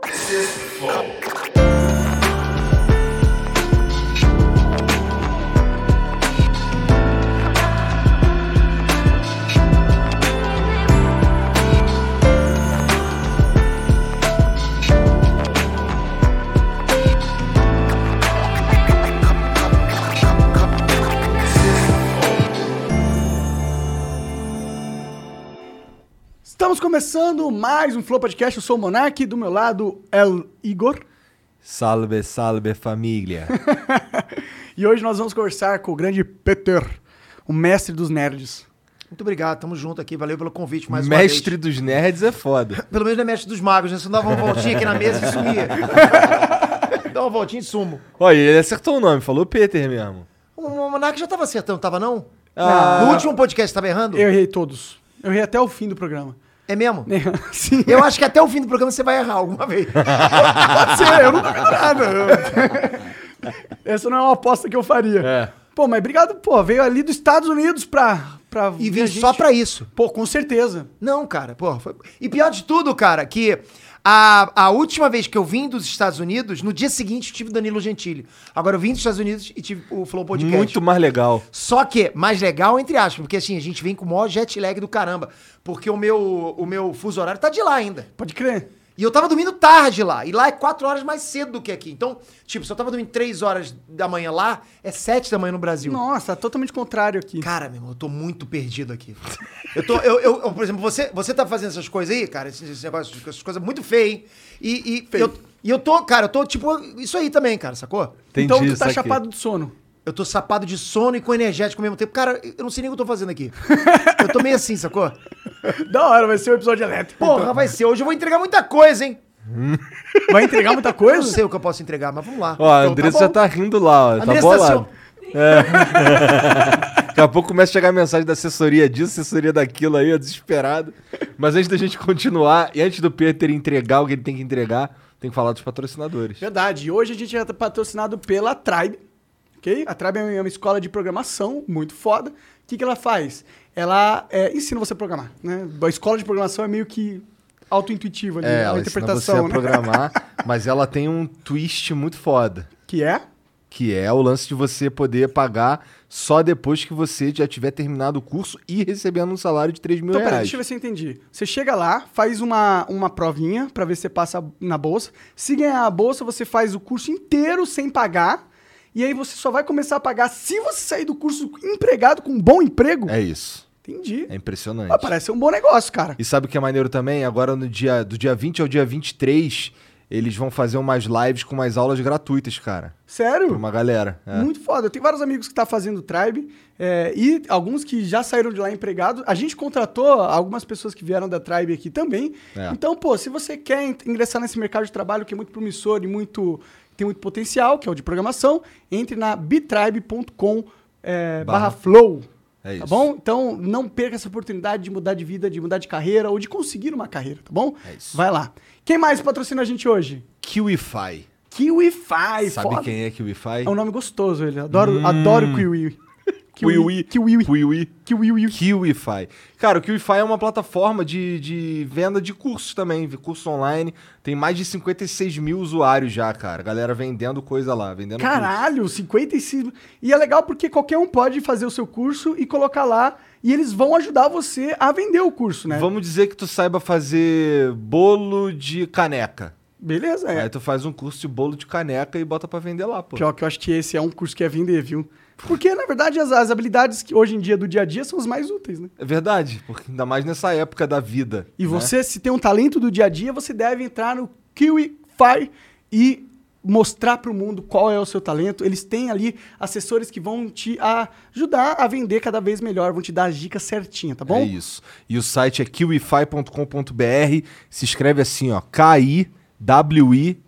consistent flow. Estamos começando mais um Flow Podcast. Eu sou o Monark, do meu lado é o Igor. Salve, salve família. E hoje nós vamos conversar com o grande Peter, o mestre dos nerds. Muito obrigado, tamo junto aqui. Valeu pelo convite mais Mestre uma dos nerds é foda. vez. Pelo menos não é mestre dos magos, né? Se não dava uma voltinha aqui na mesa e sumia. Dá uma voltinha e sumo. Olha, ele acertou o nome, falou Peter mesmo. O o Monark já tava acertando, tava não? Ah. No último podcast tava errando? Eu errei todos. Eu errei até o fim do programa. É mesmo? Sim, Eu acho que até o fim do programa você vai errar alguma vez. pode ser, eu não duvido nada. Eu- Essa não é uma aposta que eu faria. É. Pô, mas obrigado, pô. Veio ali dos Estados Unidos pra. pra E vir a vim gente. só pra isso. Pô, com certeza. Não, cara, porra. Foi... E pior de tudo, cara, que a, a última vez que eu vim dos Estados Unidos, no dia seguinte eu tive Danilo Gentili. Agora eu vim dos Estados Unidos e tive o Flow Podcast. Muito mais legal. Só que, mais legal, entre aspas, porque assim, a gente vem com o maior jet lag do caramba. Porque o meu, o meu fuso horário tá de lá ainda. Pode crer. E eu tava dormindo tarde lá. E lá é 4 horas mais cedo do que aqui. Então, tipo, se eu tava dormindo 3 horas da manhã lá, é 7 da manhã no Brasil. Nossa, totalmente contrário aqui. Cara, meu irmão, eu tô muito perdido aqui. Eu tô, eu, eu- eu, por exemplo, você, você tá fazendo essas coisas aí, cara, esses, esses negócios, essas coisas muito feias, hein? E, e eu, e eu tô, cara, eu tô tipo, isso aí também, cara, sacou? Entendi então tu isso tá aqui. chapado de sono. Eu tô sapado de sono e com energético ao mesmo tempo. Cara, eu não sei nem o que eu tô fazendo aqui. Eu tô meio assim, sacou? Então, Da hora, vai ser um episódio elétrico. Porra, vai ser. Hoje eu vou entregar muita coisa, hein? então. Vai entregar muita Eu não coisa? sei o que eu posso entregar, mas vamos lá. Então, Ó, a Andressa já tá rindo lá, ó. Tá Andressa bolado. tá É. Daqui a pouco começa a chegar mensagem da assessoria disso, assessoria daquilo aí, ó, desesperado. Mas antes da gente continuar, e antes do Peter entregar o que ele tem que entregar, tem que falar dos patrocinadores. Verdade. E Hoje a gente é patrocinado pela Tribe, ok? A Tribe é uma escola de programação muito foda. O que, que ela faz? Ela é, ensina você a programar, né? A escola de programação é meio que auto-intuitiva ali, É, a ela ensina você interpretação, a né? programar, mas ela tem um twist muito foda. Que é? Que é o lance de você poder pagar só depois que você já tiver terminado o curso e recebendo um salário de 3 mil Então, peraí, reais. deixa eu ver se eu entendi. Você chega lá, faz uma, uma provinha pra ver se você passa na bolsa. Se ganhar a bolsa, você faz o curso inteiro sem pagar. E aí você só vai começar a pagar se você sair do curso empregado com um bom emprego. É isso. Entendi. É impressionante. Pô, parece ser um bom negócio, cara. E sabe o que é maneiro também? Agora, no dia, do dia 20 ao dia 23, eles vão fazer umas lives com umas aulas gratuitas, cara. Sério? Pra uma galera. É. Muito foda. Eu tenho vários amigos que tá fazendo Tribe é, e alguns que já saíram de lá empregados. A gente contratou algumas pessoas que vieram da Tribe aqui também. É. Então, pô, se você quer en- ingressar nesse mercado de trabalho que é muito promissor e muito tem muito potencial, que é o de programação, entre na bitribe.com é, barra Barra. flow. É Tá isso. bom? Então, não perca essa oportunidade de mudar de vida, de mudar de carreira ou de conseguir uma carreira, tá bom? É isso. Vai lá. Quem mais patrocina a gente hoje? Kiwify. KiwiFi, sabe foda. quem é Kiwify? É um nome gostoso, ele. Adoro, adoro kiwi. Kiwi. Kiwi. Kiwi. Kiwi. É Kiwi. Kiwify. Cara, o Kiwify é uma plataforma de, de venda de cursos também, de curso online. Tem mais de 56 mil usuários já, cara. Galera vendendo coisa lá, vendendo curso. Caralho, 55. E é legal porque qualquer um pode fazer o seu curso e colocar lá. E eles vão ajudar você a vender o curso, né? Vamos dizer que tu saiba fazer bolo de caneca. Beleza, é. Aí tu faz um curso de bolo de caneca e bota pra vender lá, pô. Pior que eu acho que esse é um curso que é vender, viu? Porque, na verdade, as, as habilidades que hoje em dia do dia a dia são as mais úteis, né? É verdade, porque ainda mais nessa época da vida. E né? você, se tem um talento do dia a dia, você deve entrar no KiwiFi e mostrar para o mundo qual é o seu talento. Eles têm ali assessores que vão te ajudar a vender cada vez melhor, vão te dar as dicas certinhas, tá bom? É isso. E o site é kiwify.com.br. Se escreve assim, ó. K-I-W-I-F-Y.com.br.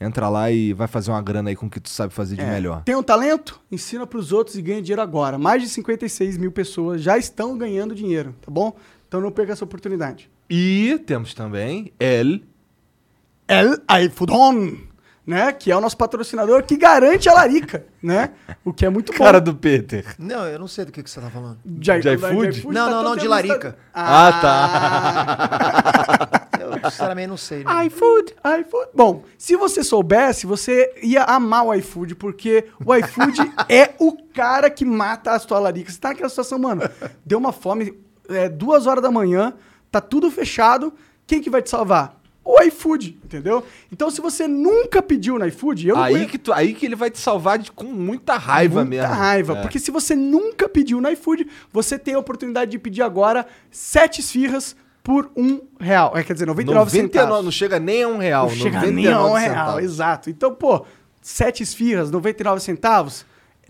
Entra lá e vai fazer uma grana aí com o que tu sabe fazer de é melhor. Tem um talento? Ensina para os outros e ganha dinheiro agora. Mais de 56 mil pessoas já estão ganhando dinheiro, tá bom? Então não perca essa oportunidade. E temos também El. El Aifudon, né? Que é o nosso patrocinador que garante a larica, né? O que é muito bom. Cara do Peter. Não, eu não sei do que, que você tá falando. De, tá De iFood? Não, não, não, de larica. Ah, tá. Eu, sinceramente não sei. né? tá. iFood, iFood. Bom, se você soubesse, você ia amar o iFood, porque o iFood é o cara que mata as tuas laricas. Você tá naquela situação, mano, deu uma fome, é, duas horas da manhã, tá tudo fechado, quem que vai te salvar? O iFood, entendeu? Então, se você nunca pediu no iFood, eu não Aí conheço- que, tu, aí que ele vai te salvar de- com muita raiva muita mesmo. raiva. É. Porque se você nunca pediu no iFood, você tem a oportunidade de pedir agora sete esfirras por um real. É, quer dizer, 99 centavos. 99, não chega nem a um real. Não chega nem a um 99 real, centavos. exato. Então, pô, sete esfirras, 99 centavos,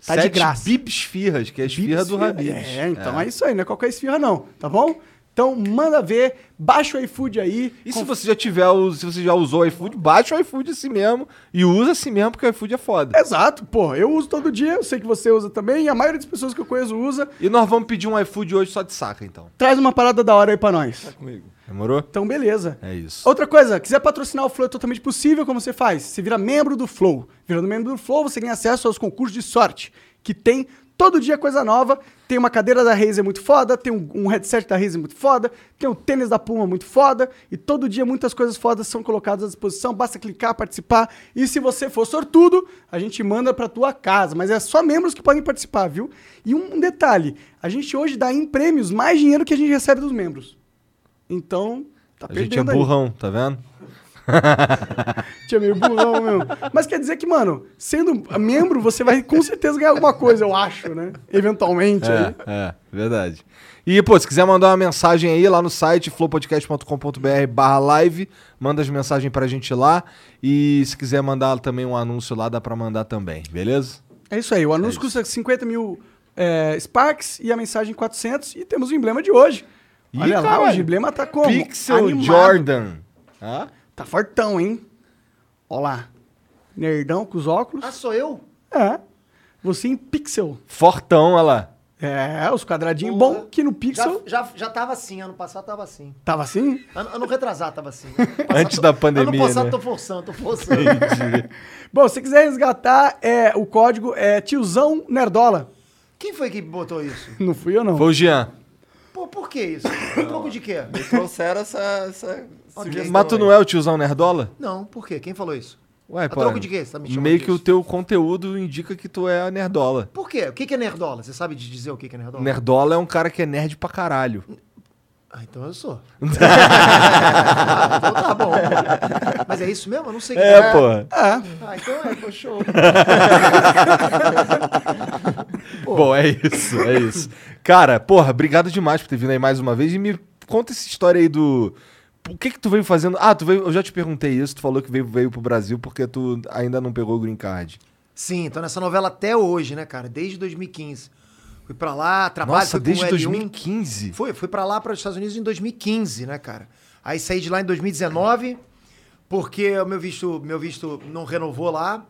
tá de Sete graça. Bibs firras, que é a esfirra do Rabibs. É, então é. isso aí, não é qualquer esfirra não, tá bom? Então manda ver, baixa o iFood aí. E com- se você já tiver, o- se você já usou o iFood, baixa o iFood assim mesmo e usa assim mesmo, porque o iFood é foda. Exato, pô, eu uso todo dia, eu sei que você usa também, e a maioria das pessoas que eu conheço usa. E nós vamos pedir um iFood hoje só de saca, então. Traz uma parada da hora aí pra nós. Comigo. Demorou? Então, beleza. É isso. Outra coisa, quiser patrocinar o Flow é totalmente possível, como você faz? Você vira membro do Flow. Virando membro do Flow, você ganha acesso aos concursos de sorte, que tem todo dia coisa nova. Tem uma cadeira da Razer muito foda, tem um, um headset da Razer muito foda, tem um tênis da Puma muito foda, e todo dia muitas coisas fodas são colocadas à disposição, basta clicar, participar, e se você for sortudo, a gente manda pra tua casa, mas é só membros que podem participar, viu? E um detalhe, a gente hoje dá em prêmios mais dinheiro que a gente recebe dos membros. Então, tá a gente é aí. burrão, tá vendo? Tinha meio burrão mesmo. Mas quer dizer que, mano, sendo membro, você vai com certeza ganhar alguma coisa, eu acho, né? Eventualmente. aí. É, é, verdade. E, pô, se quiser mandar uma mensagem aí lá no site flowpodcast.com.br barra live, manda as mensagens pra gente lá. E se quiser mandar também um anúncio lá, dá pra mandar também, beleza? É isso aí. O anúncio custa 50 mil é, Sparks e a mensagem 400. E temos o emblema de hoje. Ih, Olha lá, caralho. hoje o emblema tá como? Pixel Animado. Jordan. Ah? Tá fortão, hein? Olha lá. Nerdão com os óculos. Ah, sou eu? É. Você em pixel. Fortão, olha lá. É, os quadradinhos Porra. bom que no Já, pixel... já, já tava assim, ano passado tava assim. Tava assim? Ano, ano retrasado tava assim. Ano passado Antes tô- da pandemia, Ano passado né? tô forçando, tô forçando. Bom, se quiser resgatar, é, o código é tiozão nerdola. Quem foi que botou isso? Não fui eu, não. Foi o Jean. Pô, por que isso? Um pouco de quê? Trouxeram essa, essa sugestão Mas tu aí. não é o tiozão nerdola? Não, por quê? Quem falou isso? Ué, A pô. troco de quê você tá me chamando meio que o disso? teu conteúdo indica que tu é a nerdola. Por quê? O que que é nerdola? Você sabe de dizer o que que é nerdola? Nerdola é um cara que é nerd pra caralho. Ah, então eu sou. então tá bom. Mas é isso mesmo? Eu não sei o que É, pô. Ah, Ah, então é, pô, show. Bom, é isso, é isso. Cara, porra, obrigado demais por ter vindo aí mais uma vez. E me conta essa história aí do. O que que tu veio fazendo? Ah, tu veio, eu já te perguntei isso, tu falou que veio, veio pro Brasil porque tu ainda não pegou o green card. Sim, tô nessa novela até hoje, né, cara? Desde 2015. Fui pra lá, trabalho Nossa, fui desde com um, o L1. 2015. Fui, fui pra lá, para os Estados Unidos em 2015, né, cara? Aí saí de lá em 2019, porque o meu visto, meu visto não renovou lá.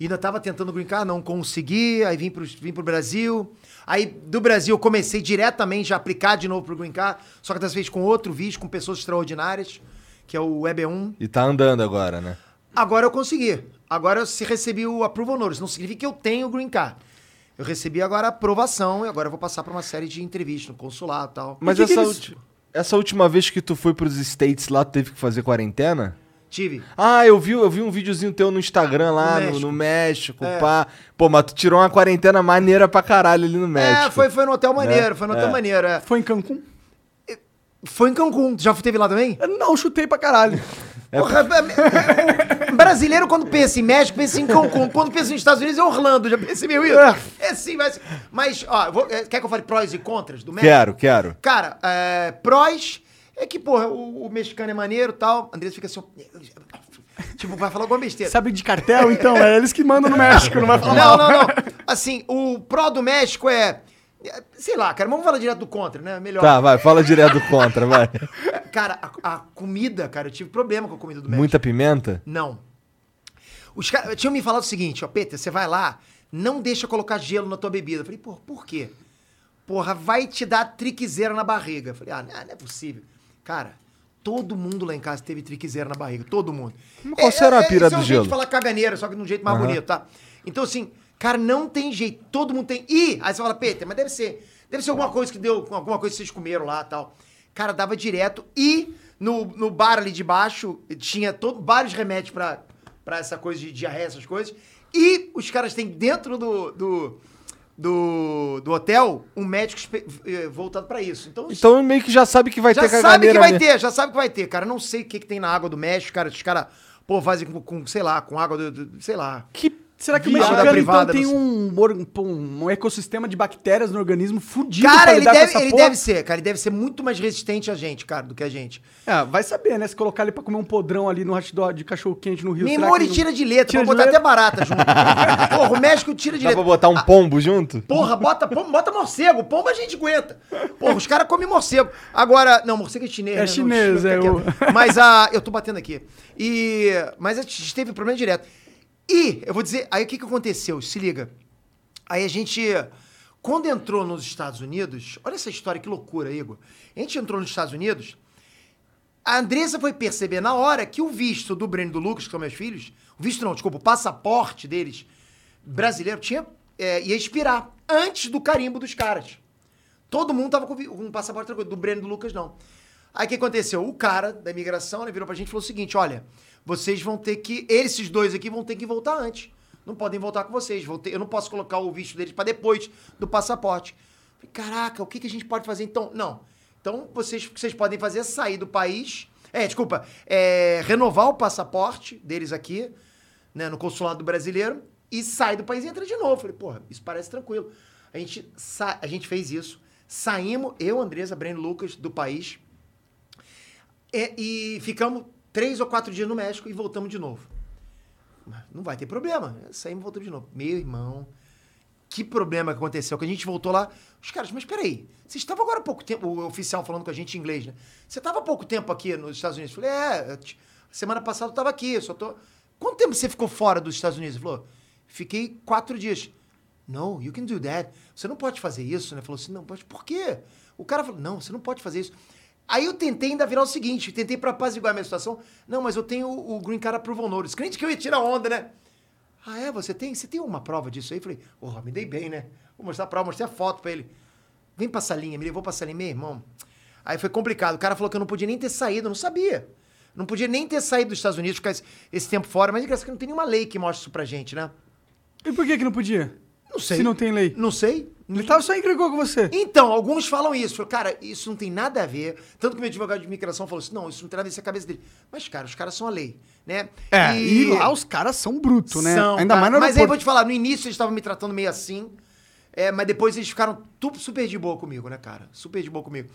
E ainda tava tentando brincar, ah, não consegui. Aí vim pro, vim pro Brasil. Aí do Brasil eu comecei diretamente a aplicar de novo pro Green Card, só que dessa vez com outro visto, com pessoas extraordinárias, que é o EB1. E tá andando agora, né? Agora eu consegui. Agora eu se recebi o approval notice. Não significa que eu tenho o green card. Eu recebi agora a aprovação e agora eu vou passar para uma série de entrevistas no consulado e tal. Mas que que essa, eles- ulti- essa última vez que tu foi pros States lá, tu teve que fazer quarentena? Tive. Ah, eu vi, eu vi um videozinho teu no Instagram lá, Ah, No É. no no México, pá. Pô, mas tu tirou uma quarentena maneira pra caralho ali no México. É, foi, foi no hotel tipo, É, maneiro, foi no hotel maneiro. é. foi em Cancún? Foi em Cancún. Já teve lá também? Eu Não, chutei pra caralho. Porra, é- brasileiro, quando pensa em México, pensa em Cancún. Quando pensa nos Estados Unidos, é Orlando. Já percebeu isso? É sim, mas. Mas, ó, eu vou- é, quer que eu fale prós e contras do México? Quero, quero. Cara, é, prós é que, porra, o, o mexicano é maneiro e tal. Andrés fica assim. ó, Tipo, vai falar alguma besteira. Sabe de cartel, então? É eles que mandam no México, não vai falar Não, mal. não, não. Assim, o pró do México é. é, Sei lá, cara, vamos falar direto do contra, né? Melhor. Tá, vai, fala direto contra, vai. Cara, a, a comida, cara, eu tive problema com a comida do México. Muita pimenta? Não. Os caras tinham me falado o seguinte, ó, Peter, você vai lá, não deixa colocar gelo na tua bebida. Eu falei, pô, por quê? Porra, vai te dar triquiseira na barriga. Eu falei, ah, não não é possível. Cara, todo mundo lá em casa teve triquiseira na barriga, todo mundo. qual será a pira isso é do um jeito de gelo? falar caganeira, só que de um jeito mais bonito, tá? Então, assim, cara, não tem jeito, todo mundo tem. Ih, aí você fala, Peter, mas deve ser, deve ser alguma coisa que deu, alguma coisa que vocês comeram lá, tal. Cara, dava direto. E no, no bar ali de baixo, tinha todo, vários remédios pra, pra essa coisa de diarreia, essas coisas. E os caras têm dentro do, do, do, do hotel um médico espe- eh, voltado pra isso. Então, Então meio que já sabe que vai já ter sabe que caganeira vai mesmo. ter, já sabe que vai ter, cara. Não sei o que, que tem na água do México, cara. Os caras, pô, fazem com, com, sei lá, com água do, do- sei lá. Que, será que o Viada mexicano, privada, então, tem não sei. um, or- pô, um ecossistema de bactérias no organismo fudido pra Cara, ele lidar com deve, essa ele porra? deve ser, cara. Ele deve ser muito mais resistente a gente, cara, do que a gente. É, vai saber, né? Se colocar ele pra comer um podrão ali no hot dog de cachorro-quente no Rio. Meu será irmão, que ele não- tira de letra. Tira Tira de botar letra? até barata junto. Porra, o México tira de Dá pra letra. botar um pombo junto? Porra, bota, pombo, bota morcego. Pombo a gente aguenta. Porra, os caras comem morcego. Agora, não, morcego é chinês. É né? Não, chinês, fica é o- quieto. Mas a. Eu tô batendo aqui. E. Mas a gente teve problema direto. E, eu vou dizer, aí o que, que aconteceu? Se liga. Aí a gente. Quando entrou nos Estados Unidos, olha essa história, que loucura, Igor. A gente entrou nos Estados Unidos, a Andressa foi perceber na hora que o visto do Breno e do Lucas, que são meus filhos, o visto não, desculpa, o passaporte deles, brasileiro, tinha, é, ia expirar antes do carimbo dos caras. Todo mundo tava com vi- com um passaporte tranquilo, do Breno e do Lucas não. Aí o que aconteceu? O cara da imigração né, virou pra gente e falou o seguinte: olha, vocês vão ter que. Esses dois aqui vão ter que voltar antes. Não podem voltar com vocês. vão ter- eu não posso colocar o visto deles pra depois do passaporte. Falei, Caraca, o que, que a gente pode fazer então? Não. Então, vocês, o que vocês podem fazer é sair do país. É, desculpa. é, renovar o passaporte deles aqui, né, no consulado brasileiro, e sai do país e entra de novo. Falei, porra, isso parece tranquilo. A gente, sa- a gente fez isso. Saímos, eu, Andresa, Breno e Lucas, do país. É, e ficamos três ou quatro dias no México e voltamos de novo. Não vai ter problema. Saímos e voltamos de novo. Meu irmão, que problema que aconteceu? Que a gente voltou lá. Os caras, mas peraí, vocês estavam agora há pouco tempo, o oficial falando com a gente em inglês, né? Você estava há pouco tempo aqui nos Estados Unidos? Eu falei, é, eu t- semana passada eu estava aqui, eu só tô. Quanto tempo você ficou fora dos Estados Unidos? Ele falou, fiquei quatro dias. No, you can do that. Você não pode fazer isso, né? Falou assim, não, pode. Por quê? O cara falou, não, você não pode fazer isso. Aí eu tentei ainda virar o seguinte, tentei para apaziguar a minha situação. Não, mas eu tenho o, o Green Card Approval Notice. Crente que eu ia tirar onda, né? Ah, é? Você tem? Você tem uma prova disso aí? Falei, porra, me dei bem, né? Vou mostrar a prova, mostrei a foto pra ele. Vem pra salinha, me levou pra salinha, meu irmão. Aí foi complicado. O cara falou que eu não podia nem ter saído, eu não sabia. Não podia nem ter saído dos Estados Unidos, ficar esse, esse tempo fora. Mas é engraçado que não tem nenhuma lei que mostre isso pra gente, né? E por que que não podia? Não sei. Se não tem lei. Não sei. Ele tava só encrencou com você. Então, alguns falam isso. Falam, cara, isso não tem nada a ver. Tanto que meu advogado de imigração falou assim: não, isso não tem nada a ver com a cabeça dele. Mas, cara, os caras são a lei, né? É, e, lá os caras são brutos, né? São, Ainda cara. mais no Mas aí eu vou aeroporto. te falar, no início eles estavam me tratando meio assim, é, mas depois eles ficaram tu- super de boa comigo, né, cara? Super de boa comigo.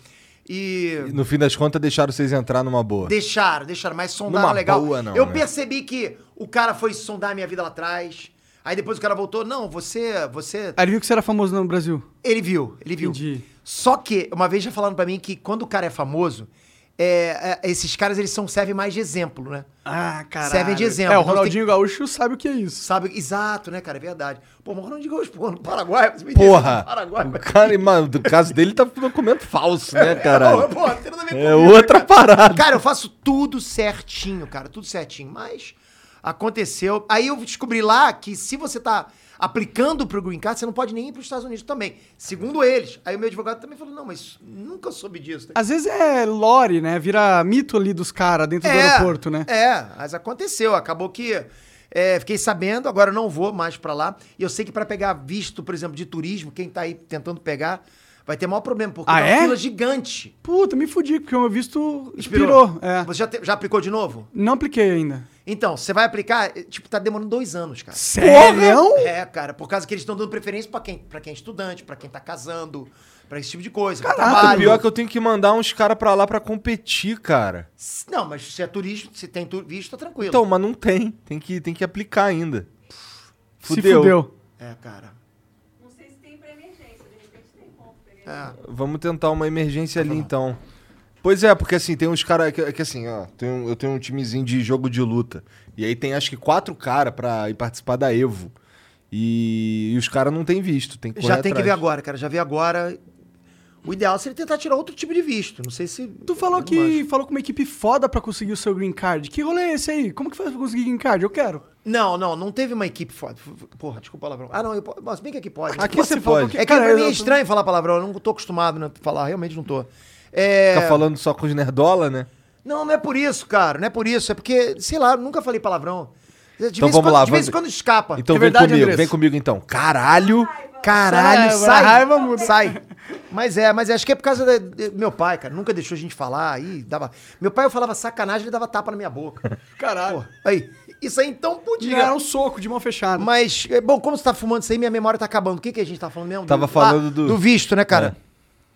E No fim das contas, deixaram vocês entrar numa boa. deixaram, deixaram, mas sondaram Numa legal. boa, não, eu né? percebi que o cara foi sondar a minha vida lá atrás. Aí depois o cara voltou, não, você, você... Aí ele viu que você era famoso no Brasil. Ele viu, ele viu. Entendi. Só que, uma vez já falando pra mim que quando o cara é famoso, é, é, esses caras, eles são, servem mais de exemplo, né? Ah, caralho. Servem de exemplo. É, o Então, Ronaldinho Gaúcho sabe o que é isso. Sabe, exato, né, cara? É verdade. Pô, mas não diga hoje, pô, no Paraguai. você me Porra! disse, Paraguai, O cara, mano, do caso dele tá documento falso, né, Não, caralho? pô, não tem nada a ver É comigo. outra parada. Cara, eu faço tudo certinho, cara, tudo certinho. Mas aconteceu. Aí eu descobri lá que se você tá aplicando pro Green Card, você não pode nem ir pros Estados Unidos também. Segundo eles. Aí o meu advogado também falou: não, mas nunca soube disso. né? Às vezes é lore, né? Vira mito ali dos caras dentro do aeroporto, né? É, mas aconteceu. Acabou que. é, fiquei sabendo, agora eu não vou mais pra lá. E eu sei que pra pegar visto, por exemplo, de turismo, quem tá aí tentando pegar, vai ter maior problema, porque Ah, é é? uma fila gigante. Puta, me fudi, porque o meu visto expirou. É. Você já, te- já aplicou de novo? Não apliquei ainda. Então, você vai aplicar, eh, tipo, tá demorando dois anos, cara. Sério? É, cara, por causa que eles estão dando preferência pra quem, pra quem é estudante, pra quem tá casando, pra esse tipo de coisa. pra Caraca, O trabalho. pior é que eu tenho que mandar uns caras pra lá pra competir, cara. S- Não, mas se é turista, se tem turista, tá tranquilo. Então, mas não tem. Tem que, tem que aplicar ainda. Se fudeu. É, cara. Não sei se tem pra emergência, de repente tem como pra emergência. É. Vamos tentar uma emergência ali, então. Pois é, porque assim, tem uns caras. Que, que assim, ó, tem um- eu tenho um timezinho de jogo de luta. E aí tem acho que quatro caras pra ir participar da Evo. E, e os caras não têm visto. Tem que Já correr tem que atrás. ver agora, cara. Já vi agora. O ideal seria tentar tirar outro tipo de visto. Não sei se. Tu falou eu não que acho. falou com uma equipe foda pra conseguir o seu green card. Que rolê é esse aí? Como que faz pra conseguir green card? Eu quero. Não, não, não teve uma equipe foda. Porra, desculpa o palavrão. Ah, não, eu posso. Mas bem que aqui pode. né? Aqui você falou pode. É que Cara, pra mim eu- é estranho falar palavrão, eu não tô acostumado né, a falar, realmente não tô. É... Fica falando só com os nerdola, né? Não, não é por isso, cara. Não é por isso. É porque, sei lá, eu nunca falei palavrão. De Então vez em vamos quando, lá, De vez vamos- em quando escapa. Então É vem verdade, comigo, Andressa. vem comigo então. Caralho! Caralho, Sai, sai. a raiva muda. Sai. Mas é, mas acho que é por causa da- de- meu pai, cara. Nunca deixou a gente falar. Aí dava. Meu pai eu falava sacanagem, ele dava tapa na minha boca. Caralho. Pô, aí. Isso aí então podia. Era um soco de mão fechada. Mas, é, bom, como você tá fumando isso aí, minha memória tá acabando. O que, que a gente tá falando mesmo? Tava Ah, falando do- É. Do visto, né, cara?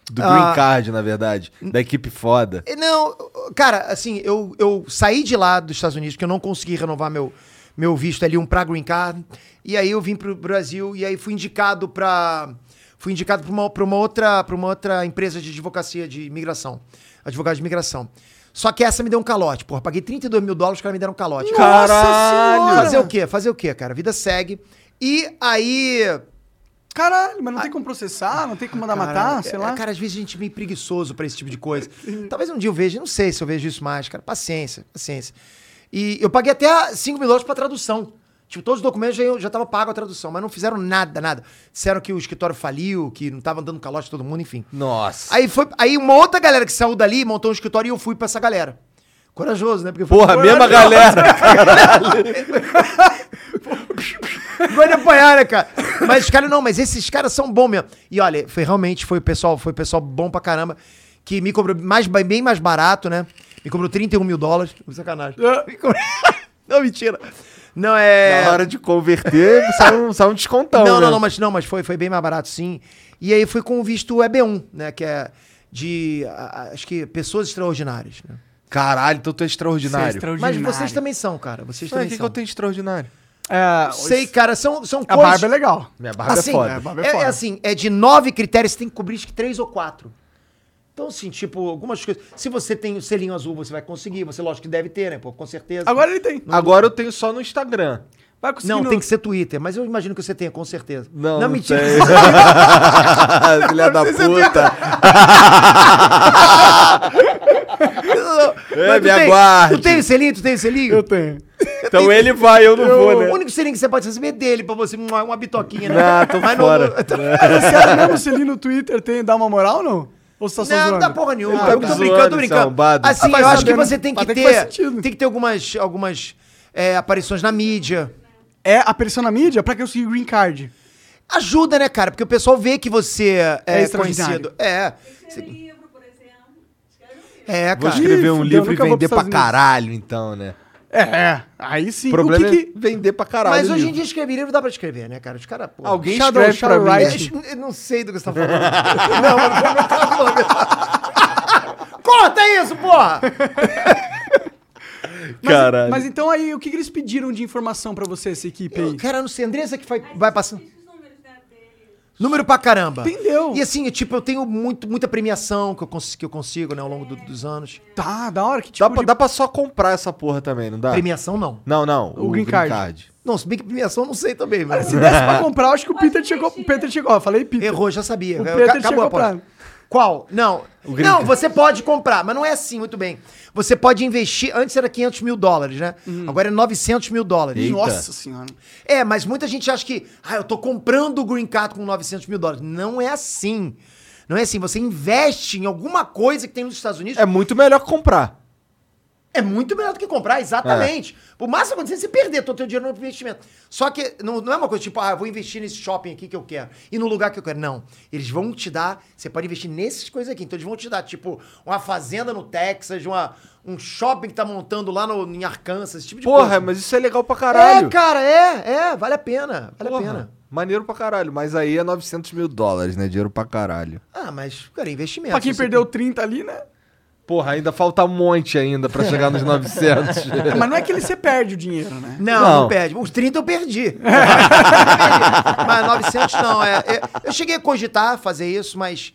Do Green Ah. Card, na verdade. Da equipe foda. Eh, Não, cara, assim, eu, eu saí de lá dos Estados Unidos, que eu não consegui renovar meu, meu visto ali, um pra green card. E aí eu vim pro Brasil e aí fui indicado pra. Fui indicado pra uma, pra uma, outra, pra uma outra empresa de advocacia de imigração. Advogado de imigração. Só que essa me deu um calote, porra. Paguei 32 mil dólares, os caras me deram um calote. Caralho! Fazer o quê? Fazer o quê, cara? A vida segue. E aí. Caralho, mas não tem como processar, não tem como mandar Ah. Cara, matar, sei é, lá. Cara, às vezes a gente é meio preguiçoso pra esse tipo de coisa. Talvez um dia eu veja, não sei se eu vejo isso mais, cara. Paciência, paciência. E eu paguei até 5 mil dólares pra tradução. Tipo, todos os documentos já, já tava pago a tradução, mas não fizeram nada, nada. Disseram que o escritório faliu, que não tava dando calote a todo mundo, enfim. Nossa. Aí foi, aí uma outra galera que saiu dali montou um escritório e eu fui pra essa galera. Corajoso, né? Porque eu fui- Porra, a mesma galera. Vai apanhar, né, cara? Mas os caras não, mas esses caras são bons mesmo. E olha, foi realmente, foi o pessoal, foi o pessoal bom pra caramba, que me cobrou mais, ba- bem mais barato, né? Me cobrou 31 mil dólares. Sacanagem. Me cobrou- não, mentira. Não, é. É. Na hora de converter, sai um, sai um descontão. não, né? não, não, mas não, mas foi, foi bem mais barato, sim. E aí foi com o visto EB1, né? Que é de. a- a- Acho que pessoas extraordinárias. né? Caralho, então tu é Isso é extraordinário. extraordinário. Mas vocês também são, cara. Vocês Ué, também o que, que são. eu tenho de extraordinário? É, Sei, cara, são, são A coisas. barba é legal. Minha barba assim, é foda. é, barba É, foda. é assim, é de nove critérios, você tem que cobrir acho que três ou quatro. Então, assim, tipo, algumas coisas. Se você tem o selinho azul, você vai conseguir. Você, lógico que deve ter, né? Pô, com certeza. Agora ele tá tem. Agora eu tenho só no Instagram. Vai conseguir. Não, no- tem que ser Twitter, mas eu imagino que você tenha, com certeza. Não, não mentira. tem. Filha da puta. É, Mas me tu tem- aguarde. Tu tem o selinho? Tu tem o selinho? Eu tenho. Então ele vai, eu não vou, O né? único selinho que você pode receber é dele, pra você, uma, uma bitoquinha, né? Ah, tô Mas fora. Mas sério mesmo, se ali no Twitter tem, dá uma moral ou não? Ou você tá só Não, não zoando? dá porra nenhuma. tá eu tô zoando, brincando, tô brincando. sambado. Assim, Ah, faz eu acho que sentido. você tem que Até que faz ter. sentido. tem que ter algumas, algumas é, aparições na mídia. É a pressão na mídia pra que eu siga o green card. Ajuda, né, cara? Porque o pessoal vê que você é, É conhecido. extraordinário. É. Escreve livro, por exemplo. Escreve um livro. É, Vou cara. escrever Ih, um fudeu, livro e nunca vou vender pros Estados pra Unidos. caralho, então, né? É, é. aí sim. O problema o que que... é vender pra caralho. Mas o hoje em livro. dia escrever livro dá pra escrever, né, cara? Os caras, pô. Alguém Shadow- escreve pra Shadow mim. né? Wright. É, eu não sei do que você tá falando. não, eu não eu não tô falando. Corta isso, porra! Mas, Caralho. mas então aí, o que, que eles pediram de informação pra você, essa equipe aí? Eu, cara, eu não sei, Andressa que vai, Aí vai você passando. diz os números né, dele. Número pra caramba. Entendeu. E assim, tipo, eu tenho muito, muita premiação que eu, cons- que eu consigo, né, ao longo do- dos anos. Tá, da hora. Que tipo Dá, pra, de... dá pra só comprar essa porra também, não dá? Premiação, não. Não, não. O green card. Não, se bem que premiação, eu não sei também, velho. Se desse pra comprar, eu acho que o Peter chegou... O Peter chegou... Ó, falei Peter. Errou, já sabia. O Ca- Peter chegou a porta. pra- Qual? Não. gringo. Não, você pode comprar, mas não é assim, muito bem. Você pode investir. Antes era 500 mil dólares, né? Agora é 900 mil dólares. Eita. Nossa senhora. É, mas muita gente acha que. Ah, eu tô comprando o Green Card com 900 mil dólares. Não é assim. Não é assim. Você investe em alguma coisa que tem nos Estados Unidos. É muito melhor comprar. É muito melhor do que comprar, exatamente. O máximo acontecendo é você perder todo o teu dinheiro no investimento. Só que não, não é uma coisa tipo, ah, eu vou investir nesse shopping aqui que eu quero e no lugar que eu quero. Não. Eles vão te dar, você pode investir nessas coisas aqui. Então eles vão te dar, tipo, uma fazenda no Texas, uma, um shopping que tá montando lá no, em Arkansas, esse tipo de Porra, coisa. mas isso é legal pra caralho. É, cara, é, é, vale a pena, vale Porra, a pena. Maneiro pra caralho. Mas aí é 900 mil dólares, né? Dinheiro pra caralho. Ah, mas, cara, é investimento. Pra quem Você- perdeu 30 ali, né? Porra, ainda falta um monte ainda pra chegar nos 900. É, Mas não é que ele você perde o dinheiro, né? Não, Não. não, perde. Os 30 eu perdi. Mas 900 não. É, é- eu cheguei a cogitar fazer isso, mas.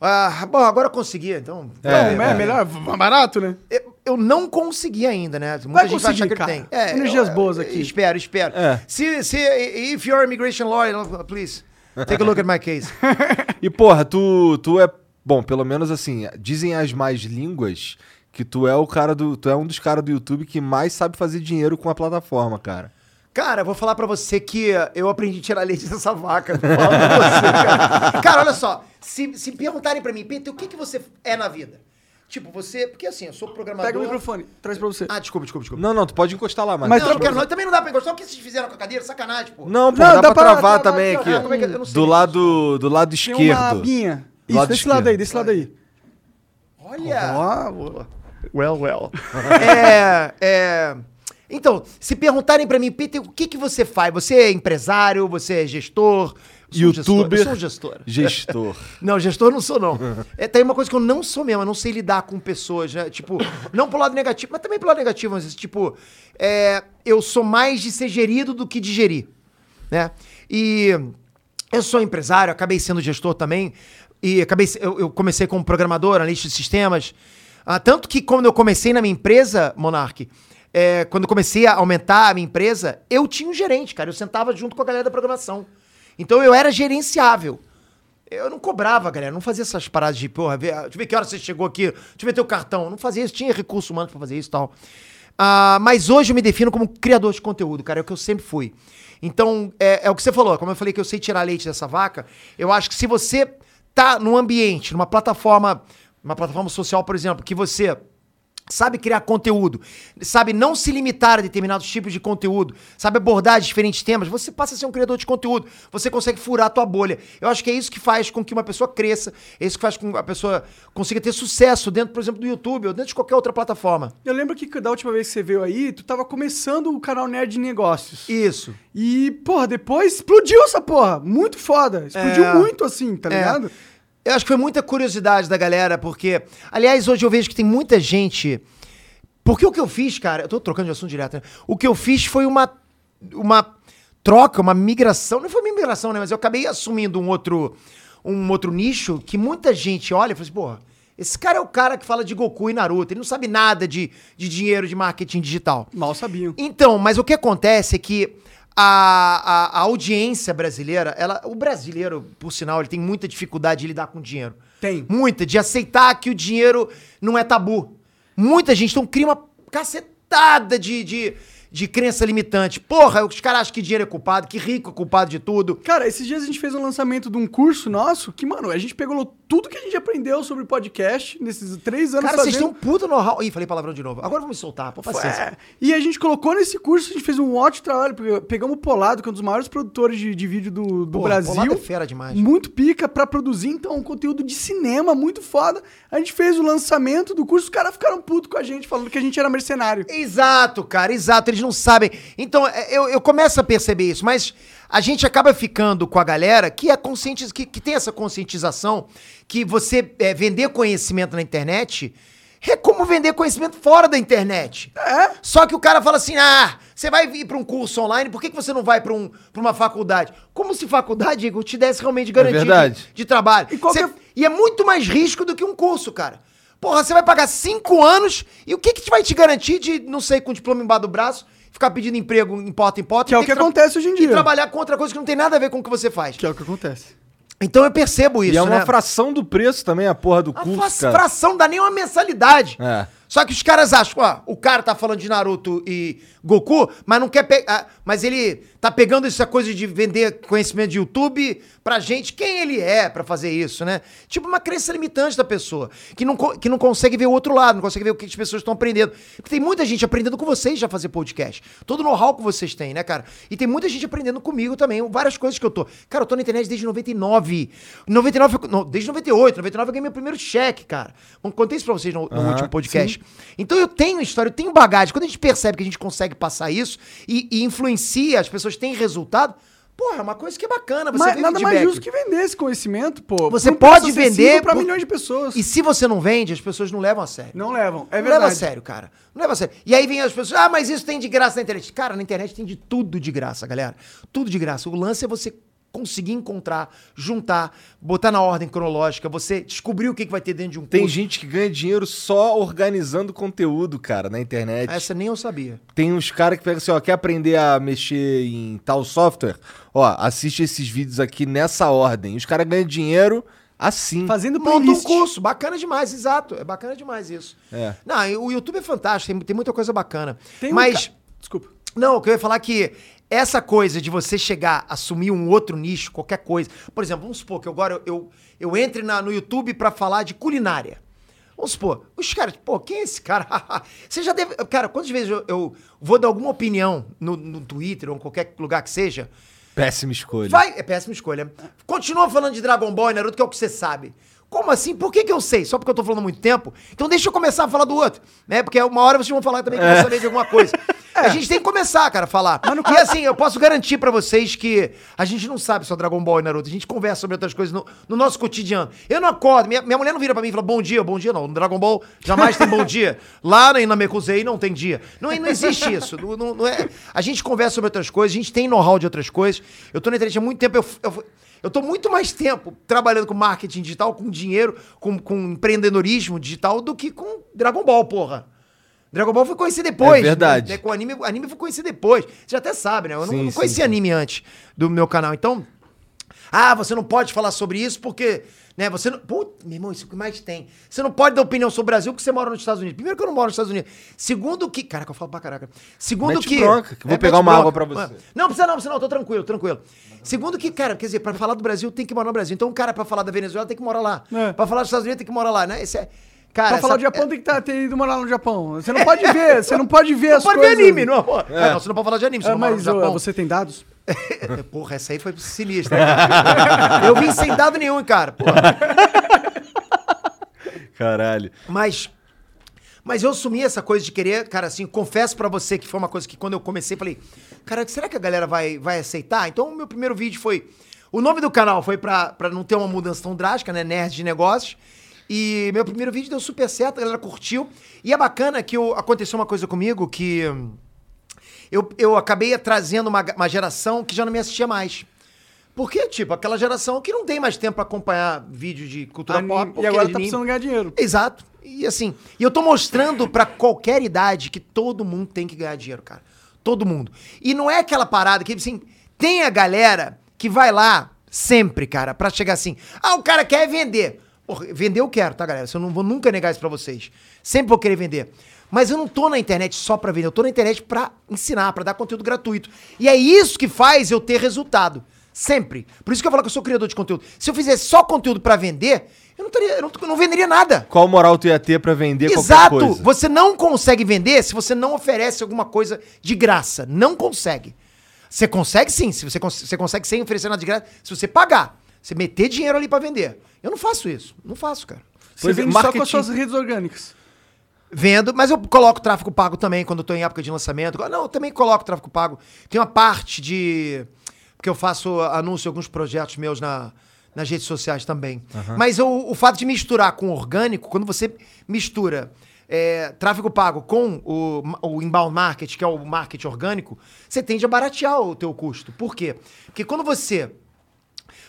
ah, bom, agora eu consegui, então. É, não, é, é. melhor, v- barato, né? Eu, eu não consegui ainda, né? Muita conseguir, cara. Energias É, eu- boas aqui. Espero, espero. É. Se, se, if you're immigration lawyer, please, take a look at my case. E porra, tu, tu é. Bom, pelo menos assim, dizem as mais línguas que tu é o cara do. Tu é um dos caras do YouTube que mais sabe fazer dinheiro com a plataforma, cara. Cara, eu vou falar pra você que eu aprendi a tirar leite dessa vaca. Eu falo pra você, cara. Cara, olha só. Se, se perguntarem pra mim, Peter, o que, que você é na vida? Tipo, você. Porque assim, eu sou programador. Pega o microfone, traz pra você. Ah, desculpa, desculpa, desculpa. Não, não, tu pode encostar lá, mas. Mas não, tá- eu quero, não, também não dá pra encostar. O que vocês fizeram com a cadeira? Sacanagem, pô. Não, pô, Não, dá, pra travar também dá aqui. pra- ó. Ah, como é que é? Eu não sei. do lado, do lado Tem esquerdo. uma abinha. Isso, Lado desse lado esquerdo. É. aí, desse lado aí. Olha. Ó, boa. Well, well. é, é... Então, se perguntarem pra mim, Peter, o que, que você faz? Você é empresário? Você é gestor? Sou um gestor, Youtuber. Eu sou um gestor. Gestor. Não, gestor não sou, não. É, tem uma coisa que eu não sou mesmo, eu não sei lidar com pessoas, né? Tipo, não pro lado negativo, mas também pro lado negativo, às vezes, tipo, é, eu sou mais de ser gerido do que de gerir, né? E eu sou empresário, acabei sendo gestor também, e acabei, se- eu, eu comecei como programador, analista de sistemas, Ah, tanto que quando eu comecei na minha empresa, Monark, é, quando eu comecei a aumentar a minha empresa, eu tinha um gerente, cara, eu sentava junto com a galera da programação. Então eu era gerenciável. Eu não cobrava, galera. Não fazia essas paradas de, porra, vê, deixa eu ver que hora você chegou aqui, deixa eu ver teu cartão. Não fazia isso, tinha recurso humano pra fazer isso e tal. Ah, mas hoje eu me defino como criador de conteúdo, cara. É o que eu sempre fui. Então, é, é o que você falou. Como eu falei que eu sei tirar leite dessa vaca, eu acho que se você tá num ambiente, numa plataforma, uma plataforma social, por exemplo, que você sabe criar conteúdo, sabe não se limitar a determinados tipos de conteúdo, sabe abordar diferentes temas, você passa a ser um criador de conteúdo, você consegue furar a tua bolha. Eu acho que é isso que faz com que uma pessoa cresça, é isso que faz com que a pessoa consiga ter sucesso dentro, por exemplo, do YouTube ou dentro de qualquer outra plataforma. Eu lembro que da última vez que você veio aí, tu tava começando o canal Nerd de Negócios. Isso. E, porra, depois explodiu essa porra. Muito foda. Explodiu É. muito assim, tá É. ligado? Eu acho que foi muita curiosidade da galera, porque. Aliás, hoje eu vejo que tem muita gente. Porque o que eu fiz, cara. Eu tô trocando de assunto direto, né? O que eu fiz foi uma. Uma troca, uma migração. Não foi uma migração, né? Mas eu acabei assumindo um outro. Um outro nicho que muita gente olha e fala assim, porra. Esse cara é o cara que fala de Goku e Naruto. Ele não sabe nada de, de dinheiro, de marketing digital. Mal sabiam. Então, mas o que acontece é que a, a, a audiência brasileira, ela, o brasileiro, por sinal, ele tem muita dificuldade de lidar com dinheiro. Tem. Muita, de aceitar que o dinheiro não é tabu. Muita gente, então cria uma cacetada de, de, de crença limitante. Porra, os caras acham que dinheiro é culpado, que rico é culpado de tudo. Cara, esses dias a gente fez um lançamento de um curso nosso que, mano, a gente pegou tudo que a gente aprendeu sobre podcast nesses três anos Cara, fazendo. vocês têm um puta know-how. Ih, falei palavrão de novo. Agora eu vou me soltar, pô, paciência. É, E a gente colocou nesse curso, a gente fez um ótimo trabalho. porque Pegamos o Polado, que é um dos maiores produtores de, de vídeo do, do Pô, Brasil. Polado é fera demais. Muito pica pra produzir, então, um conteúdo de cinema muito foda. A gente fez o lançamento do curso, os caras ficaram putos com a gente, falando que a gente era mercenário. Exato, cara, exato. Eles não sabem. Então, é, eu, eu começo a perceber isso, mas a gente acaba ficando com a galera que é consciente, que, que tem essa conscientização que você é, vender conhecimento na internet é como vender conhecimento fora da internet. É. Só que o cara fala assim: ah, você vai vir para um curso online, por que, que você não vai para um, pra uma faculdade? Como se faculdade, Igor, te desse realmente garantia de- verdade. de, trabalho. E qualquer- Você- e é muito mais risco do que um curso, cara. Porra, você vai pagar cinco anos e o que, que vai te garantir de, não sei, com o diploma embaixo do braço, ficar pedindo emprego em porta em porta? Que é e o ter que tra- acontece hoje em E dia. trabalhar com outra coisa que não tem nada a ver com o que você faz. Que é o que acontece. Então eu percebo isso, e é uma né? fração do preço também, a porra do A curso, fra- cara. fração dá nem uma mensalidade. É. Só que os caras acham, ó, o cara tá falando de Naruto e Goku, mas não quer pegar. Mas ele tá pegando essa coisa de vender conhecimento de YouTube pra gente, quem ele é pra fazer isso, né? Tipo uma crença limitante da pessoa, que não, co- que não consegue ver o outro lado, não consegue ver o que as pessoas estão aprendendo. Porque tem muita gente aprendendo com vocês já fazer podcast. Todo o know-how que vocês têm, né, cara? E tem muita gente aprendendo comigo também, várias coisas que eu tô. Cara, eu tô na internet desde 99. 99 foi- não, desde 98, 99 eu ganhei meu primeiro cheque, cara. Bom, contei isso pra vocês no, no Aham, último podcast. Então eu tenho história, eu tenho bagagem. Quando a gente percebe que a gente consegue passar isso e, e influencia, as pessoas têm resultado, porra, é uma coisa que é bacana. Você Mas vê o nada mais feedback. justo que vender esse conhecimento, pô. Você Pra um pode preço acessível vender pra por- milhões de pessoas. E se você não vende, as pessoas não levam a sério. Não levam. É não leva a verdade. sério, cara. Não leva a sério. E aí vem as pessoas, ah, mas isso tem de graça na internet. Cara, na internet tem de tudo de graça, galera. Tudo de graça. O lance é você conseguir encontrar, juntar, botar na ordem cronológica, você descobrir o que, que vai ter dentro de um Tem curso. gente que ganha dinheiro só organizando conteúdo, cara, na internet. Essa nem eu sabia. Tem uns caras que pegam assim, ó, quer aprender a mexer em tal software? Ó, assiste esses vídeos aqui nessa ordem. Os caras ganham dinheiro assim. Fazendo Monta um playlist. curso. Bacana demais, exato. É bacana demais isso. É. Não, e o YouTube é fantástico, tem, tem muita coisa bacana. Tem um mas, ca- Desculpa. não, o que eu ia falar é que Essa coisa de você chegar, assumir um outro nicho, qualquer coisa. Por exemplo, vamos supor que agora eu, eu, eu entre na- no YouTube pra falar de culinária. Vamos supor, os caras, pô, quem é esse cara? Você já deve. Cara, quantas vezes eu, eu vou dar alguma opinião no, no Twitter ou em qualquer lugar que seja? Péssima escolha. Vai, é péssima escolha. Continua falando de Dragon Ball e Naruto, que é o que você sabe. Como assim? Por que, que eu sei? Só porque eu tô falando há muito tempo? Então deixa eu começar a falar do outro, né? Porque uma hora vocês vão falar também que eu saber de alguma coisa. A gente tem que começar, cara, a falar. E assim, eu posso garantir pra vocês que a gente não sabe só Dragon Ball e Naruto. A gente conversa sobre outras coisas no, no nosso cotidiano. Eu não acordo, minha, minha mulher não vira pra mim e fala bom dia, bom dia não. No Dragon Ball jamais tem bom dia. Lá na Namekusei não tem dia. Não, não existe isso. Não, não- não é. A gente conversa sobre outras coisas, a gente tem know-how de outras coisas. Eu tô na internet há muito tempo, eu, f- eu, f- eu tô muito mais tempo trabalhando com marketing digital, com dinheiro, com, com empreendedorismo digital do que com Dragon Ball, porra. Dragon Ball foi conhecer depois. É verdade. né? Com anime, anime foi conhecer depois. Você até sabe, né? Eu não- Sim, não sim, conhecia sim. anime antes do meu canal. Então, ah, você não pode falar sobre isso porque, né, você não... Putz, meu irmão, isso é o que mais tem. Você não pode dar opinião sobre o Brasil porque você mora nos Estados Unidos. Primeiro que eu não moro nos Estados Unidos. Segundo que... Caraca, eu falo pra caraca. Segundo Mete que... É, bronca, que eu vou pegar mete uma água pra você. Não, precisa não, precisa não, tô tranquilo, tranquilo. Segundo que, cara, quer dizer, pra falar do Brasil tem que morar no Brasil. Então, um cara pra falar da Venezuela tem que morar lá. É. Pra falar dos Estados Unidos tem que morar lá, né? Esse é... Cara, pra falar do essa- é, Japão, tem que tá- ter ido morar no Japão. Você não pode ver, você não pode ver Não as pode coisas. ver anime, não. pô. É, não, você não pode falar de anime, você É, não mora no mas ô, Japão. É, você tem dados? Porra, essa aí foi sinistra. cara. eu vim sem dado nenhum, cara. Porra. Caralho. Mas, mas eu assumi essa coisa de querer, cara, assim, confesso pra você que foi uma coisa que quando eu comecei, falei, cara, será que a galera vai, vai aceitar? Então, o meu primeiro vídeo foi. O nome do canal foi pra, pra não ter uma mudança tão drástica, né? Nerd de Negócios. E meu primeiro vídeo deu super certo, a galera curtiu. E é bacana que eu- aconteceu uma coisa comigo que. hum, Eu, eu acabei trazendo uma, ga- uma geração que já não me assistia mais. Porque, tipo, aquela geração que não tem mais tempo pra acompanhar vídeo de cultura Anime, pop. e porque agora tá anime- precisando ganhar dinheiro. Exato. E assim, e eu tô mostrando pra qualquer idade que todo mundo tem que ganhar dinheiro, cara. Todo mundo. E não é aquela parada que, assim, tem a galera que vai lá sempre, cara, pra chegar assim, ah, o cara quer vender. Porra, vender eu quero, tá, galera? Isso Eu não vou nunca negar isso pra vocês. Sempre vou querer vender. Mas eu não tô na internet só pra vender, eu tô na internet pra ensinar, pra dar conteúdo gratuito. E é isso que faz eu ter resultado. Sempre. Por isso que eu falo que eu sou criador de conteúdo. Se eu fizesse só conteúdo pra vender, eu não, teria, eu não, eu não venderia nada. Qual moral tu ia ter pra vender qualquer Exato! coisa? Você não consegue vender se você não oferece alguma coisa de graça. Não consegue. Você consegue sim, se você, cons- você consegue sem oferecer nada de graça, se você pagar. Você meter dinheiro ali pra vender. Eu não faço isso. Não faço, cara. Você Pois é, vende só com as marketing. suas redes orgânicas. Vendo, mas eu coloco tráfego pago também quando eu tô em época de lançamento. Ah, Não, eu também coloco tráfego pago. Tem uma parte de. Porque eu faço anúncio em alguns projetos meus na, nas redes sociais também. Mas eu- o fato de misturar com orgânico, quando você mistura é, tráfego pago com o, o inbound market, que é o marketing orgânico, você tende a baratear o teu custo. Por quê? Porque quando você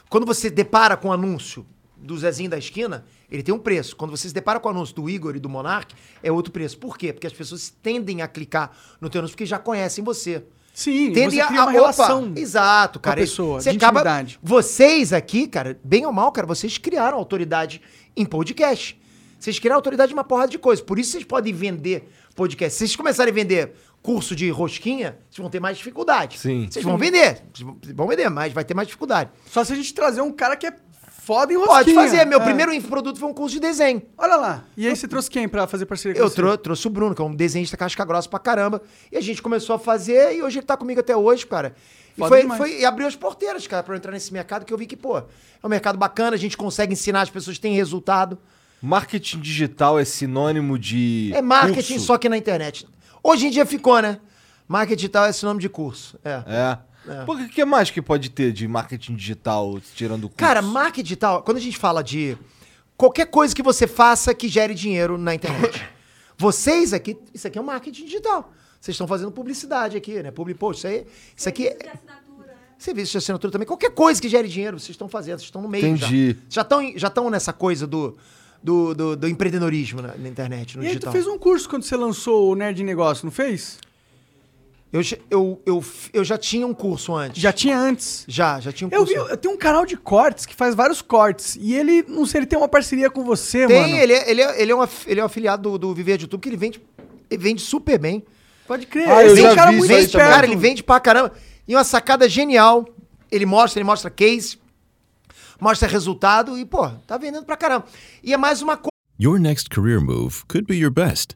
quando você depara com o anúncio do Zezinho da esquina, ele tem um preço. Quando você se depara com o anúncio do Igor e do Monark, é outro preço. Por quê? Porque as pessoas tendem a clicar no teu anúncio porque já conhecem você. Sim, Tendem você cria uma opa, relação. exato, com a cara. pessoa, você de acaba, intimidade. Vocês aqui, cara, bem ou mal, cara, vocês criaram autoridade em podcast. Vocês criaram autoridade em uma porrada de coisa. Por isso vocês podem vender podcast. Se vocês começarem a vender curso de rosquinha, vocês vão ter mais dificuldade. Sim. Vocês vão vender. Vocês vão- vão vender, mas vai ter mais dificuldade. Só se a gente trazer um cara que é foda em rosquinha. Pode fazer. Meu É. primeiro infoproduto foi um curso de desenho. Olha lá. E aí você trouxe quem pra fazer parceria com Eu você? trou- trouxe o Bruno, que é um desenhista casca grossa pra caramba. E a gente começou a fazer e hoje ele tá comigo até hoje, cara. E, Foda foi, demais. foi- e abriu as porteiras, cara, pra eu entrar nesse mercado que eu vi que, pô, é um mercado bacana, a gente consegue ensinar, as pessoas têm resultado. Marketing digital é sinônimo de. É marketing curso? só que na internet. Hoje em dia ficou, né? Marketing digital é esse nome de curso. É. É. Por que, que mais que pode ter de marketing digital tirando o curso? Cara, marketing digital, quando a gente fala de qualquer coisa que você faça que gere dinheiro na internet. Vocês aqui, isso aqui é um marketing digital. Vocês estão fazendo publicidade aqui, né? Public post, isso aí, isso aqui De é assinatura, né? serviço de assinatura também. Qualquer coisa que gere dinheiro, vocês estão fazendo, vocês estão no meio Entendi. já. Já estão já estão nessa coisa do do, do, do empreendedorismo na, na internet, no E aí digital. tu fez um curso quando você lançou o Nerd de Negócio, não fez? eu, já- eu, eu, f- eu já tinha um curso antes. Já tinha antes. Já, já tinha um Eu curso. vi, eu tenho um canal de cortes que faz vários cortes. E ele, não sei, ele tem uma parceria com você, mano. Tem, ele é, ele, é, ele, é um, af- ele é um afiliado do, do Viver de YouTube, que ele vende, ele vende super bem. Pode crer. Ah, eu ele é um já cara vi muito isso aí vende, esperto. também. cara, ele vende pra caramba. E uma sacada genial. Ele mostra, ele mostra case, mostra resultado e, pô, tá vendendo pra caramba. E é mais uma coisa. Your next career move could be your best.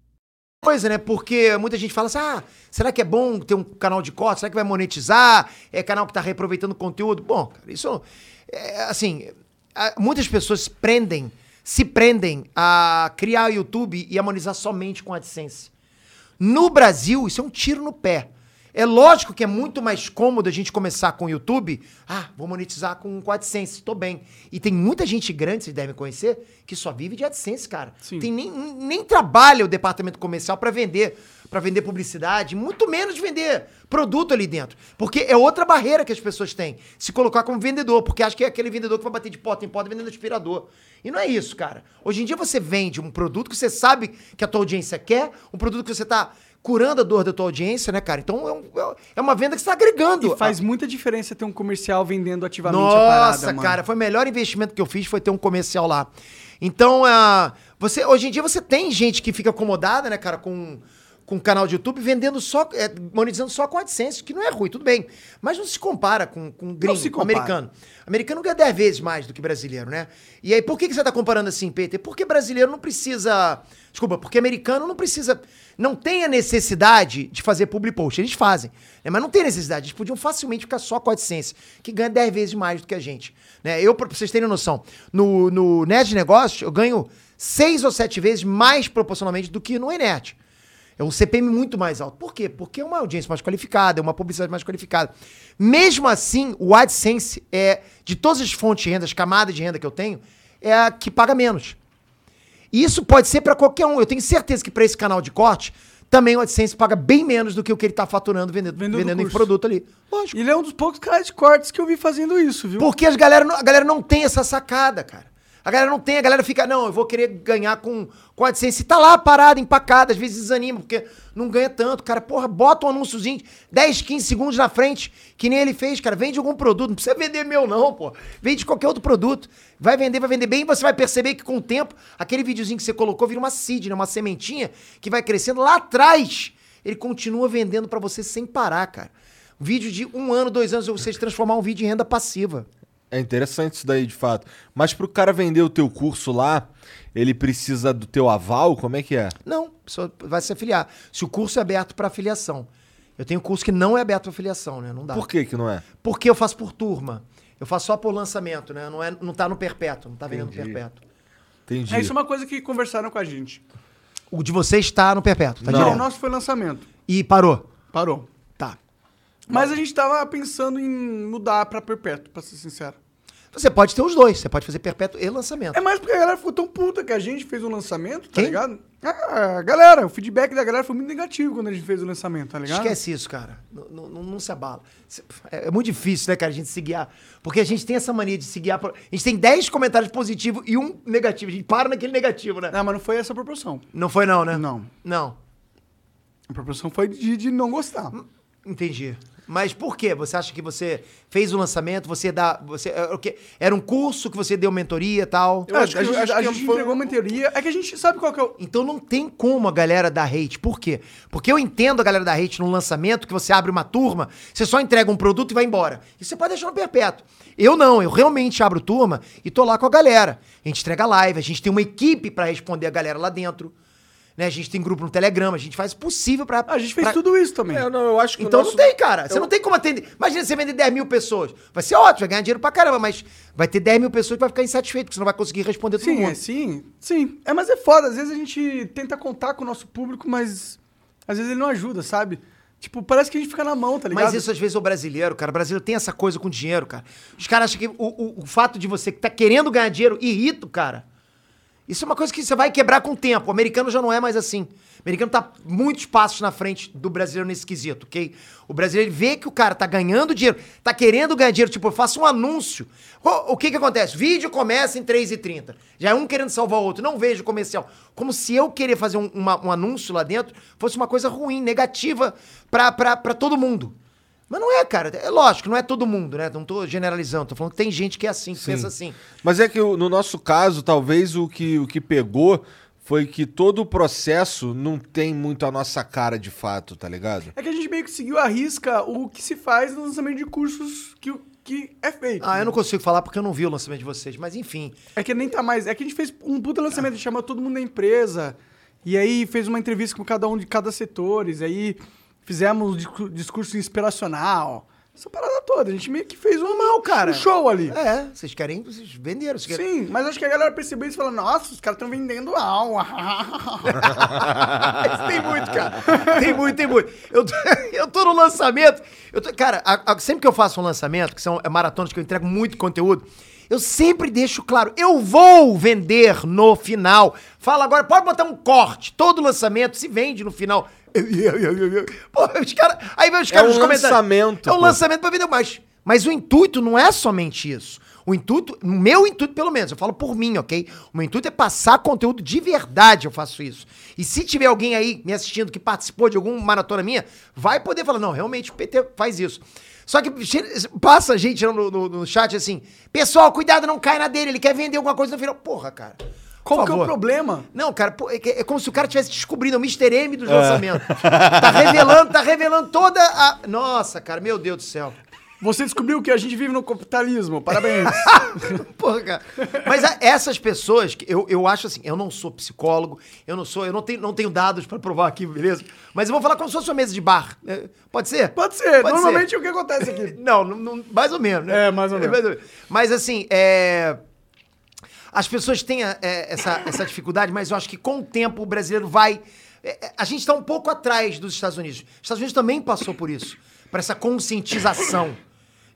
coisa, né? Porque muita gente fala assim: ah, será que é bom ter um canal de corte? Será que vai monetizar? É canal que tá reaproveitando conteúdo? Bom, cara, isso. é, assim, a- muitas pessoas se prendem, se prendem a criar YouTube e a monetizar somente com AdSense. No Brasil, isso é um tiro no pé. É lógico que é muito mais cômodo a gente começar com o YouTube. Ah, vou monetizar com, com AdSense, tô bem. E tem muita gente grande, vocês devem conhecer, que só vive de AdSense, cara. Sim. Tem nem, nem trabalha o departamento comercial pra vender, para vender publicidade, muito menos vender produto ali dentro. Porque é outra barreira que as pessoas têm, se colocar como vendedor, porque acha que é aquele vendedor que vai bater de porta em porta vendendo aspirador. E não é isso, cara. Hoje em dia você vende um produto que você sabe que a tua audiência quer, um produto que você tá curando a dor da tua audiência, né, cara? Então é, um- é uma venda que você tá agregando. E faz muita diferença ter um comercial vendendo ativamente a parada, Nossa, mano. cara, foi o melhor investimento que eu fiz foi ter um comercial lá. Então, ah, você hoje em dia você tem gente que fica acomodada, né, cara, com com canal de YouTube vendendo só, é, monetizando só com AdSense, que não é ruim, tudo bem. Mas não se compara com, com gringo, se com compara. americano. Americano ganha 10 vezes mais do que brasileiro, né? E aí, por que, que você tá comparando assim, Peter? Porque brasileiro não precisa... Desculpa, porque americano não precisa... Não tem a necessidade de fazer public post. Eles fazem, né? mas não tem necessidade. Eles podiam facilmente ficar só com a AdSense, que ganha 10 vezes mais do que a gente. Né? Eu, pra vocês terem noção, no, no Nerd Negócio, eu ganho 6 ou 7 vezes mais proporcionalmente do que no Enet. É um CPM muito mais alto. Por quê? Porque é uma audiência mais qualificada, é uma publicidade mais qualificada. Mesmo assim, o AdSense é, de todas as fontes de renda, as camadas de renda que eu tenho, é a que paga menos. E isso pode ser para qualquer um. Eu tenho certeza que para esse canal de corte, também o AdSense paga bem menos do que o que ele tá faturando vendendo, Vendendo vendendo, em curso. produto ali. Lógico. E Ele é um dos poucos caras de cortes que eu vi fazendo isso, viu? Porque as galera, não- a galera não tem essa sacada, cara. A galera não tem, a galera fica, não, eu vou querer ganhar com, com a AdSense. E tá lá parada, empacada, às vezes desanima, porque não ganha tanto, cara. Porra, bota um anúnciozinho, 10, 15 segundos na frente, que nem ele fez, cara. Vende algum produto, não precisa vender meu, não, pô. Vende qualquer outro produto. Vai vender, vai vender bem, e você vai perceber que com o tempo, aquele videozinho que você colocou vira uma seed, né? Uma sementinha que vai crescendo lá atrás. Ele continua vendendo pra você sem parar, cara. Vídeo de um ano, dois anos, você transformar um vídeo em renda passiva. É interessante isso daí, de fato. Mas pro cara vender o teu curso lá, ele precisa do teu aval? Como é que é? Não, a pessoa vai se afiliar. Se o curso é aberto para afiliação. Eu tenho curso que não é aberto para afiliação, né? Não dá. Por que que não é? Porque eu faço por turma. Eu faço só por lançamento, né? Não, é, não tá no perpétuo, não tá vendendo no Entendi. perpétuo. Entendi. É isso é uma coisa que conversaram com a gente. O de vocês está no perpétuo, Não. tá Não, o direto. nosso foi lançamento. E parou. Parou. Tá. Mas a gente tava pensando em mudar pra perpétuo, pra ser sincero. Você pode ter os dois, você pode fazer perpétuo e lançamento. É mais porque a galera ficou tão puta que a gente fez o lançamento, tá Quem? ligado? Ah, A galera, o feedback da galera foi muito negativo quando a gente fez o lançamento, tá ligado? Esquece isso, cara. Não, não- não- não se abala. Se- É é muito difícil, né, cara, a gente se guiar. Porque a gente tem essa mania de se guiar. por- A gente tem 10 comentários positivos e um negativo. A gente para naquele negativo, né? Não, mas não foi essa a proporção. Não foi, não, né? Não. Não. A proporção foi de, de não gostar. Entendi. Mas por quê? Você acha que você fez o lançamento, você dá. Você, é, o quê? era um curso que você deu mentoria e tal? Eu acho Ah, a, que- gente- acho a que gente foi- entregou uma teoria. É que a gente sabe qual que é o. Então não tem como a galera dar hate. Por quê? Porque eu entendo a galera dar hate num lançamento, que você abre uma turma, você só entrega um produto e vai embora. Isso você pode deixar no perpétuo. Eu não, eu realmente abro turma e tô lá com a galera. A gente entrega live, a gente tem uma equipe pra responder a galera lá dentro. Né? A gente tem grupo no Telegram, a gente faz o possível pra. Ah, A gente fez pra- tudo isso também. É, não, eu acho que o Então nosso- não tem, cara. é Você não tem como atender. Imagina você vender 10 mil pessoas. Vai ser ótimo, vai ganhar dinheiro pra caramba, mas vai ter 10 mil pessoas que vai ficar insatisfeito, porque você não vai conseguir responder todo Sim, mundo. é, sim, sim. É, mas é foda. Às vezes a gente tenta contar com o nosso público, mas às vezes ele não ajuda, sabe? Tipo, parece que a gente fica na mão, tá ligado? Mas isso às vezes é o brasileiro, cara. O brasileiro tem essa coisa com dinheiro, cara. Os caras acham que o, o- o fato de você que tá querendo ganhar dinheiro irrita o cara. Isso é uma coisa que você vai quebrar com o tempo. O americano já não é mais assim. O americano tá muitos passos na frente do brasileiro nesse quesito, ok? O brasileiro vê que o cara tá ganhando dinheiro, tá querendo ganhar dinheiro. Tipo, eu faço um anúncio. O, o que que acontece? Vídeo começa em 3h30. Já é um querendo salvar o outro. Não vejo comercial. Como se eu querer fazer um, uma- um anúncio lá dentro fosse uma coisa ruim, negativa pra, pra, pra todo mundo. Mas não é, cara. É lógico, não é todo mundo, né? Não tô generalizando. Tô falando que tem gente que é assim, que pensa assim. Mas é que o- no nosso caso, talvez o que, o que pegou foi que todo o processo não tem muito a nossa cara de fato, tá ligado? É que a gente meio que seguiu a risca o que se faz no lançamento de cursos que, o- que é feito. Ah, eu não consigo falar porque eu não vi o lançamento de vocês, mas enfim. É que nem tá mais. É que a gente fez um puta Ah. lançamento, a gente chamou todo mundo da empresa. E aí fez uma entrevista com cada um de cada setores. Aí fizemos um discu- discurso inspiracional. Essa parada toda. A gente meio que fez um, mal, cara. um show ali. É, vocês querem, vocês venderam. Vocês querem. Sim, mas acho que a galera percebeu isso e falou: Nossa, os caras estão vendendo alma. Mas tem muito, cara. Tem muito, tem muito. Eu tô, eu tô no lançamento. Eu tô- cara, a- a- sempre que eu faço um lançamento, que são é, maratonas que eu entrego muito conteúdo, eu sempre deixo claro, eu vou vender no final. Fala agora, pode botar um corte. Todo lançamento se vende no final. Eu- eu- eu- eu- eu. Pô, os cara, aí vem os É caras um nos comentários. lançamento, É um pô. lançamento pra vender mais. Mas o intuito não é somente isso. O intuito, o meu intuito pelo menos, eu falo por mim, ok? O meu intuito é passar conteúdo de verdade, eu faço isso. E se tiver alguém aí me assistindo que participou de alguma maratona minha, vai poder falar, não, realmente o PT faz isso. Só que che- passa gente lá no, no- no chat assim, pessoal, cuidado, não cai na dele, ele quer vender alguma coisa no final. Porra, cara. Qual por que é o favor. problema? Não, cara, pô, é, que- é como se o cara tivesse descobrindo o Mr. M É. dos lançamentos. Tá revelando, tá revelando toda a. Nossa, cara, meu Deus do céu. Você descobriu que a gente vive no capitalismo. Parabéns. Porra, cara. Mas a- essas pessoas, que eu, eu acho assim, eu não sou psicólogo, eu não sou, eu não tenho, não tenho dados pra provar aqui, beleza? Mas eu vou falar como se fosse uma mesa de bar. né? Pode ser? Pode ser. Normalmente é o que acontece aqui. Não, não- não- mais ou menos, né? É, mais ou menos. Mas assim, é, as pessoas têm é, essa, essa dificuldade, mas eu acho que com o tempo o brasileiro vai. é, é, A gente está um pouco atrás dos Estados Unidos. Os Estados Unidos também passou por isso por essa conscientização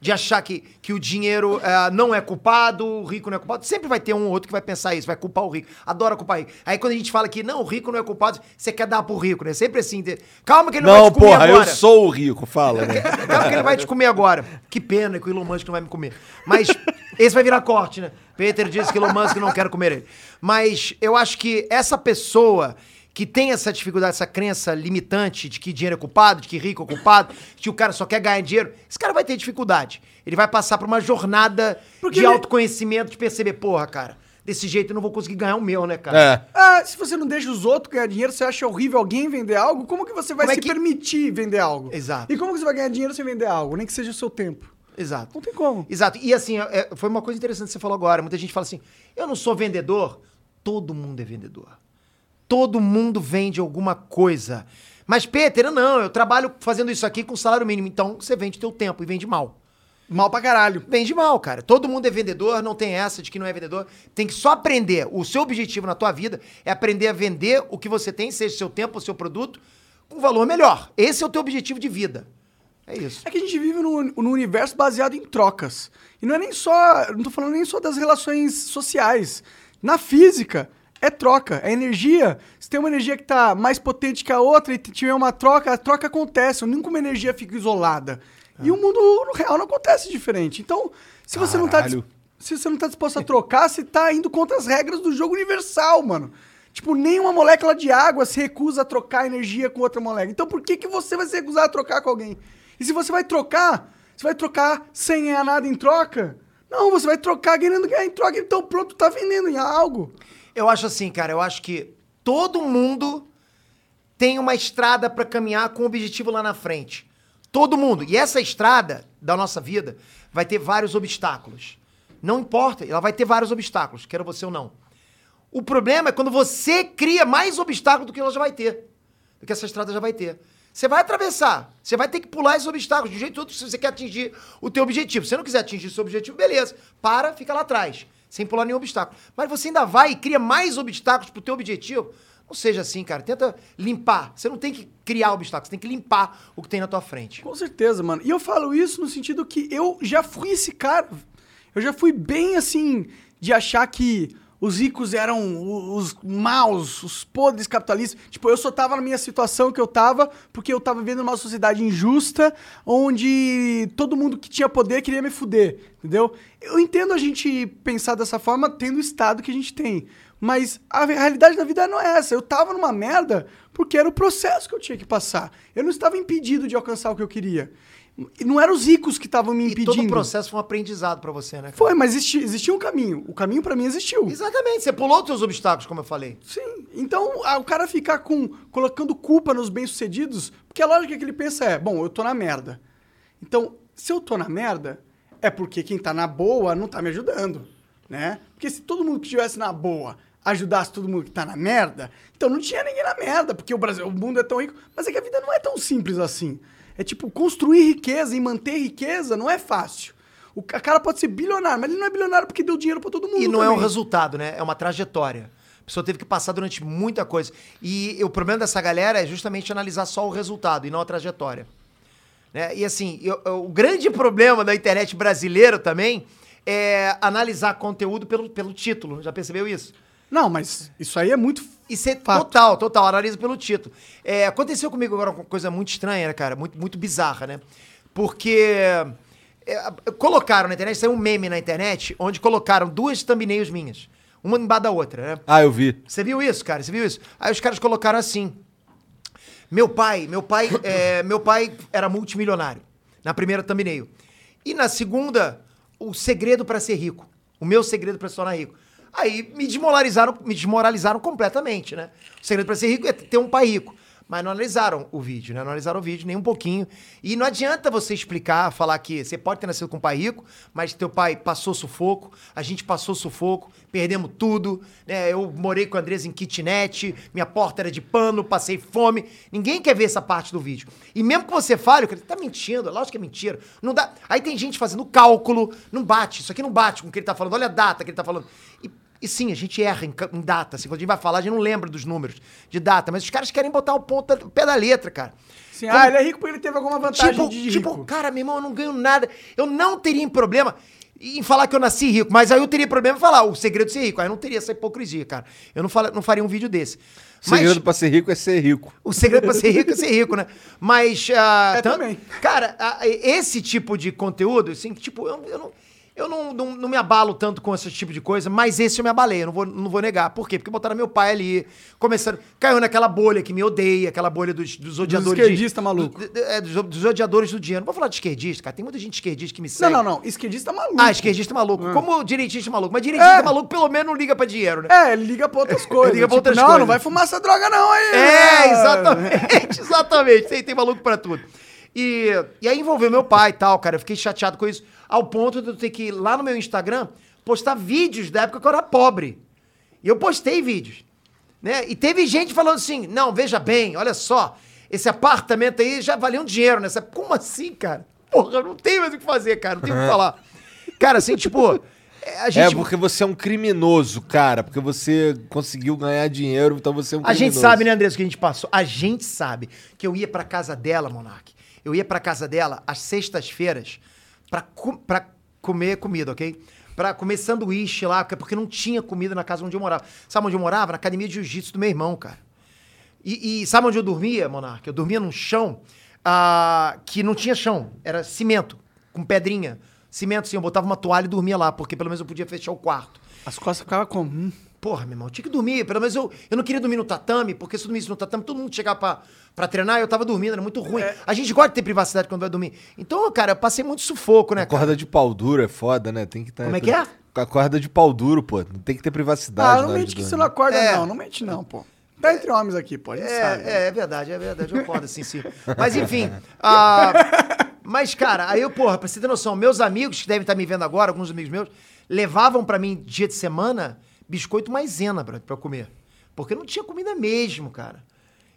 de achar que, que o dinheiro é, não é culpado, o rico não é culpado. Sempre vai ter um ou outro que vai pensar isso, vai culpar o rico. Adora culpar o rico. Aí quando a gente fala que não, o rico não é culpado, você quer dar pro rico, né? Sempre assim. de- Calma que ele Não, vai te comer porra, eu agora. sou o rico, fala, né? Acaba É que ele vai te comer agora. Que pena que o Elon Musk não vai me comer. Mas esse vai virar corte, né? Peter disse que Elon Musk não quer comer ele. Mas eu acho que essa pessoa que tem essa dificuldade, essa crença limitante de que dinheiro é culpado, de que rico é culpado, de que o cara só quer ganhar dinheiro, esse cara vai ter dificuldade. Ele vai passar por uma jornada Porque de ele- é- autoconhecimento, de perceber, porra, cara, desse jeito eu não vou conseguir ganhar o meu, né, cara? É. Ah, se você não deixa os outros ganhar dinheiro, você acha horrível alguém vender algo, como que você vai Como é se que- permitir vender algo? Exato. E como que você vai ganhar dinheiro sem vender algo, nem que seja o seu tempo? Exato. Não tem como. Exato. E assim, é- é- foi uma coisa interessante que você falou agora. Muita gente fala assim: eu não sou vendedor. Todo mundo é vendedor. Todo mundo vende alguma coisa. Mas, Peter, eu não, eu trabalho fazendo isso aqui com salário mínimo. Então, você vende teu tempo e vende mal. Mal pra caralho. Vende mal, cara. Todo mundo é vendedor, não tem essa de que não é vendedor. Tem que só aprender. O seu objetivo na tua vida é aprender a vender o que você tem, seja seu tempo ou seu produto, com valor melhor. Esse é o teu objetivo de vida. É isso. É que a gente vive num, num universo baseado em trocas. E não é nem só. Não tô falando nem só das relações sociais. Na física, é troca, é energia. Se tem uma energia que tá mais potente que a outra e tiver uma troca, a troca acontece. Nenhuma energia fica isolada. Ah. E o mundo real não acontece diferente. Então, se você não tá. dis- Caralho. Se você não tá disposto a trocar, você tá indo contra as regras do jogo universal, mano. Tipo, nenhuma molécula de água se recusa a trocar energia com outra molécula. Então por que, que você vai se recusar a trocar com alguém? E se você vai trocar, você vai trocar sem ganhar nada em troca? Não, você vai trocar ganhando ganhar em troca, então pronto, tá vendendo em algo. Eu acho assim, cara, eu acho que todo mundo tem uma estrada pra caminhar com um objetivo lá na frente. Todo mundo. E essa estrada da nossa vida vai ter vários obstáculos. Não importa, ela vai ter vários obstáculos, quero você ou não. O problema é quando você cria mais obstáculos do que ela já vai ter. Do que essa estrada já vai ter. Você vai atravessar. Você vai ter que pular esses obstáculos de um jeito ou outro se você quer atingir o teu objetivo. Se você não quiser atingir o seu objetivo, beleza. Para, fica lá atrás. Sem pular nenhum obstáculo. Mas você ainda vai e cria mais obstáculos pro teu objetivo. Não seja assim, cara. Tenta limpar. Você não tem que criar obstáculos. Você tem que limpar o que tem na tua frente. Com certeza, mano. E eu falo isso no sentido que eu já fui esse cara. Eu já fui bem assim, de achar que Os ricos eram o- os maus, os podres capitalistas. Tipo, eu só tava na minha situação que eu tava, porque eu tava vivendo numa sociedade injusta, onde todo mundo que tinha poder queria me fuder, entendeu? Eu entendo a gente pensar dessa forma tendo o estado que a gente tem. Mas a realidade da vida não é essa. Eu tava numa merda porque era o processo que eu tinha que passar. Eu não estava impedido de alcançar o que eu queria. E Não eram os ricos que estavam me E impedindo. todo o processo foi um aprendizado pra você, né? cara? Foi, mas existi- existia um caminho. O caminho pra mim existiu. Exatamente, você pulou os seus obstáculos, como eu falei. Sim. Então, a- o cara ficar com colocando culpa nos bem-sucedidos, porque a lógica que ele pensa é, bom, eu tô na merda. Então, se eu tô na merda, é porque quem tá na boa não tá me ajudando, né? Porque se todo mundo que estivesse na boa ajudasse todo mundo que tá na merda, então não tinha ninguém na merda, porque o Brasil, o mundo é tão rico, mas é que a vida não é tão simples assim. É tipo construir riqueza e manter riqueza não é fácil. O ca- cara pode ser bilionário, mas ele não é bilionário porque deu dinheiro pra todo mundo. E não é um também. resultado, né? É uma trajetória. A pessoa teve que passar durante muita coisa. E o problema dessa galera é justamente analisar só o resultado e não a trajetória. Né? E assim, eu- eu- o grande problema da internet brasileira também é analisar conteúdo pelo, pelo título. Já percebeu isso? Não, mas isso aí é muito Isso é Fato. total, total. Analisa pelo título. É, aconteceu comigo agora uma coisa muito estranha, né, cara? Muito, muito bizarra, né? Porque é, a- colocaram na internet, saiu um meme na internet, onde colocaram duas thumbnails minhas. Uma embaixo da outra, né? Ah, eu vi. Você viu isso, cara? Você viu isso? Aí os caras colocaram assim. Meu pai, meu pai, é, meu pai era multimilionário. Na primeira thumbnail. E na segunda, o segredo pra ser rico. O meu segredo pra se tornar rico. Aí me desmoralizaram, me desmoralizaram completamente, né? O segredo pra ser rico é ter um pai rico. Mas não analisaram o vídeo, né? Não analisaram o vídeo nem um pouquinho. E não adianta você explicar, falar que você pode ter nascido com um pai rico, mas teu pai passou sufoco, a gente passou sufoco, perdemos tudo, né? Eu morei com a Andresa em kitnet, minha porta era de pano, passei fome. Ninguém quer ver essa parte do vídeo. E mesmo que você fale, o cara tá mentindo, é lógico que é mentira. Não dá. Aí tem gente fazendo cálculo, não bate, isso aqui não bate com o que ele tá falando. Olha a data que ele tá falando. E e sim, a gente erra em, ca- em data. Assim, quando a gente vai falar, a gente não lembra dos números de data. Mas os caras querem botar o ponto da- o pé da letra, cara. Sim, Como- ah, ele é rico porque ele teve alguma vantagem tipo, de rico. tipo, cara, meu irmão, eu não ganho nada. Eu não teria um problema em falar que eu nasci rico. Mas aí eu teria problema em falar o segredo de ser rico. Aí eu não teria essa hipocrisia, cara. Eu não, fala- não faria um vídeo desse. O segredo pra ser rico é ser rico. O segredo pra ser rico é ser rico, né? Mas. ah, É, tan- também. Cara, ah, esse tipo de conteúdo, assim, que, tipo, eu, eu não. Eu não, não, não me abalo tanto com esse tipo de coisa, mas esse eu me abalei, eu não vou, não vou negar. Por quê? Porque botaram meu pai ali, começaram. Caiu naquela bolha que me odeia, aquela bolha dos, dos odiadores. de- esquerdista maluco. do- do- é, dos, dos odiadores do dinheiro. Não vou falar de esquerdista, cara. Tem muita gente esquerdista que me Não, segue. não, não. Esquerdista é maluco. Ah, esquerdista é maluco. Como direitista é maluco. Mas direitista É. maluco pelo menos não liga pra dinheiro, né? É, ele liga pra outras coisas. tipo, Ele liga pra outras não, coisas. não vai fumar essa droga não aí. Ah. É, exatamente, exatamente. Tem, tem maluco pra tudo. E, e aí envolveu meu pai e tal, cara. Eu fiquei chateado com isso. Ao ponto de eu ter que ir lá no meu Instagram postar vídeos da época que eu era pobre. E eu postei vídeos. Né? E teve gente falando assim: não, veja bem, olha só, esse apartamento aí já valia um dinheiro nessa. Como assim, cara? Porra, eu não tenho mais o que fazer, cara. Não tenho o que falar. Cara, assim, tipo. é, A gente, É porque você é um criminoso, cara. Porque você conseguiu ganhar dinheiro, então você é um A criminoso. gente sabe, né, Andressa, o que a gente passou. A gente sabe que eu ia pra casa dela, Monark. Eu ia pra casa dela às sextas-feiras pra, co- pra comer comida, ok? Pra comer sanduíche lá, porque não tinha comida na casa onde eu morava. Sabe onde eu morava? Na academia de jiu-jitsu do meu irmão, cara. E, e sabe onde eu dormia, Monark? Eu dormia num chão ah, que não tinha chão, era cimento, com pedrinha. Cimento, sim, eu botava uma toalha e dormia lá, porque pelo menos eu podia fechar o quarto. As costas ficavam como... hum. Porra, meu irmão, eu tinha que dormir. Pelo menos eu, eu não queria dormir no tatame, porque se eu dormisse no tatame, todo mundo chegava pra, pra treinar e eu tava dormindo, era muito ruim. A gente gosta de ter privacidade quando vai dormir. Então, cara, eu passei muito sufoco, né, A cara? corda de pau duro é foda, né? Tem que tá, Como é que é? Com a corda de pau duro, pô. Tem que ter Ah, privacidade. na não hora mente de que dormir. isso não acorda É. não, não mente não, pô. Tá entre homens aqui, pô, a gente sabe. né? É, é, é verdade, é verdade. Eu acordo assim, sim. Mas enfim. ah, mas, cara, aí eu, porra, pra você ter noção, meus amigos que devem estar me vendo agora, alguns amigos meus, levavam pra mim dia de semana biscoito maisena, brother, pra eu comer. Porque não tinha comida mesmo, cara.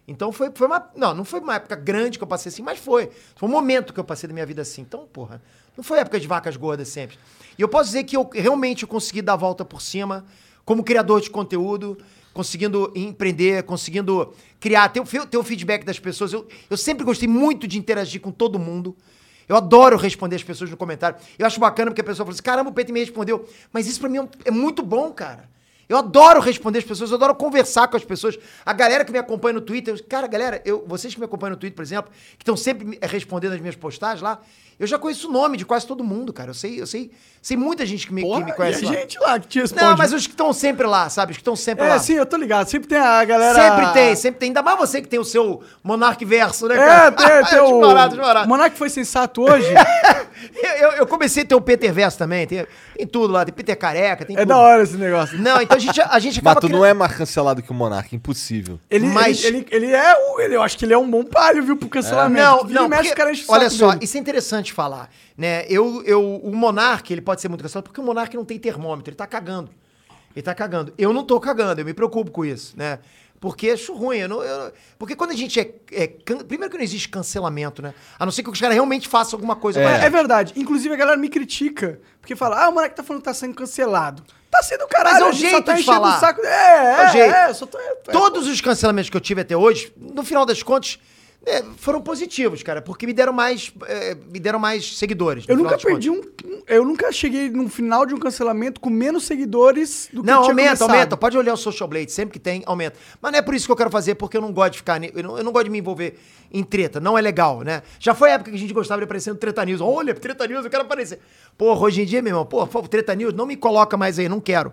Então foi, foi uma. Não, não foi uma época grande que eu passei assim, mas foi. Foi um momento que eu passei da minha vida assim. Então, porra, não foi época de vacas gordas sempre. E eu posso dizer que eu realmente consegui dar a volta por cima como criador de conteúdo, conseguindo empreender, conseguindo criar, ter, o fe- ter o feedback das pessoas. Eu, eu sempre gostei muito de interagir com todo mundo. Eu adoro responder as pessoas no comentário. Eu acho bacana porque a pessoa fala assim: caramba, o Pedro me respondeu. Mas isso pra mim é um- é muito bom, cara. Eu adoro responder as pessoas, eu adoro conversar com as pessoas. A galera que me acompanha no Twitter, eu- cara, galera, eu, vocês que me acompanham no Twitter, por exemplo, que estão sempre me- eh, respondendo as minhas postagens lá, eu já conheço o nome de quase todo mundo, cara. Eu sei, eu sei, sei muita gente que me, que Porra, me conhece e a lá. gente lá que te responde. Não, mas os que estão sempre lá, sabe? Os que estão sempre É, lá. sim, eu tô ligado. Sempre tem a galera... Sempre tem, sempre tem. Ainda mais você que tem o seu Monark Verso, né, É, cara? tem, tem o... Desbarato, desbarato. Monark foi sensato hoje. Eu, eu- eu comecei a ter o Peter Verso também. Tem, tem tudo lá. Tem Peter Careca, tem é tudo. da hora esse negócio. Não, então a gente, a gente Mas acaba... tu cri- não é mais cancelado que o Monarca, impossível. Ele, Mas- ele, ele, ele é um, ele, eu acho que ele é um bom palho, viu, pro cancelamento. Não, Vira e não, mexe, porque- o cara enche o olha saco só, dele. isso é interessante falar, né? Eu, eu, o Monark, ele pode ser muito engraçado porque o Monark não tem termômetro, ele tá cagando. Ele tá cagando. Eu não tô cagando, eu me preocupo com isso, né? Porque acho ruim. eu não- eu- porque quando a gente é, é can- Primeiro que não existe cancelamento, né? A não ser que os caras realmente façam alguma coisa. com a É. gente. verdade. Inclusive, a galera me critica, porque fala, ah, o moleque tá falando que tá sendo cancelado. Tá sendo o caralho, Mas é o a gente jeito tá de enchendo falar. o saco. É, É o é, jeito. é, só tô... Todos os cancelamentos que eu tive até hoje, no final das contas, né, foram positivos, cara. Porque me deram mais, eh, me deram mais seguidores. no Eu final nunca das contas. perdi um... Eu nunca cheguei num final de um cancelamento com menos seguidores do que Não, eu tinha aumenta, começado. aumenta. Pode olhar o Social Blade, sempre que tem, aumenta. Mas não é por isso que eu quero fazer, porque eu não gosto de ficar. ne- Eu não, eu não gosto de me envolver em treta. Não é legal, né? Já foi a época que a gente gostava de aparecer no Treta News. Olha, Treta News, eu quero aparecer. Porra, hoje em dia, meu irmão, porra, pô, Treta News, não me coloca mais aí, não quero.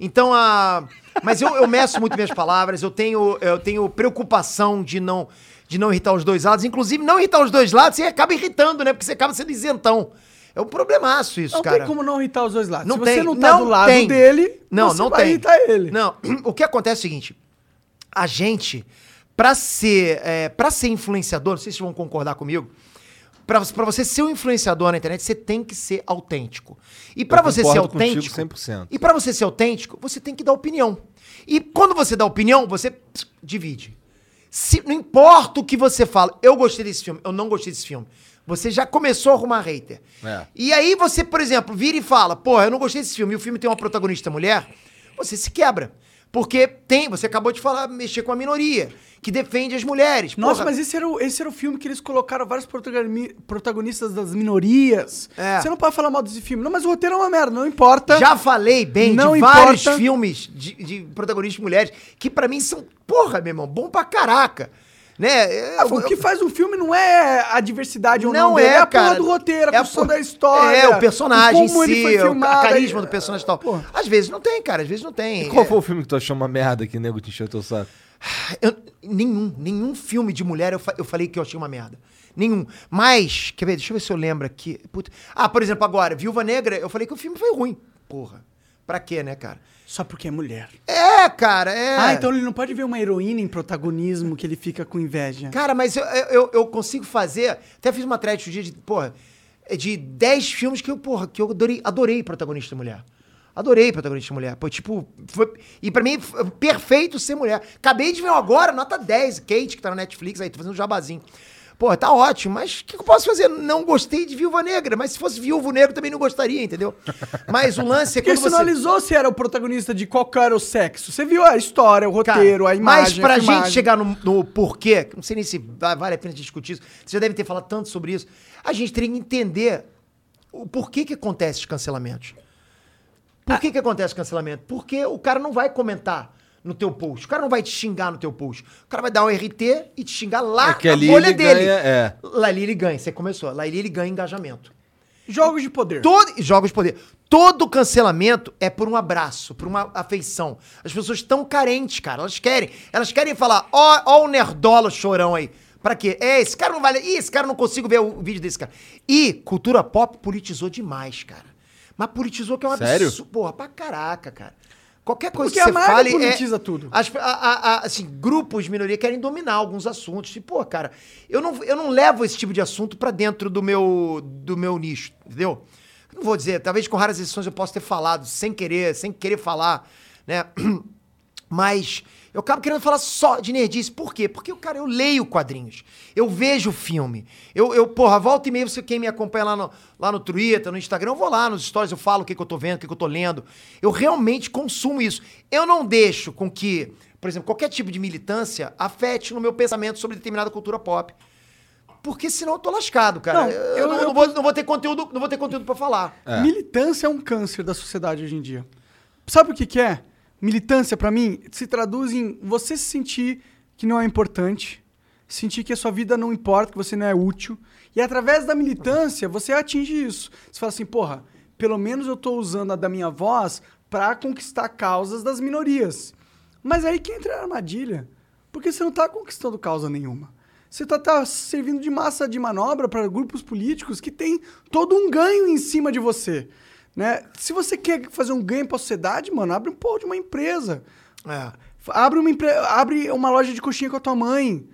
Então, a. Mas eu, eu meço muito minhas palavras, eu tenho, eu tenho preocupação de não, de não irritar os dois lados. Inclusive, não irritar os dois lados, você acaba irritando, né? Porque você acaba sendo isentão. É um problemaço isso, Não cara. tem como não irritar os dois lados. Não Se tem. você não tá do lado tem. dele, não, você não vai tem. irritar ele. Não, o que acontece é o seguinte: a gente, pra ser, é, pra ser influenciador, não sei se vocês vão concordar comigo. Pra, pra você ser um influenciador na internet, você tem que ser autêntico. E pra você ser concordo contigo autêntico, 100%. e pra você ser autêntico, você tem que dar opinião. E quando você dá opinião, você pss, divide. Se- não importa o que você fala, eu gostei desse filme, eu não gostei desse filme. Você já começou a arrumar hater. É. E aí você, por exemplo, vira e fala, porra, eu não gostei desse filme, e o filme tem uma protagonista mulher, você se quebra. Porque tem, você acabou de falar, mexer com a minoria, que defende as mulheres. Nossa, Porra, mas esse era, o, esse era o filme que eles colocaram vários protagoni- protagonistas das minorias. É. Você não pode falar mal desse filme. Não, mas o roteiro é uma merda, não importa. Já falei bem Não de vários importa. filmes de, de protagonistas mulheres que pra mim são, porra, meu irmão, bom pra caraca. Né? Ah, Eu- o que faz um filme não é a diversidade ou não, Não dele, é, a cara. porra do roteiro, a É a construção por- da história. É, o personagem como em ele si, foi o ca- filmado. é, carisma do personagem e tal. Porra. Às vezes não tem, cara, às vezes não tem. E qual É, foi o filme que tu achou uma merda que nego te encheu teu saco? eu- nenhum, nenhum filme de mulher eu, fa- eu falei que eu achei uma merda. Nenhum. Mas, quer ver, deixa eu ver se eu lembro aqui. Puta. Ah, por exemplo, agora, Viúva Negra, eu falei que o filme foi ruim. Porra. Pra quê, né, cara? Só porque é mulher. É, cara, é. Ah, então ele não pode ver uma heroína em protagonismo que ele fica com inveja. Cara, é mas eu, eu, eu consigo fazer. Até fiz uma thread outro dia de, porra, de 10 filmes que eu, porra, que eu adorei, adorei protagonista mulher. Adorei protagonista mulher. Pô, tipo, foi- e pra mim, foi perfeito ser mulher. Acabei de ver um agora, nota 10, Kate, que tá na Netflix, aí tô fazendo um jabazinho. Pô, tá ótimo, mas o que, que eu posso fazer? Não gostei de Viúva Negra, mas se fosse Viúvo Negro também não gostaria, entendeu? Mas o lance é Porque quando você você... não analisou se era o protagonista de qual que era o sexo. Você viu a história, o Cara, roteiro, a imagem. Mas pra a gente filmagem. chegar no, no porquê, que não sei nem se va- vale a pena discutir isso, você já deve ter falado tanto sobre isso, a gente teria que entender o porquê que acontece os cancelamentos. Por que, que acontece o cancelamento? Porque o cara não vai comentar no teu post. O cara não vai te xingar no teu post. O cara vai dar um RT e te xingar lá É que na ali bolha ele dele. ganha- é. Lá ali ele ganha. Você começou. Lá ali ele ganha engajamento. Jogos de poder. Todo, jogos de poder. Todo cancelamento é por um abraço, por uma afeição. As pessoas estão carentes, cara. Elas querem. Elas querem falar, ó, ó o nerdola chorão aí. Pra quê? É, esse cara não vale. Ih, esse cara não consigo ver o vídeo desse cara. E cultura pop politizou demais, cara. Mas politizou que é um Sério? absurdo. Porra, pra caraca, cara. Qualquer coisa Porque que a você Marvel fale. politiza é, tudo. as- a- a- a- assim, grupos de minoria querem dominar alguns assuntos. E, pô, cara, eu não, eu não levo esse tipo de assunto pra dentro do meu, do meu nicho, entendeu? Não vou dizer, talvez com raras exceções eu possa ter falado sem querer, sem querer falar, né? Mas eu acabo querendo falar só de nerdice. Por quê? Porque, cara, eu leio quadrinhos. Eu vejo filme. Eu, eu porra, volta e meia, você quem me acompanha lá no, lá no Twitter, no Instagram, eu vou lá nos stories, eu falo o que, que eu tô vendo, o que, que eu tô lendo. Eu realmente consumo isso. Eu não deixo com que, por exemplo, qualquer tipo de militância afete no meu pensamento sobre determinada cultura pop. Porque senão eu tô lascado, cara. Não, eu eu- não, eu não vou, não vou ter conteúdo, não vou ter conteúdo para falar. Militância é um câncer da sociedade hoje em dia. Sabe o que, que é? militância pra mim se traduz em você se sentir que não é importante, sentir que a sua vida não importa, que você não é útil. E através da militância você atinge isso. Você fala assim, porra, pelo menos eu tô usando a da minha voz pra conquistar causas das minorias. Mas aí que entra a armadilha. Porque você não tá conquistando causa nenhuma. Você tá, tá servindo de massa de manobra para grupos políticos que têm todo um ganho em cima de você. Né? Se você quer fazer um ganho para a sociedade, mano, abre um porra de uma empresa. É. F- Abre uma, empre- abre uma loja de coxinha com a tua mãe.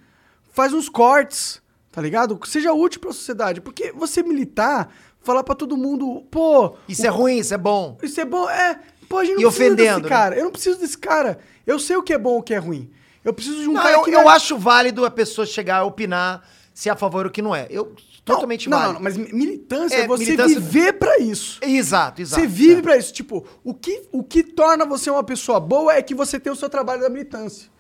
Faz uns cortes, tá ligado? Seja útil pra sociedade. Porque você militar, falar pra todo mundo, pô, Isso é ruim, isso é bom. isso é bom, é. Pô, a gente não E precisa ofendendo, né? desse cara. Eu não preciso desse cara. Eu sei o que é bom e o que é ruim. Eu preciso de um Não, cara eu, que. eu vai- acho válido a pessoa chegar a opinar se é a favor ou que não é. Eu Não, totalmente não, válido. não, mas mi- militância é, É, você militância- viver pra isso. Exato, exato. é. Você vive pra isso. Tipo, o que, o que torna você uma pessoa boa é que você tem o seu trabalho da militância.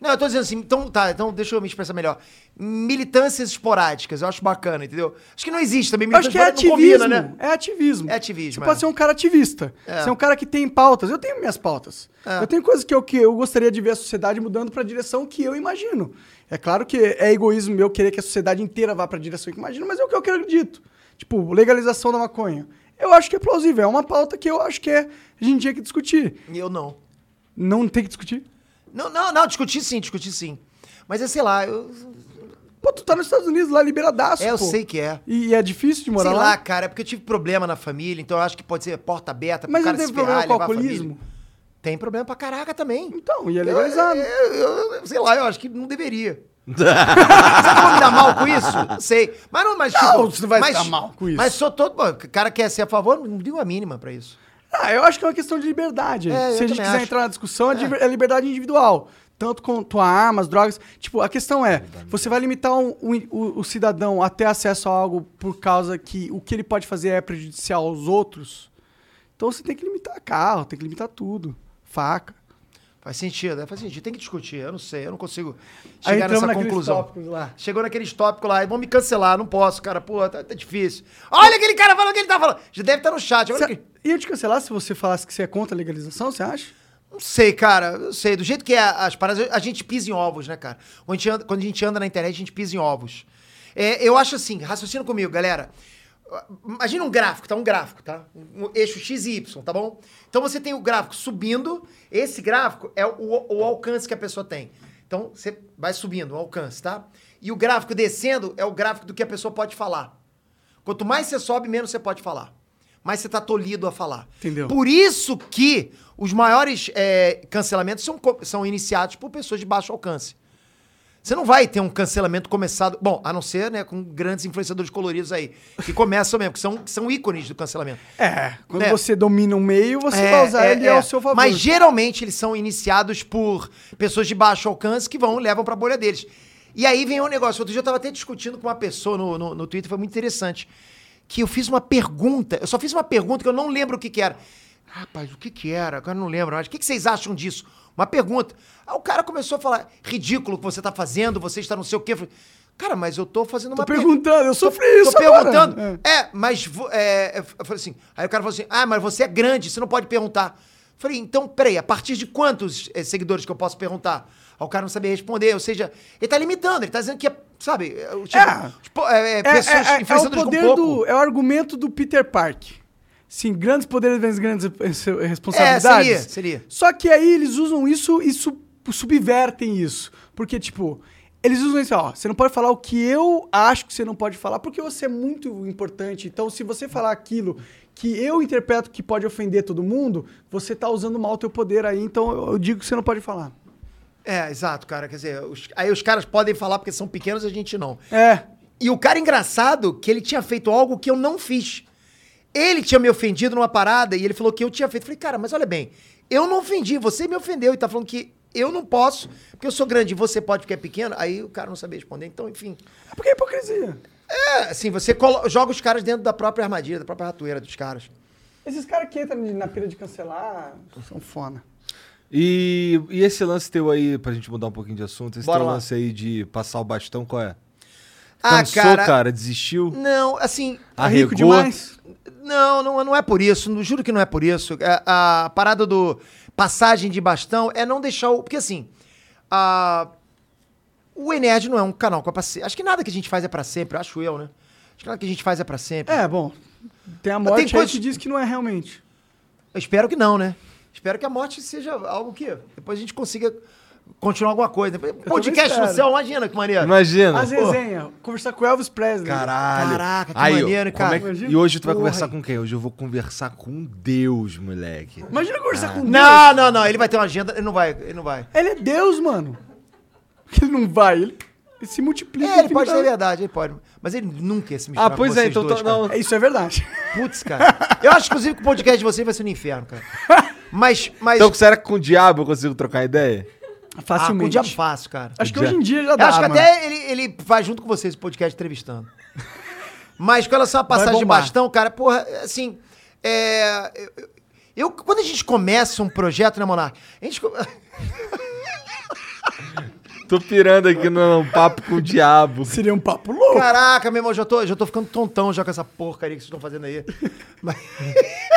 Não, eu tô dizendo assim, então tá, então deixa eu me expressar melhor. Militâncias esporádicas, eu acho bacana, entendeu? Acho que não existe também Eu acho que é militância ativismo. esporádica, não combina, né? É ativismo. É ativismo, Você pode é. ser um cara ativista. É. Você é um cara que tem pautas. Eu tenho minhas pautas. É. Eu tenho coisas que eu, que eu gostaria de ver a sociedade mudando para a direção que eu imagino. É claro que é egoísmo meu querer que a sociedade inteira vá para a direção que eu imagino, mas é o que eu acredito. Tipo, legalização da maconha. Eu acho que é plausível. É uma pauta que eu acho que é, a gente tinha que discutir. Eu não. Não tem que discutir? Não, não, não, discuti sim, discuti sim. Mas é, sei lá, eu, Pô, tu tá nos Estados Unidos, lá liberadaço, é, eu pô. sei que é. E, e é difícil de morar Sei lá. lá, cara, é porque eu tive problema na família, então eu acho que pode ser porta aberta pro Mas cara não teve se problema ferrar, com o levar a família. alcoolismo? Tem problema pra caraca também. Então, e é legalizado. Eu, eu- eu- sei lá, eu acho que não deveria. Sabe como me dar mal com isso? Sei. Mas não, mas tipo, Não, você não vai se mas, dar mal com isso. Mas sou todo. pô, O cara quer ser a favor, não digo a mínima pra isso. Ah, eu acho que é uma questão de liberdade. É, eu Se a gente também quiser acho. entrar na discussão, é, diver- é liberdade individual. Tanto quanto a armas, drogas. Tipo, a questão é: você vai limitar o, o- o- o cidadão a ter acesso a algo por causa que o que ele pode fazer é prejudicial aos outros? Então você tem que limitar carro, tem que limitar tudo. Faca. Faz sentido, né? faz sentido. Tem que discutir. Eu não sei, eu não consigo Aí chegar entramos nessa naqueles conclusão. tópicos lá. Chegou naqueles tópicos lá, e vão me cancelar, não posso, cara. Pô, tá, tá difícil. Olha aquele cara falando o que ele tá falando. Já deve estar no chat. Agora Cê- que- Ia te cancelar se você falasse que você é contra a legalização, você acha? Não sei, cara. Eu sei. Do jeito que é as paradas, a gente pisa em ovos, né, cara? Quando a gente anda, quando a gente anda na internet, a gente pisa em ovos. É, eu acho assim, raciocina comigo, galera. Imagina um gráfico, tá? Um gráfico, tá? Um eixo X e Y, tá bom? Então você tem o gráfico subindo. Esse gráfico é o, o alcance que a pessoa tem. Então você vai subindo o alcance, tá? E o gráfico descendo é o gráfico do que a pessoa pode falar. Quanto mais você sobe, menos você pode falar. Mas você tá tolhido a falar. Entendeu. Por isso que os maiores é, cancelamentos são, co- são iniciados por pessoas de baixo alcance. Você não vai ter um cancelamento começado. Bom, a não ser né, com grandes influenciadores coloridos aí. Que começam mesmo, que são, que são ícones do cancelamento. É. Quando É. você domina um meio, você É, vai usar é, ele é. ao seu favor. Mas geralmente eles são iniciados por pessoas de baixo alcance que vão levam pra bolha deles. E aí vem um negócio. Outro dia eu tava até discutindo com uma pessoa no, no, no Twitter, foi muito interessante. Que eu fiz uma pergunta, eu só fiz uma pergunta que eu não lembro o que, que era. Rapaz, o que, que era? Agora eu não lembro mais. O que, que vocês acham disso? Uma pergunta. Aí o cara começou a falar: ridículo o que você tá fazendo, você está não sei o quê. Eu falei, cara, mas eu tô fazendo Tô uma pergunta. perguntando, eu sofri Tô isso agora. perguntando. É. É, mas. vo- é, eu falei assim. Aí o cara falou assim: ah, mas você é grande, você não pode perguntar. Eu Falei, então, peraí, a partir de quantos eh, seguidores que eu posso perguntar? Aí o cara não sabia responder, ou seja, ele tá limitando, ele tá dizendo que é, sabe, é, o tipo, É. tipo, é, é, É, pessoas é, é, é o influenciadoras com poder um pouco. do. É o argumento do Peter Park. Sim, grandes poderes vêm grandes eh, responsabilidades. É, seria, seria. Só que aí eles usam isso e su- subvertem isso. Porque, tipo, eles usam isso, ó. Você não pode falar o que eu acho que você não pode falar, porque você é muito importante. Então, se você falar aquilo que eu interpreto que pode ofender todo mundo, você tá usando mal o teu poder aí, então eu- eu digo que você não pode falar. É, exato, cara. Quer dizer, os- aí os caras podem falar porque são pequenos, a gente não. É. E o cara engraçado que ele tinha feito algo que eu não fiz. Ele tinha me ofendido numa parada e ele falou que eu tinha feito. Eu Falei, cara, mas olha bem, eu não ofendi, você me ofendeu e tá falando que eu não posso, porque eu sou grande e você pode porque é pequeno. Aí o cara não sabia responder. Então, enfim. É porque é hipocrisia. É, assim, você colo- joga os caras dentro da própria armadilha, da própria ratoeira dos caras. Esses caras que entram na pira de cancelar são fona. E, e esse lance teu aí, pra gente mudar um pouquinho de assunto, esse Bora teu lá. lance aí de passar o bastão, qual é? Ah, Cansou, cara- desistiu, Não, assim, Tá rico arregou. demais? Não, não, não é por isso. Não- Juro que não é por isso. É, A, parada do. passagem de bastão, é não deixar o. Porque assim. a- o Enerd não é um canal com a pra se- Acho que nada que a gente faz é pra sempre, acho eu, né? Acho que nada que a gente faz é pra sempre. É, bom. Tem a morte aí coisa- que diz que não é realmente. Eu espero que não, né? Espero que a morte seja algo que depois a gente consiga continuar alguma coisa. Podcast no espero. céu, imagina que maneiro. Imagina. As é. resenhas, conversar com o Elvis Presley. Caralho. Caraca, que Aí, ó, maneiro, como cara. é que- Imagina. E hoje tu vai Porra, conversar com quem? Hoje eu vou conversar com Deus, moleque. Imagina conversar com Deus. é- Não, não, não. Ele vai ter uma agenda. Ele não vai, ele não vai. Ele é Deus, mano. Ele não vai, ele, ele se multiplica. É, ele pode ser infinitamente. verdade, ele pode. Mas ele nunca ia se Ah, misturar pois com é, vocês então. dois, tá- não. É, Isso é verdade. cara. Putz, cara. Eu acho, inclusive, que o podcast de vocês vai ser no inferno, cara. Mas, mas... Então, será que com o diabo eu consigo trocar ideia? ah, com o Facilmente. diabo fácil, cara. Acho que hoje em dia já Eu dá, acho que mano. até ele, ele vai junto com vocês o podcast entrevistando. Mas com relação à passagem de bombar. bastão, cara, porra, assim. é, eu, eu- eu- quando a gente começa um projeto, né, Monark? A gente. co- Tô pirando aqui num papo com o diabo. Seria um papo louco. Caraca, meu irmão, já tô, já tô ficando tontão já com essa porcaria que vocês estão fazendo aí. Mas-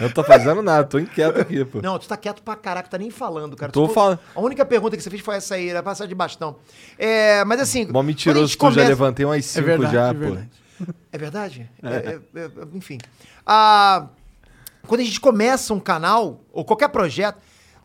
Eu não tô fazendo nada, tô inquieto aqui, pô. Não, tu tá quieto pra caraca, tá nem falando, cara. Tô Tu- falando. A única pergunta que você fez foi essa aí, era passagem de bastão. É, mas assim. Mó quando a mentiroso, gente tu já começa- levantei umas É cinco verdade, já, é pô. verdade. É verdade? É, é, é, enfim. Ah, quando a gente começa um canal, ou qualquer projeto,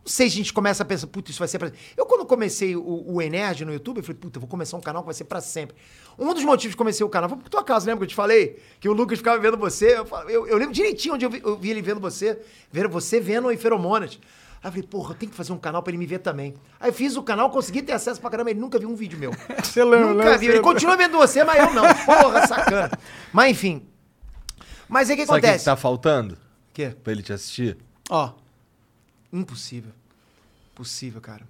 não sei se a gente começa a pensar, puta, isso vai ser pra Eu, quando comecei o, o Enerd no YouTube, eu falei, puta, eu vou começar um canal que vai ser pra sempre. Um dos motivos que comecei o canal foi por tua causa, lembra que eu te falei? Que o Lucas ficava vendo você. Eu, fal- eu- eu lembro direitinho onde eu vi, eu vi ele vendo você, vendo você vendo em Feromonas. Aí eu falei, porra, eu tenho que fazer um canal pra ele me ver também. Aí eu fiz o canal, consegui ter acesso pra caramba, ele nunca viu um vídeo meu. Você lembra, Nunca lembra, vi. você Ele lembra. continua vendo você, mas eu não. Porra, sacana. Mas enfim. Mas aí o que Sabe o que que acontece? tá faltando Quê? pra ele te assistir? Ó, Impossível. Impossível, cara.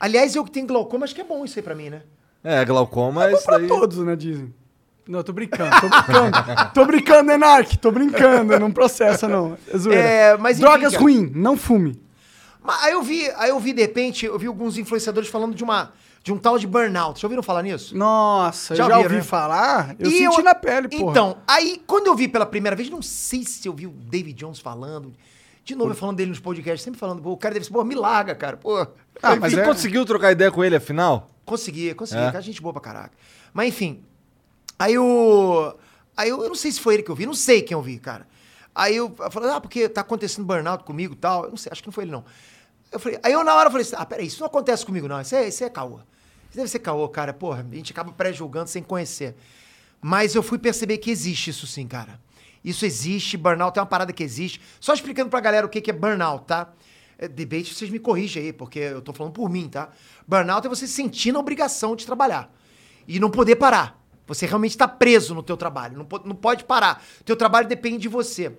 Aliás, eu que tenho glaucoma, acho que é bom isso aí pra mim, né? É, glaucoma é bom isso pra daí. todos, né, dizem. Não, eu tô brincando, tô brincando. tô brincando, Enark, tô brincando. Não processa, não. É zoeira. É, mas enfim, Drogas cara. ruim, não fume. Mas aí eu vi, aí eu vi, de repente, eu vi alguns influenciadores falando de uma. De um tal de burnout. Já ouviram falar nisso? Nossa, Já eu já viram, ouvi né? falar. Eu E senti na pele, porra. Então, aí, quando eu vi pela primeira vez, não sei se eu vi o David Jones falando. De novo, eu falando dele nos podcasts, sempre falando, pô, o cara deve ser, pô, me larga, cara, pô. Ah, E mas tu é- conseguiu trocar ideia com ele, afinal? Consegui, consegui. É? Cara, gente boa pra caraca. Mas enfim. Aí o. Aí eu, eu não sei se foi ele que eu vi, não sei quem eu vi, cara. Aí eu eu falei, ah, porque tá acontecendo burnout comigo e tal. Eu não sei, acho que não foi ele, não. Eu falei, aí eu na hora falei assim, ah, peraí, isso não acontece comigo, não. Isso é, isso é caô. Isso deve ser caô, cara. Porra, a gente acaba pré-julgando sem conhecer. Mas eu fui perceber que existe isso sim, cara. Isso existe, burnout é uma parada que existe. Só explicando pra galera o que que é burnout, tá? É, Debate, vocês me corrigem aí, porque eu tô falando por mim, tá? Burnout é você sentir na obrigação de trabalhar e não poder parar. Você realmente está preso no teu trabalho, não, po- não pode parar. Teu trabalho depende de você.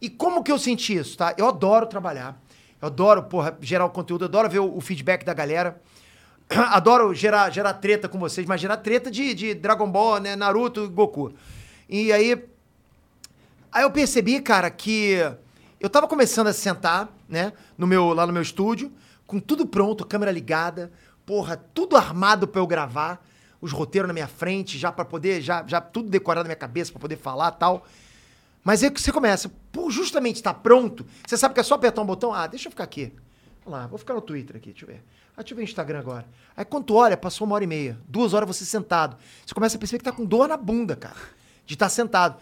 E como que eu senti isso, tá? Eu adoro trabalhar, eu adoro, porra, gerar o conteúdo, eu adoro ver o, o feedback da galera. Adoro gerar, gerar treta com vocês, mas gerar treta de, de Dragon Ball, né? Naruto, Goku. E aí, Aí eu percebi, cara, que eu tava começando a sentar, né, no meu, lá no meu estúdio, com tudo pronto, câmera ligada, porra, tudo armado pra eu gravar, os roteiros na minha frente, já pra poder, já, já tudo decorado na minha cabeça pra poder falar e tal. Mas aí que você começa, por justamente estar pronto, você sabe que é só apertar um botão, ah, deixa eu ficar aqui. Vamos lá, vou ficar no Twitter aqui, deixa eu ver. Ah, deixa eu ver o Instagram agora. Aí quando tu olha, passou uma hora e meia, duas horas você sentado. Você começa a perceber que tá com dor na bunda, cara, de estar sentado.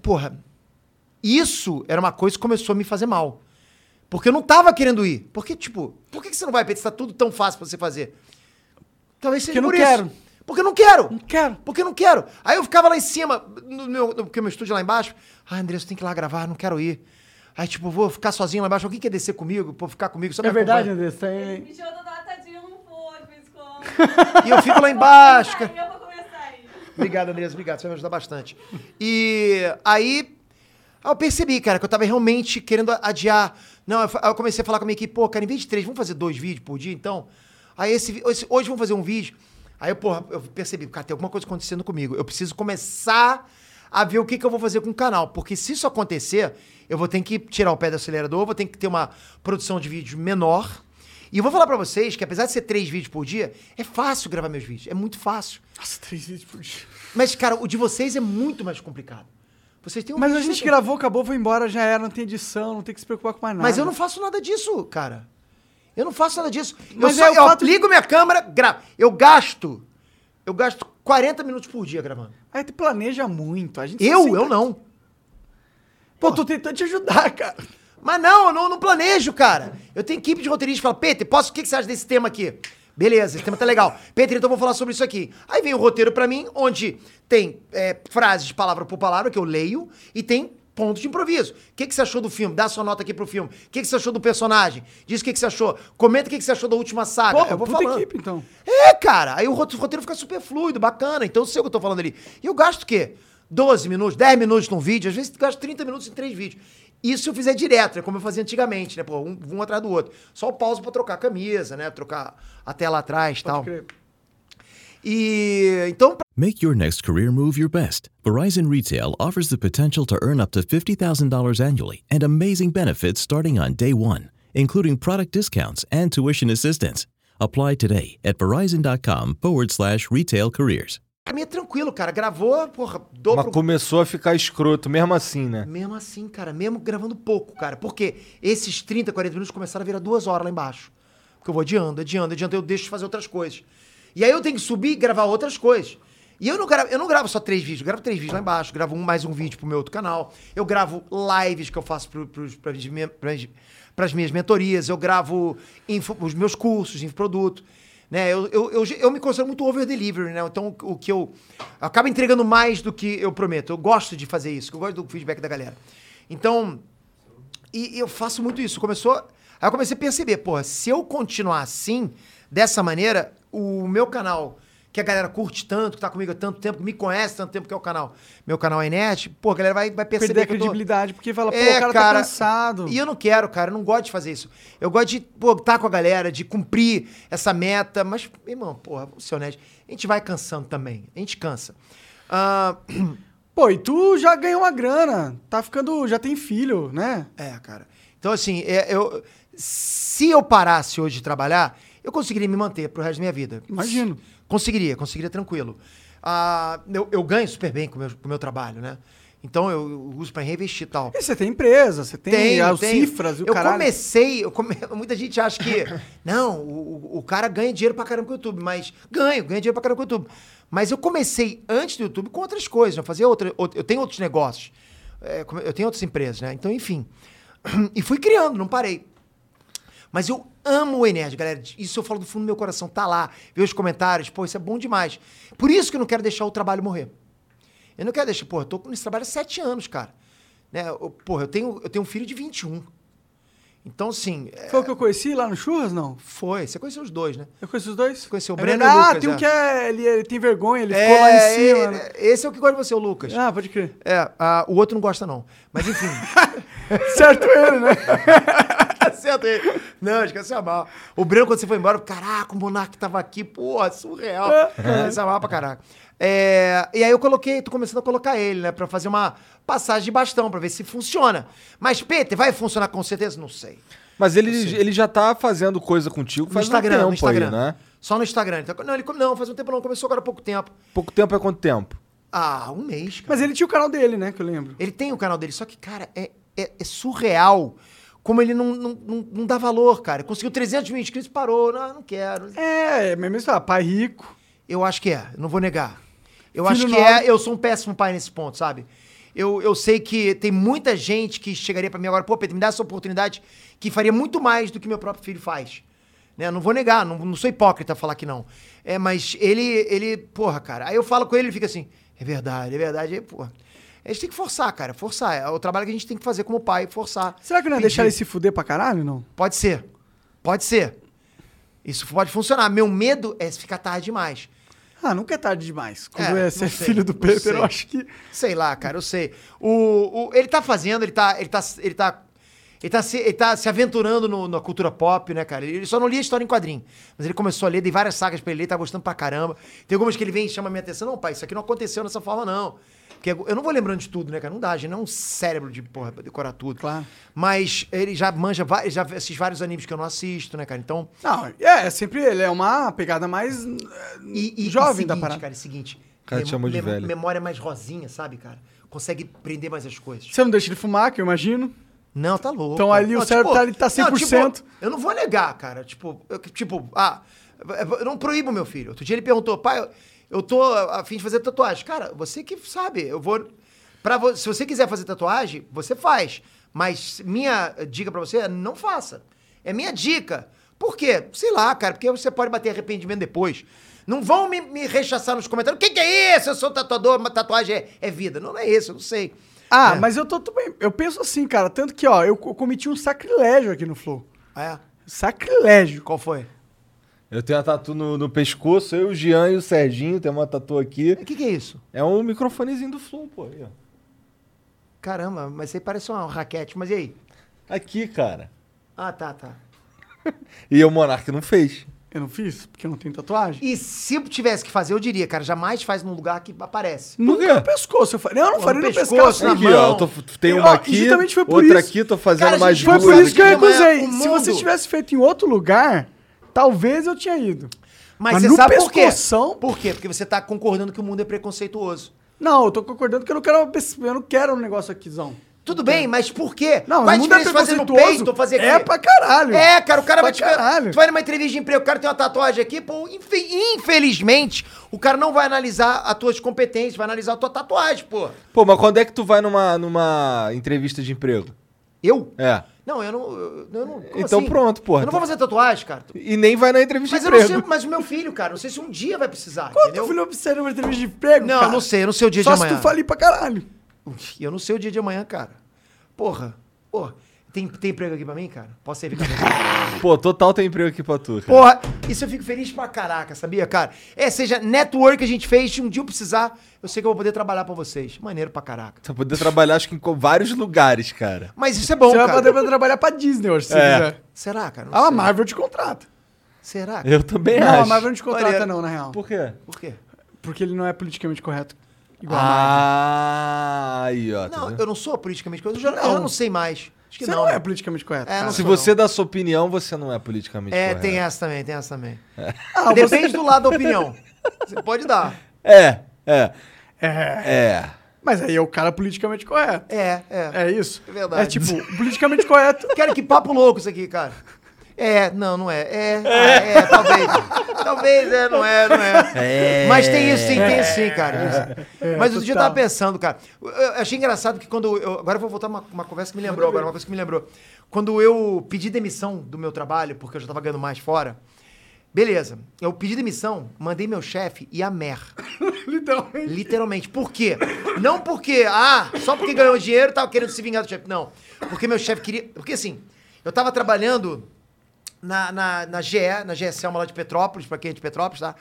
Porra, isso era uma coisa que começou a me fazer mal. Porque eu não tava querendo ir. Porque, tipo, por que que você não vai, Pedro? Se tá tudo tão fácil pra você fazer. Talvez seja Porque eu não por quero. isso. Porque eu não quero. Não quero. Porque eu não quero. Aí eu ficava lá em cima, no meu, no, porque o meu estúdio é lá embaixo. Ah, André, você tem que ir lá gravar, não quero ir. Aí, tipo, vou ficar sozinho lá embaixo. Alguém quer é descer comigo? Pô, ficar comigo? Só É me verdade, acompanha. Andressa. Ele é- me tirou da datadinha, eu não vou de vez em quando. E eu fico lá embaixo. cara. Eu vou começar aí. Obrigado, Andrés, obrigado. Você vai me ajudar bastante. E aí, aí eu percebi, cara, que eu tava realmente querendo adiar. Não, eu, fa- aí eu comecei a falar com a minha equipe, pô, cara, em vez de três, vamos fazer dois vídeos por dia, então? Aí esse, vi- esse- hoje vamos fazer um vídeo. Aí, porra, eu percebi, cara, tem alguma coisa acontecendo comigo. Eu preciso começar a ver o que, que eu vou fazer com o canal. Porque se isso acontecer, eu vou ter que tirar o pé do acelerador, vou ter que ter uma produção de vídeo menor. E eu vou falar pra vocês que apesar de ser três vídeos por dia, é fácil gravar meus vídeos. É muito fácil. Nossa, três vídeos por dia. Mas, cara, o de vocês é muito mais complicado. Vocês têm um Mas a vídeo gente de- gravou, acabou, foi embora, já era, não tem edição, não é? tem que se preocupar com mais nada. Mas eu não faço nada disso, cara. Eu não faço nada disso. Mas eu é só o eu fato de- ligo minha câmera, gravo. Eu gasto. Eu gasto 40 minutos por dia gravando. Aí tu planeja muito. A gente só Eu? senta- Eu não. Pô, tô tentando te ajudar, cara. Mas não, eu não, não planejo, cara. Eu tenho equipe de roteiristas que fala, Peter, posso, o que que você acha desse tema aqui? Beleza, esse tema tá legal. Peter, então eu vou falar sobre isso aqui. Aí vem o roteiro pra mim, onde tem é, frases, palavra por palavra, que eu leio, e tem pontos de improviso. O que, que você achou do filme? Dá sua nota aqui pro filme. O que, que você achou do personagem? Diz o que, que você achou. Comenta o que, que você achou da última saga. Pô, eu vou puta falando. equipe, então. É, cara. Aí o rot- roteiro fica super fluido, bacana. Então eu sei o que eu tô falando ali. E eu gasto o quê? 12 minutos, 10 minutos num vídeo, às vezes eu gasto 30 minutos em três vídeos. Isso se eu fizer direto, é como eu fazia antigamente, né? Pô, um, um atrás do outro. Só eu pauso pra trocar a camisa, né? Trocar a tela atrás e tal. crer. E então, pra Make your next career move your best. Verizon Retail offers the potential to earn up to $50,000 annually and amazing benefits starting on day one, including product discounts and tuition assistance. Apply today at verizon.com forward slash retail careers. mim é tranquilo, cara. Gravou, porra, dobro Mas começou a ficar escroto, mesmo assim, né? Mesmo assim, cara, mesmo gravando pouco, cara. Porque esses 30, 40 minutos começaram a virar duas horas lá embaixo. Porque eu vou adiando, adiando, adiando, eu deixo de fazer outras coisas. E aí eu tenho que subir e gravar outras coisas. E eu não gravo, eu não gravo só três vídeos, eu gravo três vídeos lá embaixo, gravo um mais um vídeo pro meu outro canal. Eu gravo lives que eu faço pro, pros- pras minha- pras- pras minhas mentorias, eu gravo info- os meus cursos, infoproduto. Né? Eu, eu, eu, eu me considero muito over delivery, né? Então o que eu acaba entregando mais do que eu prometo. Eu gosto de fazer isso, que eu gosto do feedback da galera. Então, e eu faço muito isso. Começou. Aí eu comecei a perceber, porra, se eu continuar assim, dessa maneira, o meu canal, que a galera curte tanto, que tá comigo há tanto tempo, que me conhece tanto tempo, que é o canal. Meu canal é Inet, pô, a galera vai, vai perceber Perder a que eu tô- credibilidade, porque fala, pô, É, o cara, cara, tá cansado. e eu não quero, cara, eu não gosto de fazer isso. Eu gosto de, pô, estar com a galera, de cumprir essa meta, mas, meu irmão, porra, vamos ser honesto, a gente vai cansando também, a gente cansa. Ah, Pô, e tu já ganhou uma grana, tá ficando, já tem filho, né? É, cara. Então, assim, é, eu, se eu parasse hoje de trabalhar, eu conseguiria me manter pro resto da minha vida. Imagino. Conseguiria, conseguiria tranquilo. Ah, eu, eu ganho super bem com o meu, com o meu trabalho, né? Então, eu, eu uso pra reinvestir e tal. E você tem empresa, você tem as tenho. cifras e o Eu caralho. comecei, eu come- muita gente acha que, não, o, o- o cara ganha dinheiro pra caramba com o YouTube, mas ganho, ganho dinheiro pra caramba com o YouTube. Mas eu comecei antes do YouTube com outras coisas, eu fazia outra, out- eu tenho outros negócios, é, come- eu tenho outras empresas, né? Então, enfim. E fui criando, não parei. Mas eu amo o Enerd, galera. Isso eu falo do fundo do meu coração. Tá lá, ver os comentários. Pô, isso é bom demais. Por isso que eu não quero deixar o trabalho morrer. Eu não quero deixar. Pô, eu tô nesse trabalho há sete anos, cara. Né? Eu, porra, eu tenho, eu tenho um filho de 21. Então, assim, é, Foi o que eu conheci lá no Churras, não? foi. Você conheceu os dois, né? Eu conheci os dois? Conheceu o É Breno e verdade. o Ah, Lucas, tem um é. que é, ele, ele tem vergonha, ele ficou lá em cima. né? é, Esse é o que gosta de você, o Lucas. Ah, pode crer. É, ah, o outro não gosta, não. Mas enfim. Certo ele, né? Acerta aí. Não, esqueci a mal. O Breno, quando você foi embora, eu, caraca, o Monark tava aqui, porra, surreal. Esqueci a mal pra caraca. É, e aí eu coloquei, tô começando a colocar ele, né, pra fazer uma passagem de bastão, pra ver se funciona. Mas, Peter, vai funcionar com certeza? Não sei. Mas ele, ele já tá fazendo coisa contigo No faz Instagram, um tempo no Instagram. aí, né? Só no Instagram. Então, não, ele come- não, faz um tempo não, começou agora há pouco tempo. Pouco tempo é quanto tempo? Ah, um mês, cara. Mas ele tinha o canal dele, né, que eu lembro. Ele tem o canal dele, só que, cara, é, é- é surreal como ele não, não, não, não dá valor, cara. Conseguiu 300 mil inscritos, parou. Não, não quero. É, mas mesmo lá, pai rico. Eu acho que é, não vou negar. Eu Filho acho que nobre. é, eu sou um péssimo pai nesse ponto, sabe? Eu, eu sei que tem muita gente que chegaria pra mim agora, pô, Pedro, me dá essa oportunidade que faria muito mais do que meu próprio filho faz. Né? Não vou negar, não, não sou hipócrita falar que não. É, mas ele, ele, porra, cara. Aí eu falo com ele, ele fica assim, é verdade, é verdade, aí, porra. A gente tem que forçar, cara, forçar. É o trabalho que a gente tem que fazer como pai, forçar. Será que não ia Pedir. deixar ele se fuder pra caralho, não? Pode ser. Pode ser. Isso pode funcionar. Meu medo é ficar tarde demais. Ah, nunca é tarde demais. Quando É, é, não ser sei, filho do não Peter, sei. eu acho que... Sei lá, cara, eu sei. O, o- ele tá fazendo, ele tá. Ele tá, ele tá, ele tá, se, ele tá se aventurando no- na cultura pop, né, cara? Ele só não lia história em quadrinho. Mas ele começou a ler, dei várias sagas pra ele, ele tá gostando pra caramba. Tem algumas que ele vem e chama a minha atenção. Não, pai, isso aqui não aconteceu dessa forma, não. Porque eu não vou lembrando de tudo, né, cara? Não dá, a gente não é um cérebro de, porra, pra decorar tudo. Claro. Mas ele já manja, va- ele já assiste vários animes que eu não assisto, né, cara? Então. Não, é, sempre ele é uma pegada mais eh, E, e jovem e seguinte, da parada. cara, é o seguinte. cara te chamou de mem- velho. Memória mais rosinha, sabe, cara? consegue prender mais as coisas. Você não deixa ele fumar, que eu imagino. Não, tá louco. Então ali o Não, cérebro tá ali, tá não, 100%. tipo, eu não vou negar, cara. Tipo, eu, tipo, ah, eu não proíbo meu filho. Outro dia ele perguntou, pai, eu, eu tô a fim de fazer tatuagem. Cara, você que sabe, eu vou. Pra vo- se você quiser fazer tatuagem, você faz. Mas minha dica pra você é não faça. É minha dica. Por quê? Sei lá, cara, porque você pode bater arrependimento depois. Não vão me, me rechaçar nos comentários. O que, que é isso? Eu sou tatuador, mas tatuagem é, é vida. Não, não é isso, eu não sei. Ah, É. mas eu tô também. Eu penso assim, cara. Tanto que, ó, eu co- cometi um sacrilégio aqui no Flow. É. Sacrilégio. Qual foi? Eu tenho a tatu no, no pescoço, eu, o Jean e o Serginho, tem uma tatu aqui. O que, que é isso? É um microfonezinho do Flow, pô. aí, ó. Caramba, mas isso aí parece uma raquete, mas e aí? Aqui, cara. Ah, tá, tá. E o Monark não fez. Eu não fiz, porque eu não tenho tatuagem. E se eu tivesse que fazer, eu diria, cara, jamais faz num lugar que aparece. Nunca no pescoço. Eu falei, não, eu não Pô, faria no no pescoço. pescoço, não. na Aqui, mão. ó, eu tô- tem E, uma ó, aqui, justamente foi por outra isso. aqui, tô fazendo Cara, a mais gente Foi duas. por isso que eu Sabe que amanhã recusei. né? o Se você mundo- tivesse feito em outro lugar, talvez eu tinha ido. Mas, Mas você no sabe por quê? pescoção- Por quê? Porque você tá concordando que o mundo é preconceituoso. Não, eu tô concordando que eu não quero, uma pes- eu não quero um negócio aquizão. Tudo bem, mas por quê? Não, Qual a o mundo é diferença fazer no preconceituoso? peito ou fazer É pra caralho. É, cara, o cara Pra vai te... caralho. Tu vai numa entrevista de emprego, o cara tem uma tatuagem aqui, pô, infe- infelizmente, o cara não vai analisar as tuas competências, vai analisar a tua tatuagem, pô. Pô, mas quando é que tu vai numa, numa entrevista de emprego? Eu? É. Não, eu não... Eu, eu não como assim? Então pronto, porra. Eu não vou fazer tatuagem, cara. E nem vai na entrevista Mas de eu não emprego. sei, mas o meu filho, cara, não sei se um dia vai precisar, Quando entendeu? eu fui observar uma entrevista de emprego, Não, cara, não sei, eu não sei o dia Só de se amanhã. tu falir pra caralho. Uf, Eu não sei o dia de amanhã, cara. Porra, porra. Tem, tem emprego aqui pra mim, cara? Posso servir café? Pô, total tem emprego aqui pra tu, cara. Porra, isso eu fico feliz pra caraca, sabia, cara? É, seja network que a gente fez, se um dia eu precisar, eu sei que eu vou poder trabalhar pra vocês. Maneiro pra caraca. Pra poder trabalhar, acho que em co- vários lugares, cara. Mas isso é bom, você vai cara. poder pra trabalhar pra Disney hoje, se É. quiser. Será, cara? Não Ah, a sei. É. Marvel te contrata. Será? Eu também não, acho. a Marvel não te contrata, Olha, não, na real. Por quê? Por quê? Porque ele não é politicamente correto. Igual a Marvel. Ah, aí, ó. tá Não, vendo? eu não sou politicamente correto. Eu já eu já Não. não, sei mais. Acho que Você não. não é politicamente correto. É, cara. não Se sou, você dá sua opinião, você não é politicamente É, correto. tem essa também, tem essa também. Ah, você- Depende do lado da opinião. Você pode dar. É, é, É. é. Mas aí é o cara politicamente correto. É, é. É isso? É verdade. É tipo, politicamente correto. Cara, que papo louco isso aqui, cara. É, não, não é. É, ah, é, talvez. talvez, é, não é, não é. É. Mas tem isso, sim, tem isso, sim, cara. Tem isso. É, Mas outro dia eu total. tava pensando, cara. Eu- Eu achei engraçado que quando. Eu, agora eu vou voltar uma, uma conversa que me lembrou, agora, uma coisa que me lembrou. Quando eu pedi demissão do meu trabalho, porque eu já tava ganhando mais fora. Beleza, eu pedi demissão, mandei meu chefe e a mer. Literalmente. Literalmente. Por quê? Não porque, ah, só porque ganhou dinheiro tava querendo se vingar do chefe. Não. Porque meu chefe queria. Porque assim, eu tava trabalhando na, na, na GE, na GE Selma lá de Petrópolis, pra quem é de Petrópolis, tá?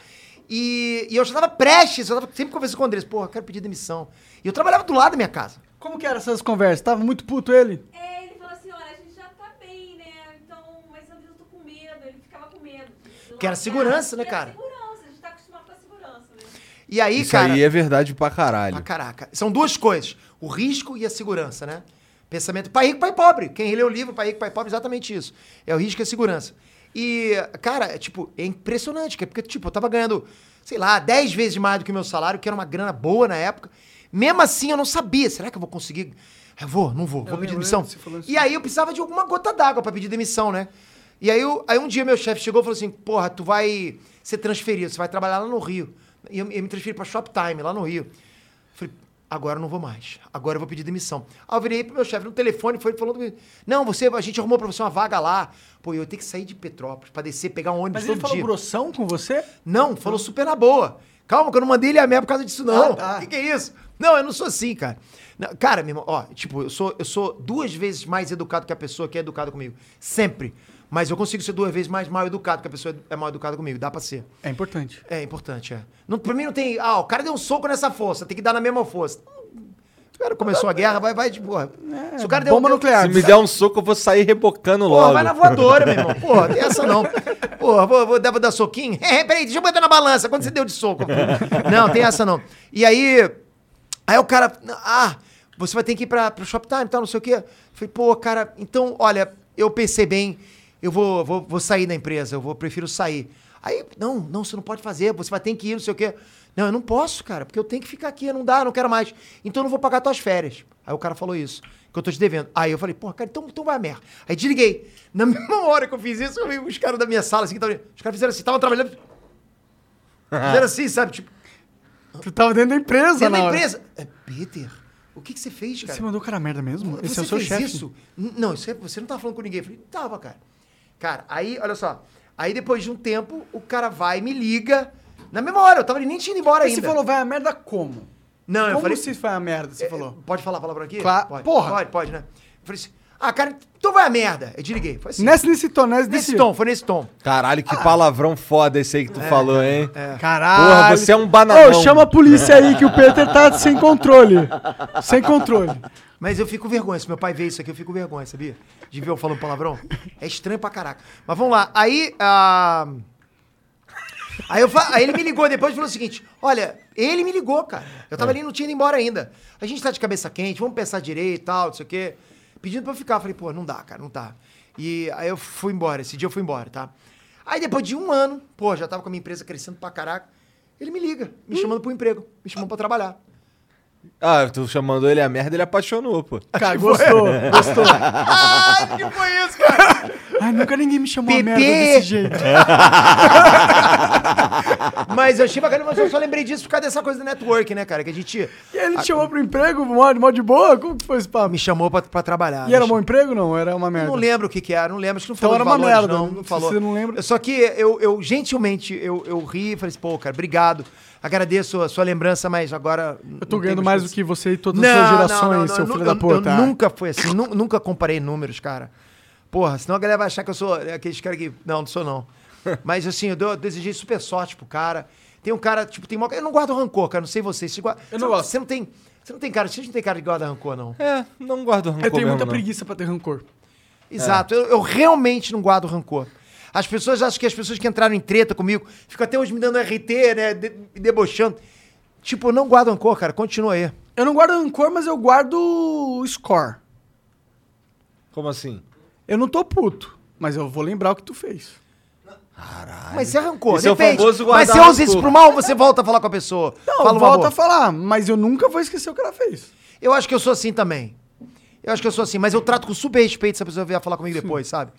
E, e eu já tava prestes, eu tava sempre conversando com o Andrés, porra, quero pedir demissão. E eu trabalhava do lado da minha casa. Como que eram essas conversas? Tava muito puto ele? É, ele falou assim, olha, a gente já tá bem, né? Então, mas eu tô com medo, ele ficava com medo. Que era segurança, né, cara? Que era segurança, a gente tá acostumado com a segurança, né? E aí, Isso cara. aí é verdade pra Ah, caralho. caraca. São duas coisas: o risco e a segurança, né? Pensamento pai rico, pai pobre. Quem lê o livro, pai rico, pai pobre, exatamente isso. É o risco e a segurança. E, cara, é, tipo, é impressionante, que é porque, tipo, eu tava ganhando, sei lá, 10 vezes mais do que o meu salário, que era uma grana boa na época. Mesmo assim, eu não sabia. Será que eu vou conseguir? Eu vou, não vou, vou pedir É, lembro, demissão. lembro que você falou isso. E aí eu precisava de alguma gota d'água pra pedir demissão, né? E aí, eu- aí um dia meu chefe chegou e falou assim: Porra, tu vai ser transferido, você vai trabalhar lá no Rio. E eu, eu me transferi pra Shoptime, lá no Rio. Falei, agora eu não vou mais. Agora eu vou pedir demissão. Aí eu virei pro meu chefe no telefone, foi ele falando comigo. Não, você, a gente arrumou pra você uma vaga lá. Pô, eu tenho que sair de Petrópolis pra descer, pegar um ônibus Mas todo ele falou dia. grossão com você? Não, falou super na boa. Calma, que eu não mandei ele a merda por causa disso, não. Ah, tá. Que que é isso? Não, eu não sou assim, cara. Não, cara, meu irmão, ó, tipo, eu sou, eu sou duas vezes mais educado que a pessoa que é educada comigo. Sempre. Mas eu consigo ser duas vezes mais mal educado que a pessoa é mal educada comigo. Dá pra ser. É importante. É importante, é. Não, pra mim não tem. Ah, o cara deu um soco nessa força, tem que dar na mesma força. O cara começou a guerra, vai, vai de boa. Se o cara deu É, bomba deu- nuclear. Se me der um soco, eu vou sair rebocando Porra, logo. vai na voadora, meu irmão. Porra, tem essa não. Porra, vou, vou, dar- vou dar soquinho. É, peraí, deixa eu botar na balança. Quando você deu de soco? Não, tem essa não. E aí. Aí o cara. Ah, você vai ter que ir pra, pro Shoptime e tal, não sei o quê. Eu Falei, pô, cara, então, olha, eu pensei bem, eu vou, vou, vou sair da empresa, eu vou, prefiro sair. Aí, não, não, você não pode fazer, você vai ter que ir, não sei o quê. Não, eu não posso, cara, porque eu tenho que ficar aqui, não dá, não quero mais. Então eu não vou pagar tuas férias. Aí o cara falou isso, que eu tô te devendo. Aí eu falei, porra, cara, então, então vai a merda. Aí desliguei. Na mesma hora que eu fiz isso, eu vi os caras da minha sala, assim, que tavam, os caras fizeram assim, estavam trabalhando. Fizeram assim, sabe? Tipo, Tu tava dentro da empresa, dentro da Tá na hora. empresa. "É, Peter, o que, que você fez, cara? Você mandou o cara merda mesmo? Esse você é o seu fez chefe. isso? N- Não, isso é- você não tava falando com ninguém. Eu falei, tava, cara. Cara, aí, olha só. Aí depois de um tempo, o cara vai, me liga. Na mesma hora, eu tava nem tinha ido embora Mas ainda. você falou, vai a merda como? Não, Ah, eu como falei- se vai a merda, você É, falou? Pode falar a palavra aqui? Claro. Pode. Porra. Pode, pode, né? Eu falei assim, ah, cara, então vai a merda. Eu desliguei. Foi assim. Nesse, nesse tom, nesse, Nesse tom, foi nesse tom. Caralho, que palavrão foda esse aí que tu falou, hein? É, Caralho. Porra, você é um Ô, bananão. chama a polícia aí que o Peter tá sem controle. Sem controle. Mas eu fico com vergonha. Se meu pai vê isso aqui, eu fico com vergonha, sabia? De ver eu falando palavrão. É estranho pra caraca. Mas vamos lá. Aí. ah, Aí, eu fa- aí ele me ligou depois e falou o seguinte: Olha, ele me ligou, cara. Eu tava ali, não tinha ido embora ainda. A gente tá de cabeça quente, vamos pensar direito e tal, não sei o quê. Pedindo pra eu ficar. Eu Falei, pô, não dá, cara, não tá. E aí eu fui embora, esse dia eu fui embora, tá? Aí depois de um ano, pô, já tava com a minha empresa crescendo pra caraca. Ele me liga, me chamando pro emprego, me chamando pra trabalhar. Ah, tu chamando ele a merda, ele apaixonou, pô. Cara, gostou, gostou. Ai, que foi isso, cara? Ai, nunca ninguém me chamou a Pepe. merda desse jeito. Mas eu achei bacana, mas eu só lembrei disso por causa dessa coisa do network, né, cara? Que a gente E ele te chamou pro emprego, mó, mó de boa? Como que foi esse papo? me chamou pra, pra trabalhar. E era Me um bom emprego não? Era uma merda? Não lembro o que que era, não lembro. Acho que não Então falou era de uma valores, merda, Não, não- não falou. você não lembra? Só que eu, eu gentilmente, eu, eu ri e falei assim, pô, cara, obrigado. Agradeço a sua lembrança, mas agora... Eu tô ganhando mais do que você e todas as Não, suas não, gerações, não, não, seu eu nu- filho eu- da puta. Eu, nunca fui assim, nu- nunca comparei números, cara. Porra, senão a galera vai achar que eu sou aqueles caras que. Não, não sou não. Mas assim, eu, dou- eu desejei super sorte pro cara. Tem um cara, tipo, tem uma. Eu não guardo rancor, cara, não sei vocês. Você guarda, Eu não você- gosto. Você não tem. Você não tem cara, você não tem cara de guarda rancor, não. É, não guardo rancor Eu tenho mesmo, muita não. preguiça pra ter rancor. Exato, eu, eu realmente não guardo rancor. As pessoas acham que as pessoas que entraram em treta comigo ficam até hoje me dando RT, né? de- me debochando. Tipo, eu não guardo rancor, cara. Continua aí. Eu não guardo rancor, mas eu guardo score. Como assim? Eu não tô puto, mas eu vou lembrar o que tu fez. Mas é rancor, Esse é o depende. famoso guardar Mas se eu usa rancor. isso pro mal, você volta a falar com a pessoa. Não, Fala uma volta boa. a falar, mas eu nunca vou esquecer o que ela fez. Eu acho que eu sou assim também. Eu acho que eu sou assim, mas eu trato com super respeito se a pessoa vier falar comigo depois, sabe?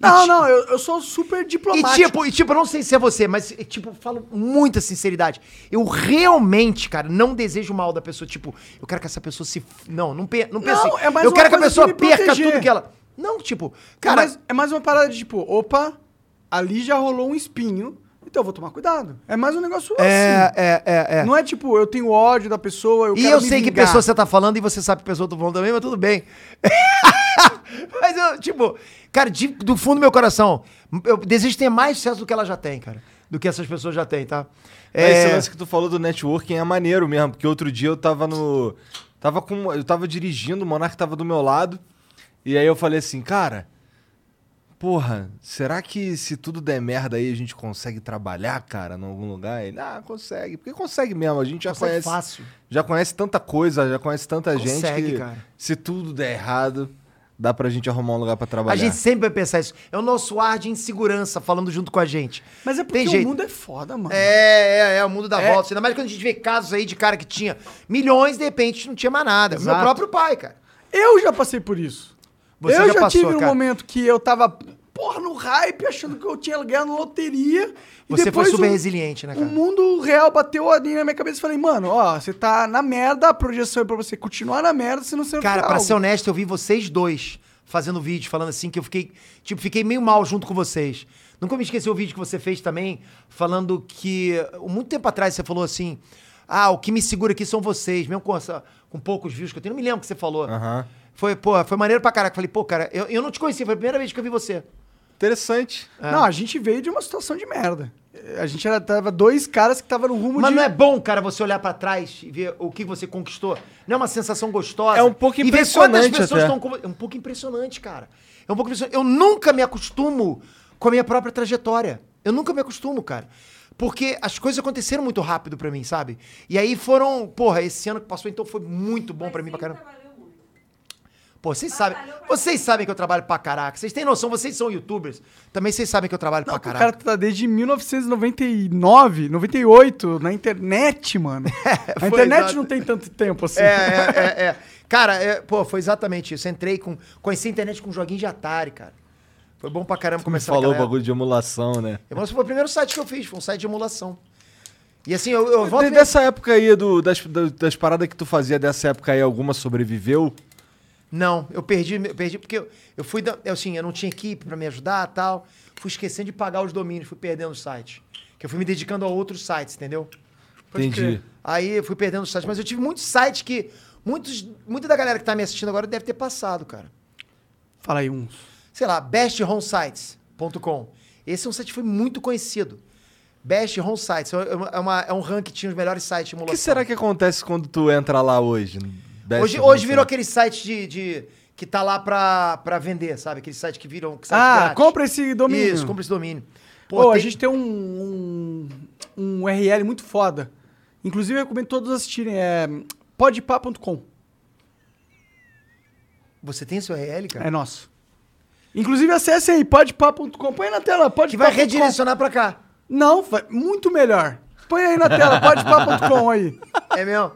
E Não, ti- não, eu, eu sou super E diplomático. tipo, e tipo, eu não sei se é você, mas e, tipo, eu falo muita sinceridade. Eu realmente, cara, não desejo mal da pessoa. Tipo, eu quero que essa pessoa se. f- Não, não, pe... não pensa. Não, assim. é mais eu uma quero que a coisa pessoa de me perca proteger. tudo que ela. Não, tipo, cara, é cara. mais, é mais uma parada de tipo, opa, ali já rolou um espinho, então eu vou tomar cuidado. É mais um negócio é, assim. é, é, é. Não é tipo, eu tenho ódio da pessoa, eu E quero eu me sei que vingar. pessoa você tá falando e você sabe que pessoa eu tô falando também, mas tudo bem. mas eu, tipo, cara, de- do fundo do meu coração, eu desejo ter mais sucesso do que ela já tem, cara. Do que essas pessoas já têm, tá? É... Esse É, lance que tu falou do networking é maneiro mesmo, porque outro dia eu tava no. Tava com. Eu tava dirigindo, o Monark tava do meu lado. E aí eu falei assim, cara. Porra, será que se tudo der merda aí a gente consegue trabalhar, cara, em algum lugar? Ele, ah, consegue. Porque consegue mesmo, a gente já Consegue conhece. fácil. Já conhece tanta coisa, já conhece tanta gente Consegue, que cara. se tudo der errado, dá pra gente arrumar um lugar pra trabalhar. a gente sempre vai pensar isso. É o nosso ar de insegurança falando junto com a gente. Mas é Tem porque o jeito. mundo é foda, mano. É, é, é o mundo da É. volta. Ainda mais quando a gente vê casos aí de cara que tinha milhões, de repente não tinha mais nada. Meu Exato. próprio pai, cara. Eu já passei por isso. Você eu já já, passou, tive um cara. momento que eu tava, porra, no hype, achando que eu tinha ganhado na loteria. Você foi super resiliente. resiliente, né, O cara? mundo real bateu ali na minha cabeça e falei, mano, ó, você tá na merda, a projeção é pra você continuar na merda, se não você não Cara, ficar pra algo. ser um honesto, eu vi vocês dois fazendo vídeo, falando assim que eu fiquei, tipo, fiquei meio mal junto com vocês. Nunca me esqueci o vídeo que você fez também, falando que uh, muito tempo atrás você falou assim: "Ah, o que me segura aqui são vocês", mesmo com essa com poucos views que eu tenho, não me lembro o que você falou. Aham. Foi, pô, foi maneiro pra caraca. Falei, pô, cara, eu, eu não te conheci, foi a primeira vez que eu vi você. Interessante. Não, É. a gente veio de uma situação de merda. A gente era, tava dois caras que tava no rumo Mas de... não é bom, cara, você olhar pra trás e ver o que você conquistou? Não é uma sensação gostosa? É um pouco E ver impressionante quantas pessoas até. estão com- É um pouco impressionante, cara. É um pouco impressionante. Eu nunca me acostumo com a minha própria trajetória. Eu nunca me acostumo, cara. Porque as coisas aconteceram muito rápido pra mim, sabe? E aí foram... Porra, esse ano que passou, então, foi muito bom pra mim pra Mas ele caramba. trabalhou muito. Pô, vocês sabem. Vocês sabem que eu trabalho pra caraca. Vocês têm noção, vocês são youtubers. Também vocês sabem que eu trabalho Não, pra que o caraca. cara tá desde 1999, 98, na internet, mano. a foi internet exato. não tem tanto tempo assim. É, é, é, é. Cara, é, pô, foi exatamente isso. Entrei com. Conheci a internet com um joguinho de Atari, cara. Foi bom pra caramba começar Falou o naquela bagulho de emulação, né? época. Emulação foi o primeiro site que eu fiz, foi um site de emulação. E assim, eu, eu volto. De- Dessa época aí, do, das, da- das paradas que tu fazia dessa época aí, alguma sobreviveu? Não, eu perdi, eu perdi porque eu, eu fui, da- eu, assim, eu não tinha equipe pra me ajudar tal. Fui esquecendo de pagar os domínios, fui perdendo os sites. Que eu fui me dedicando a outros sites, entendeu? Entendi. Aí eu fui perdendo os sites, mas eu tive muitos sites que muitos, muita da galera que tá me assistindo agora deve ter passado, cara. Fala aí uns. sei lá, besthomesites.com. Esse é um site que foi muito conhecido. Best Home Sites. É, uma- é uma- é um ranking que tinha os melhores sites de O que emulação. será que acontece quando tu entra lá hoje? Hoje, hoje virou aquele site de, de- que tá lá pra, pra vender, sabe? Aquele site que viram... que site Ah, grátis. compra esse domínio. Isso, compra esse domínio. Pô, a tem- gente tem um, um, um URL muito foda. Inclusive, eu recomendo todos assistirem. É podpá.com. Você tem esse URL, cara? É nosso. Inclusive, acesse aí, podpá.com. Põe aí na tela, podpá.com. que vai redirecionar pra cá. Não, vai- muito melhor. Põe aí na tela, podpá.com aí. É mesmo?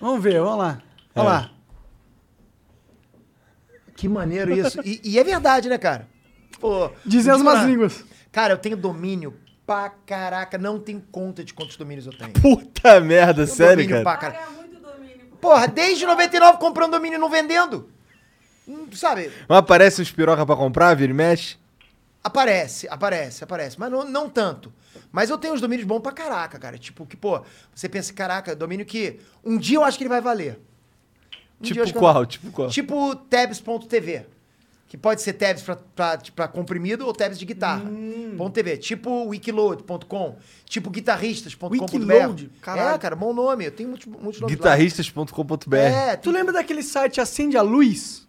Vamos ver, vamos lá. Olha É. lá. Que maneiro isso. E, e é verdade, né, cara? Pô, Dizem as não digo más nada. línguas. Cara, eu tenho domínio pra caraca. Não tenho conta de quantos domínios eu tenho. Puta merda, um sério, cara. domínio pra Paga cara. muito domínio. Porra, desde 99 comprando domínio e não vendendo. Hum, Sabe, Mas aparece uns piroca pra comprar, vira e mexe? aparece, aparece, aparece. Mas não, não tanto. Mas eu tenho uns domínios bons pra caraca, cara. Tipo, que, pô, você pensa, caraca, domínio que um dia eu acho que ele vai valer. Um dia eu acho tipo que qual? vai- Tipo qual? Tipo tabs.tv. Que pode ser tabs pra, pra, tipo, pra comprimido ou tabs de guitarra. Hum. Ponto .tv. Tipo wikiload.com. Tipo guitarristas.com.br. Wikiload? Caralho. É, cara, bom nome. Eu tenho muitos, muitos nomes lá. Guitarristas.com.br. É, Tu tu... lembra daquele site Acende a Luz?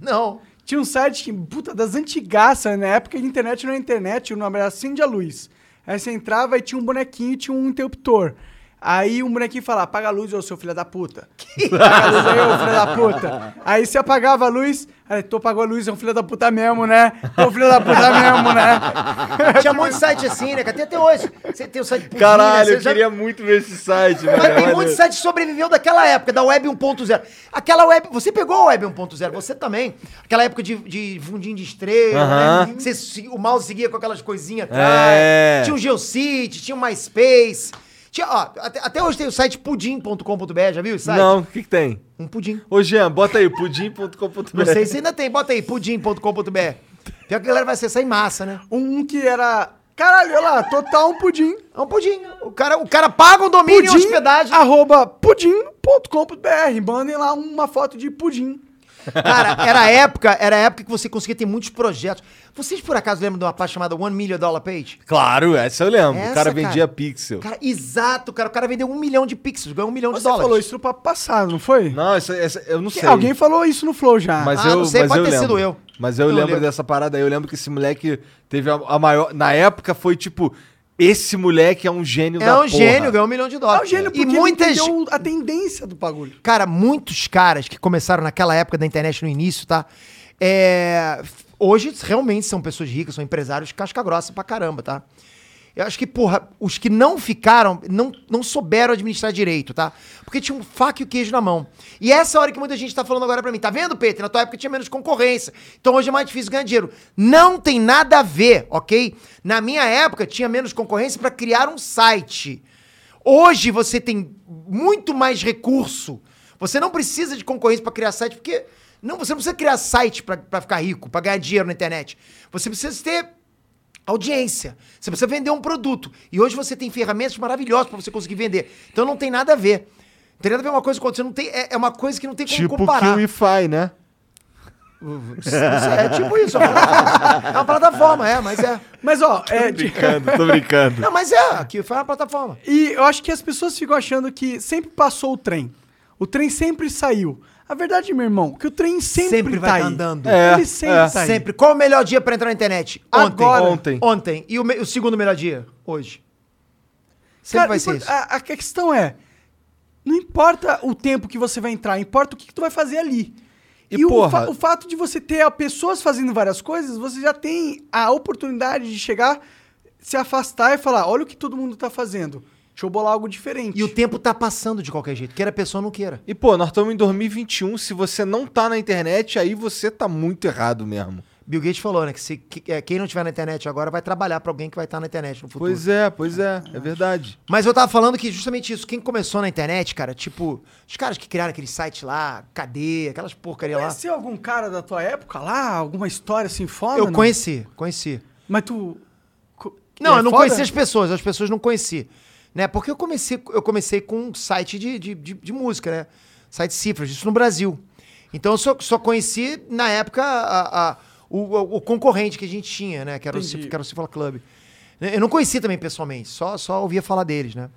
Não. Tinha um site que, puta, das antigaças, na época a internet não era internet, o nome era Acende a Luz. Aí você entrava e tinha um bonequinho e tinha um interruptor. Aí um bonequinho falava, apaga a luz, ô seu filho da puta. apaga a luz aí, ô filho da puta. Aí você apagava a luz, aí tu apagou a luz, é um filho da puta mesmo, né? É um filho da puta mesmo, né? Tinha muito site assim, né? cara? Tem até hoje. Você tem o site Pudim, Caralho, né? eu Você já- queria muito ver esse site, velho. Mas tem Olha. muito site que sobreviveu daquela época, da Web 1.0. Aquela Web... Você pegou a Web 1.0, você também. Aquela época de, de fundinho de estrela, Aham. né? Você se- o mouse seguia com aquelas coisinhas atrás. É. Tinha o Geocity, tinha o MySpace. Tinha, ó, até, até hoje tem o site pudim.com.br, já viu o site? Não, o que, que tem? Um pudim. Ô, Jean, bota aí, pudim.com.br. Não sei se ainda tem. Bota aí, pudim.com.br. Pior que a galera vai acessar em massa, né? Um que era, caralho, olha lá, total um pudim. É um pudim. O cara, o cara paga um domínio e Pudim, hospedagem. Ah, arroba pudim.com.br. Mandem lá uma foto de pudim. Cara, era a época, era a época que você conseguia ter muitos projetos. Vocês por acaso lembram de uma parte chamada One Million Dollar Page? Claro, essa eu lembro. Essa, o cara vendia cara. pixel. Cara, exato, cara. O cara vendeu um milhão de pixels, ganhou um milhão Você de dólares. falou isso no papo passado, não foi? Não, essa, essa- eu não Que sei. Alguém falou isso no Flow já. Mas Ah, eu, não sei, mas pode eu ter lembro. sido eu. Mas eu, Eu lembro, lembro. dessa parada aí. Eu lembro que esse moleque teve a, a maior. Na época foi tipo: esse moleque é um gênio É da um porra. gênio, ganhou um milhão de É dólares. o gênio porque e ele muitas, entendeu a tendência do bagulho. Cara, muitos caras que começaram naquela época da internet no início, tá? É, f- Hoje realmente são pessoas ricas, são empresários casca grossa pra caramba, tá? Eu acho que, porra, os que não ficaram, não, não souberam administrar direito, tá? Porque tinha um faca e o queijo na mão. E essa é a hora que muita gente tá falando agora pra mim, tá vendo, Peter? Na tua época tinha menos concorrência. Então hoje é mais difícil ganhar dinheiro. Não tem nada a ver, ok? Na minha época tinha menos concorrência pra criar um site. Hoje você tem muito mais recurso. Você não precisa de concorrência para criar site, porque não, você não precisa criar site para ficar rico, para ganhar dinheiro na internet. Você precisa ter audiência. Você precisa vender um produto. E hoje você tem ferramentas maravilhosas para você conseguir vender. Então não tem nada a ver. Não tem nada a ver uma coisa com outra. Você não tem, é, é uma coisa que não tem como Tipo comparar. que o wi né? É tipo isso. É uma plataforma, é uma plataforma, é, mas é. Mas, ó, é, de- Brincando, tô brincando. Não, mas é, aqui foi uma plataforma. e eu acho que as pessoas ficam achando que sempre passou o trem. O trem sempre saiu. A verdade, meu irmão, que o trem sempre, Sempre tá vai aí. tá andando. É, Ele sempre é. tá aí. Sempre. Qual o melhor dia pra entrar na internet? Agora. Ontem. Ontem. E o, me- o segundo melhor dia? Hoje. Sempre Cara, vai ser impor- isso. A, a questão é, não importa o tempo que você vai entrar, importa o que, que tu vai fazer ali. E, E, o porra, fa- o, fato de você ter a pessoas fazendo várias coisas, você já tem a oportunidade de chegar, se afastar e falar: olha o que todo mundo tá fazendo. Deixa eu bolar algo diferente. E o tempo tá passando de qualquer jeito, queira a pessoa ou não queira. e, pô, nós estamos em 2021. Se você não tá na internet, aí você tá muito errado mesmo. Bill Gates falou, né? Que se, que- é, quem não tiver na internet agora vai trabalhar pra alguém que vai estar na internet no futuro. Pois é, pois é. É verdade. Mas eu tava falando que justamente isso, quem começou na internet, cara, tipo, os caras que criaram aquele site lá, cadê, aquelas porcaria lá. Conheceu algum cara da tua época lá? Alguma história assim foda? Eu não? conheci, conheci. Mas tu. co- Não, é eu não foda? conhecia as pessoas, as pessoas não conheci. Né? Porque eu comecei, eu comecei com um site de, de, de- de música, né? Site cifras, isso no Brasil. Então eu só, só conheci, na época, a- a- o, o concorrente que a gente tinha, né? Que era, o, Entendi. Cif- que era o Cifra Club. Né, Eu não conheci também pessoalmente, só, só ouvia falar deles, né?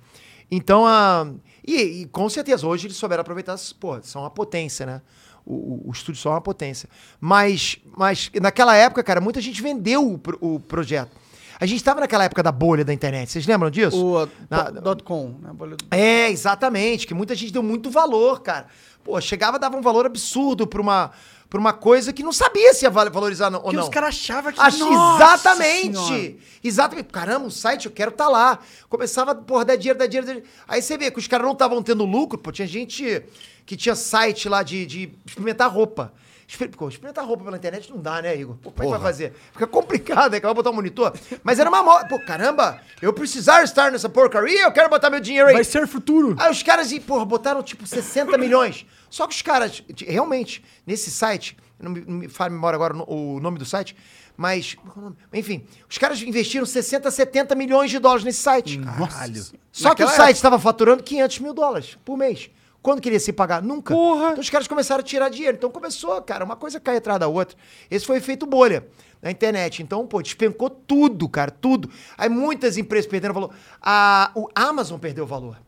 Então, a, e, e com certeza, hoje eles souberam aproveitar, pô, são uma potência, né? O, o, o estúdio só é uma potência. Mas, mas naquela época, cara, muita gente vendeu o, pro- o projeto. A gente estava naquela época da bolha da internet, vocês lembram disso? O Na- do- dot .com, né? Bolha do- É, exatamente, que muita gente deu muito valor, cara. Pô, chegava dava um valor absurdo pra uma, pra uma coisa que não sabia se ia val- valorizar ou Que não. os caras achavam que. Acho- Nossa exatamente! Senhora. Exatamente. Caramba, um site, eu quero estar lá. Começava, porra, dar dinheiro, dar dinheiro, dar dinheiro. Aí você vê que os caras não estavam tendo lucro, pô. Tinha gente que tinha site lá de, de experimentar roupa. Exper- pô, experimentar roupa pela internet não dá, né, Igor? Pô, como é que vai fazer? Fica complicado, é que vai botar um monitor. Mas era uma moda. Pô, caramba, eu precisar estar nessa porcaria, eu quero botar meu dinheiro aí. Vai ser futuro. Aí os caras, e, porra, botaram tipo 60 milhões. Só que os caras, de- realmente, nesse site, não me, não me fala a memória agora o no- o nome do site, mas. qual é o nome? Enfim, os caras investiram 60, 70 milhões de dólares nesse site. Caralho. Só Naquela que o site estava faturando 500 mil dólares por mês. Quando queria se pagar? Nunca. Porra. Então os caras começaram a tirar dinheiro. Então começou, cara, uma coisa cai atrás da outra. Esse foi o efeito bolha na internet. Então, pô, despencou tudo, cara, tudo. Aí muitas empresas perderam valor. A, o Amazon perdeu valor.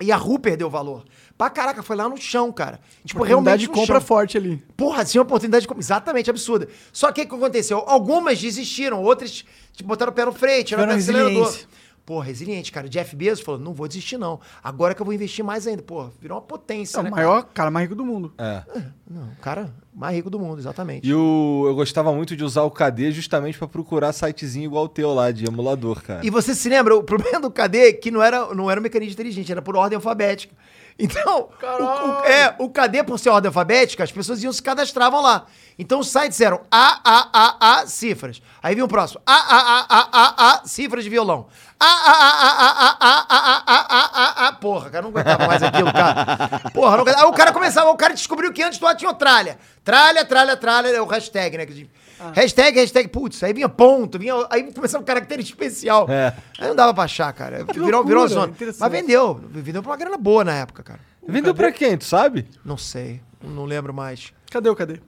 E a Ru perdeu valor. Pra caraca, foi lá no chão, cara. Tipo, realmente Oportunidade no de compra chão. forte ali. Porra, tinha uma oportunidade de compra. Exatamente, absurda. Só que o que aconteceu? Algumas desistiram, outras tipo, botaram o pé no freio, tiraram o pé Tiveram do acelerador. resiliência. Porra, resiliente, cara. Jeff Bezos falou, não vou desistir não. Agora que eu vou investir mais ainda. Porra, virou uma potência, É o né, maior cara mais rico do mundo. É. Cara? Não, o cara mais rico do mundo, exatamente. E o, eu gostava muito de usar o KD justamente pra procurar sitezinho igual o teu lá, de emulador, cara. E você se lembra, o problema do KD é que não era, não era um mecanismo inteligente, era por ordem alfabética. Então, o, o- é, o KD, por ser ordem alfabética, as pessoas iam se cadastravam lá. Então os sites eram A, A, A, A, cifras. Aí vinha o próximo. A, A, A, A, A, A, cifras de violão. A, A, A, A, A, A, A, A, A, A, A, porra, cara, não aguentava mais aquilo, cara. Porra, não aguentava. Aí o cara começava, o cara descobriu que antes do A tinha o tralha. Tralha, tralha, tralha, é o hashtag, né? que a gente- Ah. Hashtag, hashtag, putz, aí vinha ponto, vinha, aí começava um caractere especial. É. Aí não dava pra achar, cara. Virou, loucura, virou zona. Mas interessante. vendeu. Vendeu pra uma grana boa na época, cara. Vendeu pra quem, tu sabe? Não sei. Não lembro mais. Cadê o cadê?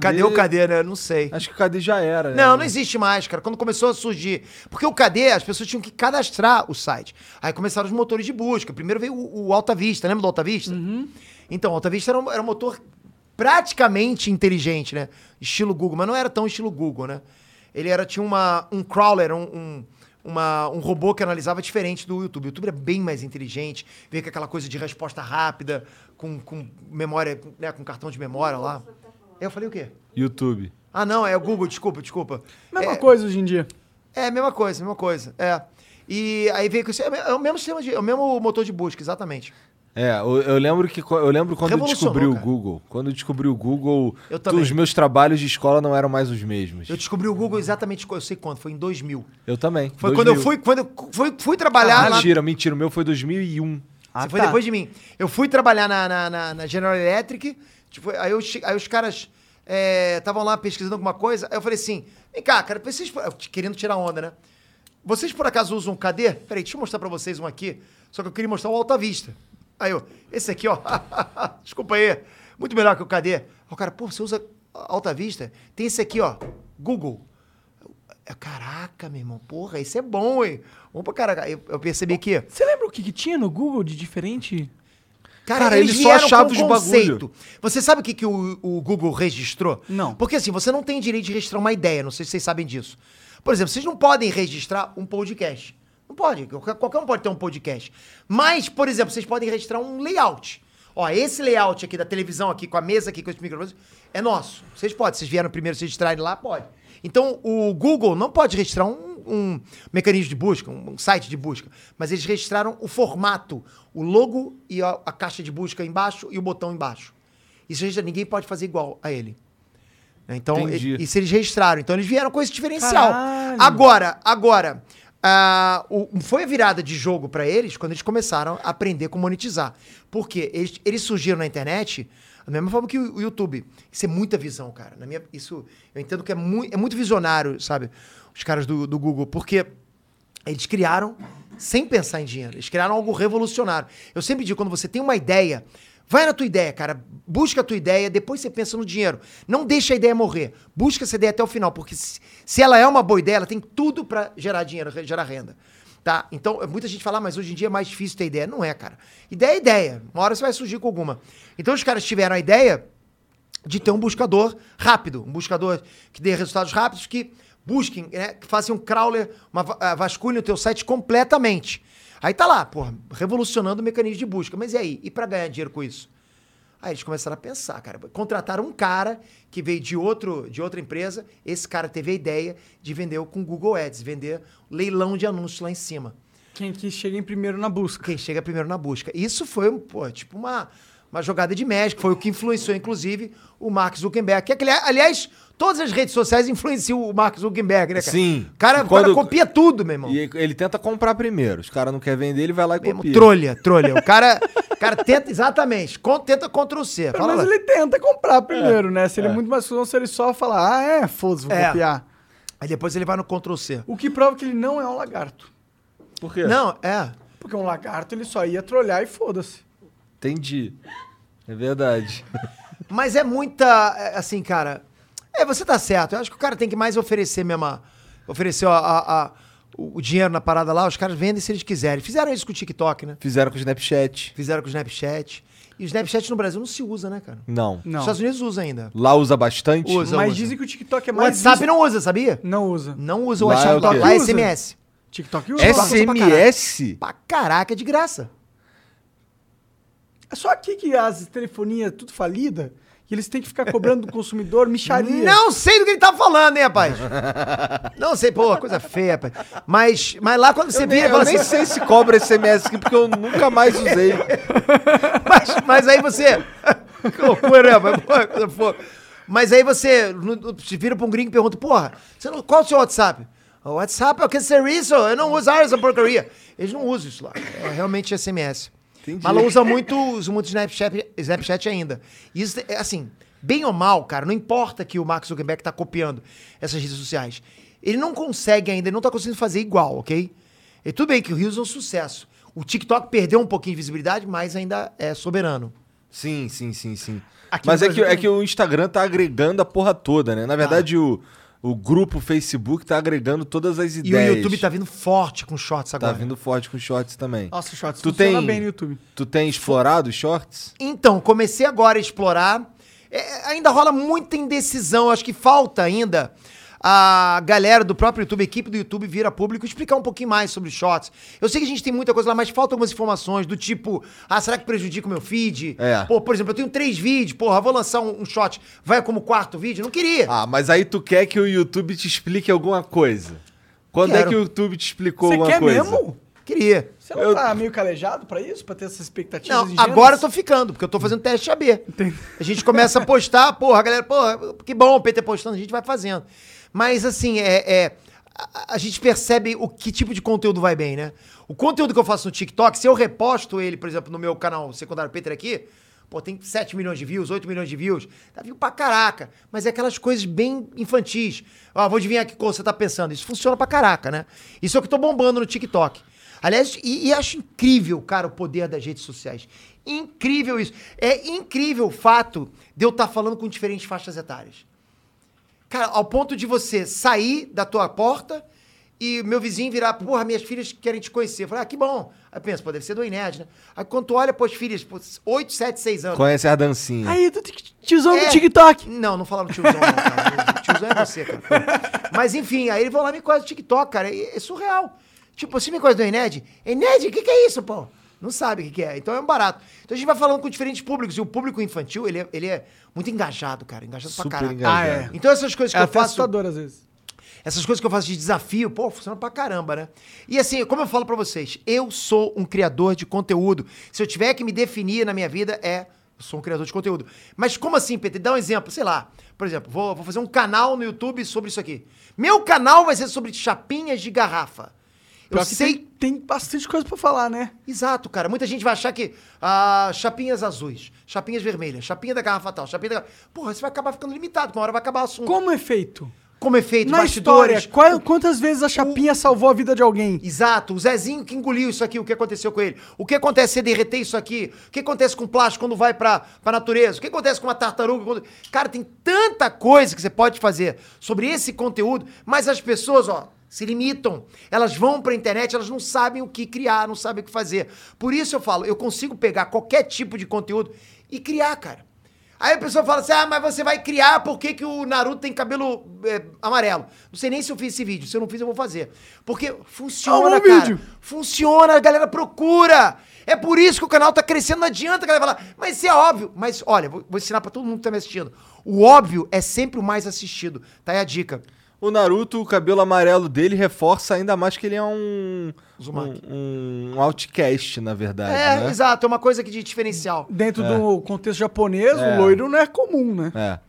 Cadê o cadê, né? Não sei. Acho que o KD já era, né? Não, não existe mais, cara. Quando começou a surgir. Porque o cadê, as pessoas tinham que cadastrar o site. Aí começaram os motores de busca. Primeiro veio o, o Alta Vista, lembra do Alta Vista? Então, o Alta Vista era um, era um motor praticamente inteligente, né? Estilo Google, mas não era tão estilo Google, né? Ele era, tinha uma, um crawler, um. um- uma- um robô que analisava diferente do YouTube. O YouTube era bem mais inteligente, veio com aquela coisa de resposta rápida, com, com memória, né, com cartão de memória lá. Eu falei o quê? YouTube. Ah, não, é o Google, desculpa, desculpa. Mesma é, coisa hoje em dia. É, mesma coisa, mesma coisa. É. E aí veio com isso. É o mesmo sistema de. É o mesmo motor de busca, exatamente. É, eu, eu lembro que co- eu lembro quando eu Revolucionou, descobri o cara. Google. Quando eu descobri o Google, Eu tu- também. os meus trabalhos de escola não eram mais os mesmos. Eu descobri o Google exatamente. co- Eu sei quando, foi em 2000. Eu também. Foi quando eu 2000. fui, quando eu fui, fui trabalhar Ah, lá. mentira, mentira. O meu foi 2001. Ah, Você foi tá. depois de mim. Eu fui trabalhar na, na, na- na General Electric, tipo, aí, eu che- aí os caras estavam lá pesquisando alguma coisa, aí eu falei assim, vem cá, cara, vocês... por- eu Querendo tirar onda, né? Vocês por acaso usam um KD? Peraí, deixa eu mostrar pra vocês um aqui, só que eu queria mostrar o Alta Vista. Aí eu, esse aqui, ó, desculpa aí, muito melhor que o KD. Aí o cara, pô, você usa Alta Vista? Tem esse aqui, ó, Google. Eu, Caraca, meu irmão, porra, isso é bom, hein? Vamos pra caraca. Aí Eu, eu percebi que... Você lembra o que, que tinha no Google de diferente? Cara, Cara, eles, ele só vieram achava com os um bagulho. conceito. Você sabe o que, que o, o Google registrou? Não. Porque assim, você não tem direito de registrar uma ideia, não sei se vocês sabem disso. Por exemplo, vocês não podem registrar um podcast. Não pode, qualquer qualquer um pode ter um podcast. Mas, por exemplo, vocês podem registrar um layout. Ó, esse layout aqui da televisão aqui, com a mesa aqui, com os microfones, é nosso. Vocês podem. Vocês vieram primeiro se registrarem lá, pode. Então, o Google não pode registrar um, um mecanismo de busca, um um site de busca, mas eles registraram o formato, o logo e a, a caixa de busca embaixo e o botão embaixo. Isso registra- ninguém pode fazer igual a ele. Né? Então, Entendi. e, isso eles registraram. Então, eles vieram com esse diferencial. Caralho. Agora, agora, ah, o- foi a virada de jogo pra eles quando eles começaram a aprender como monetizar. Por quê? Eles, eles surgiram na internet da mesma forma que o, o YouTube. Isso é muita visão, cara. Na minha, isso, eu entendo que é, mui- é muito visionário, sabe? Os caras do, do Google. Porque eles criaram sem pensar em dinheiro. Eles criaram algo revolucionário. Eu sempre digo, quando você tem uma ideia, vai na tua ideia, cara. Busca a tua ideia, depois você pensa no dinheiro. Não deixa a ideia morrer. Busca essa ideia até o final, porque se se ela é uma boa ideia, ela tem tudo pra gerar dinheiro, re- gerar renda. Tá? Então, muita gente fala, "Ah, mas hoje em dia é mais difícil ter ideia. Não é, cara. Ideia é ideia. Uma hora você vai surgir com alguma. Então, os caras tiveram a ideia, de ter um buscador rápido, um buscador que dê resultados rápidos, que busquem, né, que façam um crawler, uma va- ah, vasculhem o teu site completamente. Aí tá lá, porra, revolucionando o mecanismo de busca. Mas e aí? E pra ganhar dinheiro com isso? Aí eles começaram a pensar, cara. Contrataram um cara que veio de, outro, de outra empresa. Esse cara teve a ideia de vender com Google Ads, vender leilão de anúncios lá em cima Quem que chega em primeiro na busca. quem chega primeiro na busca. Isso foi, um, pô, tipo uma, uma jogada de médico, foi o que influenciou, inclusive, o Mark Zuckerberg. Que, é que ele- aliás, todas as redes sociais influenciam o Mark Zuckerberg, né, cara? Sim. O cara, o cara Quando- copia tudo, meu irmão. E ele tenta comprar primeiro. Os caras não querem vender, ele vai lá e Meu irmão, copia. trolha, trolha. O cara, o cara tenta, exatamente, con- tenta Ctrl C. Pelo Fala lá. menos ele tenta comprar primeiro, né? Se ele é muito mais se ele só falar, ah, é, foda-se, vou É. copiar. Aí depois ele vai no Ctrl C. O que prova que ele não é um lagarto. Por quê? Não, é. Porque um lagarto ele só ia trolhar e foda-se. Entendi. É verdade. Mas é muita. é, Assim, cara. É, você tá certo. Eu acho que o cara tem que mais oferecer mesmo. a- oferecer a- a- a- o o dinheiro na parada lá. Os caras vendem se eles quiserem. Fizeram isso com o TikTok, né? Fizeram com o Snapchat. Fizeram com o Snapchat. E o Snapchat no Brasil não se usa, né, cara? Não. Os Não. Estados Unidos usa ainda. Lá usa bastante? Usa. Mas dizem que o TikTok é né? O mais. WhatsApp visto- não usa, sabia? não usa. Não usa o Lá é WhatsApp. o quê? Lá é Usa. SMS. TikTok usa. SMS? Pra caraca, é de graça. É só aqui que as telefonias tudo falida e eles têm que ficar cobrando do consumidor micharia. Não sei do que ele tá falando, hein, rapaz? não sei, pô, coisa feia, rapaz. Mas, mas lá quando você vê. assim, Eu nem sei se cobra SMS aqui, porque eu nunca mais usei. Mas, mas aí você. que loucura, né? Mas, pô, coisa fofa. Mas aí você no- no- se vira pra um gringo e pergunta: porra, você não- qual o seu WhatsApp? O WhatsApp é o que serviço? Eu não uso essa porcaria. Eles não usam isso lá. É realmente SMS. Entendi. Mas lá usa muito, usa muito Snapchat, Snapchat ainda. E Isso, é assim, bem ou mal, cara, não importa que o Mark Zuckerberg tá copiando essas redes sociais. Ele não consegue ainda, ele não tá conseguindo fazer igual, ok? E tudo bem que o Rios é um sucesso. O TikTok perdeu um pouquinho de visibilidade, mas ainda é soberano. Sim, sim, sim, sim. Aqui Mas no é que, Brasil Tá. é também. que o Instagram tá agregando a porra toda, né? Na verdade, o, o grupo Facebook tá agregando todas as E ideias. o YouTube tá vindo forte com shorts Tá agora. vindo forte com shorts também. Nossa, Shorts Tu funciona tem- bem no YouTube. Tu tem explorado os shorts? Então, comecei agora a explorar. É, ainda rola muita indecisão. Acho que falta ainda a galera do próprio YouTube, a equipe do YouTube vira público, explicar um pouquinho mais sobre os shorts. Eu sei que a gente tem muita coisa lá, mas faltam algumas informações do tipo, ah, será que prejudica o meu feed? É. Pô, por exemplo, eu tenho três vídeos, porra, vou lançar um, um short, vai como quarto vídeo? Não queria. Ah, mas aí tu quer que o YouTube te explique alguma coisa. Quando Quero. é que o YouTube te explicou Você alguma quer coisa? mesmo? Queria. Você não tá meio calejado pra isso? Pra ter essas expectativas Não, ingênuas? agora eu tô ficando, porque eu tô fazendo teste AB. A gente começa a postar, porra, a galera, porra, que bom o PT postando, a gente vai fazendo. Mas assim, é. é, a, a gente percebe o que tipo de conteúdo vai bem, né? O conteúdo que eu faço no TikTok, se eu reposto ele, por exemplo, no meu canal secundário Peter aqui, pô, tem 7 milhões de views, 8 milhões de views, tá vindo pra caraca. Mas é aquelas coisas bem infantis. Ó, vou adivinhar que coisa você tá pensando. Isso funciona pra caraca, né? Isso é o que eu tô bombando no TikTok. Aliás, e, e acho incrível, cara, o poder das redes sociais. Incrível isso. É incrível o fato de eu estar falando com diferentes faixas etárias. Cara, ao ponto de você sair da tua porta e meu vizinho virar, porra, minhas filhas querem te conhecer. Eu falei, ah, que bom. Aí pensa, pô, deve ser do Inés, né? Aí quando tu olha pras filhas, pô, 8, 7, 6 anos. Conhece a dancinha. Aí, tu tem que- tiozão É. do TikTok. Não, não falaram tiozão, não, cara. tiozão é você, cara. Mas enfim, aí eles vão lá e me conhecem no TikTok, cara. e É surreal. Tipo, você me conhece do Ened? Ened, o que, que é isso, pô? Não sabe o que que é. Então é um barato. Então a gente vai falando com diferentes públicos. E o público infantil, ele é, ele é muito engajado, cara. Engajado Super pra caralho. engajado. Ah, é. Então essas coisas que É eu até faço. assustador às vezes. Essas coisas que eu faço de desafio, pô, funciona pra caramba, né? E assim, como eu falo pra vocês, eu sou um criador de conteúdo. Se eu tiver que me definir na minha vida, é. Eu sou um criador de conteúdo. Mas como assim, PT? Dá um exemplo, sei lá. Por exemplo, vou, vou fazer um canal no YouTube sobre isso aqui. Meu canal vai ser sobre chapinhas de garrafa. Eu Pior que sei. tem, tem bastante coisa pra falar, né? Exato, cara. Muita gente vai achar que ah, chapinhas azuis, chapinhas vermelhas, chapinha da garrafa tal, chapinha da garrafa. Porra, você vai acabar ficando limitado, uma hora vai acabar o assunto. Como é feito? Como efeito, Na história, qual- é, quantas vezes Um a chapinha salvou a vida de alguém? Exato, o Zezinho que engoliu isso aqui, o que aconteceu com ele? O que acontece se derreter isso aqui? O que acontece com o plástico quando vai pra, pra natureza? O que acontece com uma tartaruga? quando- Cara, tem tanta coisa que você pode fazer sobre esse conteúdo, mas as pessoas, ó, se limitam. Elas vão pra internet, elas não sabem o que criar, não sabem o que fazer. Por isso eu falo, eu consigo pegar qualquer tipo de conteúdo e criar, cara. Aí a pessoa fala assim: ah, mas você vai criar por que, que o Naruto tem cabelo é, amarelo? Não sei nem se eu fiz esse vídeo. Se eu não fiz, eu vou fazer. Porque funciona, Ah, bom cara. vídeo. Funciona, a galera procura. É por isso que o canal tá crescendo. Não adianta a galera falar, mas isso é óbvio. Mas olha, vou, vou ensinar pra todo mundo que tá me assistindo: o óbvio é sempre o mais assistido. Tá aí a dica. O Naruto, o cabelo amarelo dele reforça ainda mais que ele é um. Uzumaki. Um, um outcast, na verdade. É, né? exato, é uma coisa que de diferencial. Dentro do contexto japonês, É. o loiro não é comum, né? É.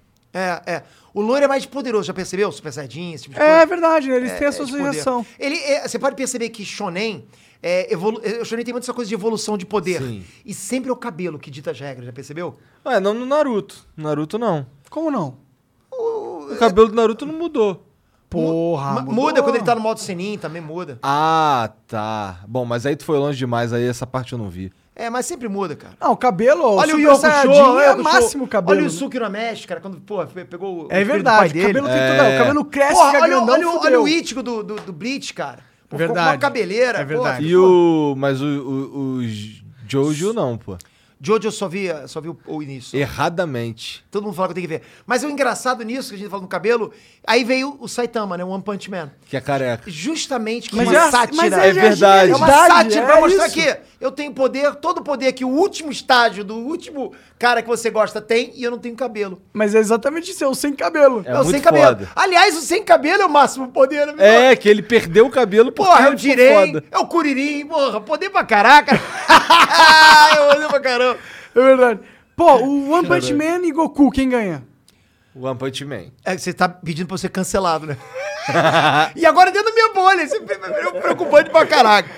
É, é. O loiro é mais poderoso, já percebeu? Super Saiyajin, esse tipo de coisa. É verdade, né? Eles têm é, essa de poder. associação. Ele, é, você pode perceber que Shonen, é, evolu- é, o Shonen tem muito essa coisa de evolução de poder. Sim. E sempre é o cabelo que dita as regras, já percebeu? Ué, não no Naruto. No Naruto, não. Como não? O cabelo do Naruto não mudou. Porra, Ma- mudou. Muda quando ele tá no modo Senin, também muda. Ah, tá. Bom, mas aí tu foi longe demais, aí essa parte eu não vi. É, mas sempre muda, cara. Ah, o cabelo, ó, Olha o Super Yoko Saiyajin Show, é Yoko o máximo o Show. cabelo. Olha o né? Suki no Mesh, cara, quando, porra, pe- pegou É filho do verdade, pai o cabelo tem É. toda. O cabelo cresce, Porra, fica olha, o- grandão, olha, o- fudeu. olha o Ítico do, do, do Bleach, cara. Pô, ficou Com uma Verdade. cabeleira. É pô. verdade. E o. Mas o, o, o Jojo não, pô. Jojo eu só vi, só vi o, o início. É. Erradamente. Todo mundo fala que eu tenho que ver. Mas o engraçado nisso, que a gente fala no cabelo, aí veio o Saitama, né? O One Punch Man. Que é careca. Justamente com Mas uma é- sátira. mas é É verdade. É uma verdade, sátira pra é mostrar isso. que eu tenho poder, todo o poder que o último estágio do último cara que você gosta tem e eu não tenho cabelo. Mas é exatamente isso, é o sem cabelo. É o muito sem cabelo. foda. Aliás, o sem cabelo é o máximo poder, né? meu irmão? É, que ele perdeu o cabelo porque Porra, é o ele ficou direi, foda. é o curirim, porra, poder pra caraca. eu odeio pra caramba. É verdade. Pô, o One Punch Man e Goku, quem ganha? O One Punch Man. É que você tá pedindo pra eu ser cancelado, né? e agora dentro da minha bolha, isso é preocupante pra caraca.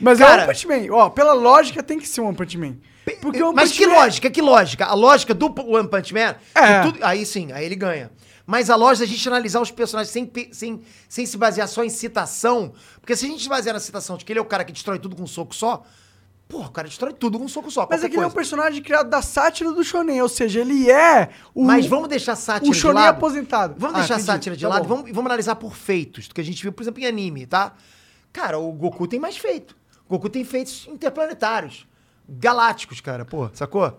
Mas é o Cara- One Punch Man. Ó, pela lógica tem que ser o One Punch Man. Porque o One Mas Punch que Man- lógica, que lógica? A lógica do P- One Punch Man, É. que tudo- aí sim, aí ele ganha. Mas a lógica é a gente analisar os personagens sem, pe- sem, sem se basear só em citação. Porque se a gente se basear na citação de que ele é o cara que destrói tudo com um soco só, porra, o cara destrói tudo com um soco só. Mas qualquer é que ele é um coisa. personagem criado da sátira do Shonen, ou seja, ele é o. Mas vamos deixar a sátira o de Shonen lado. aposentado. Vamos Ah, deixar a entendi. sátira de Tá lado bom. vamos, e vamos analisar por feitos, do que a gente viu, por exemplo, em anime, tá? Cara, o Goku tem mais feito. O Goku tem feitos interplanetários, galácticos, cara, pô, sacou?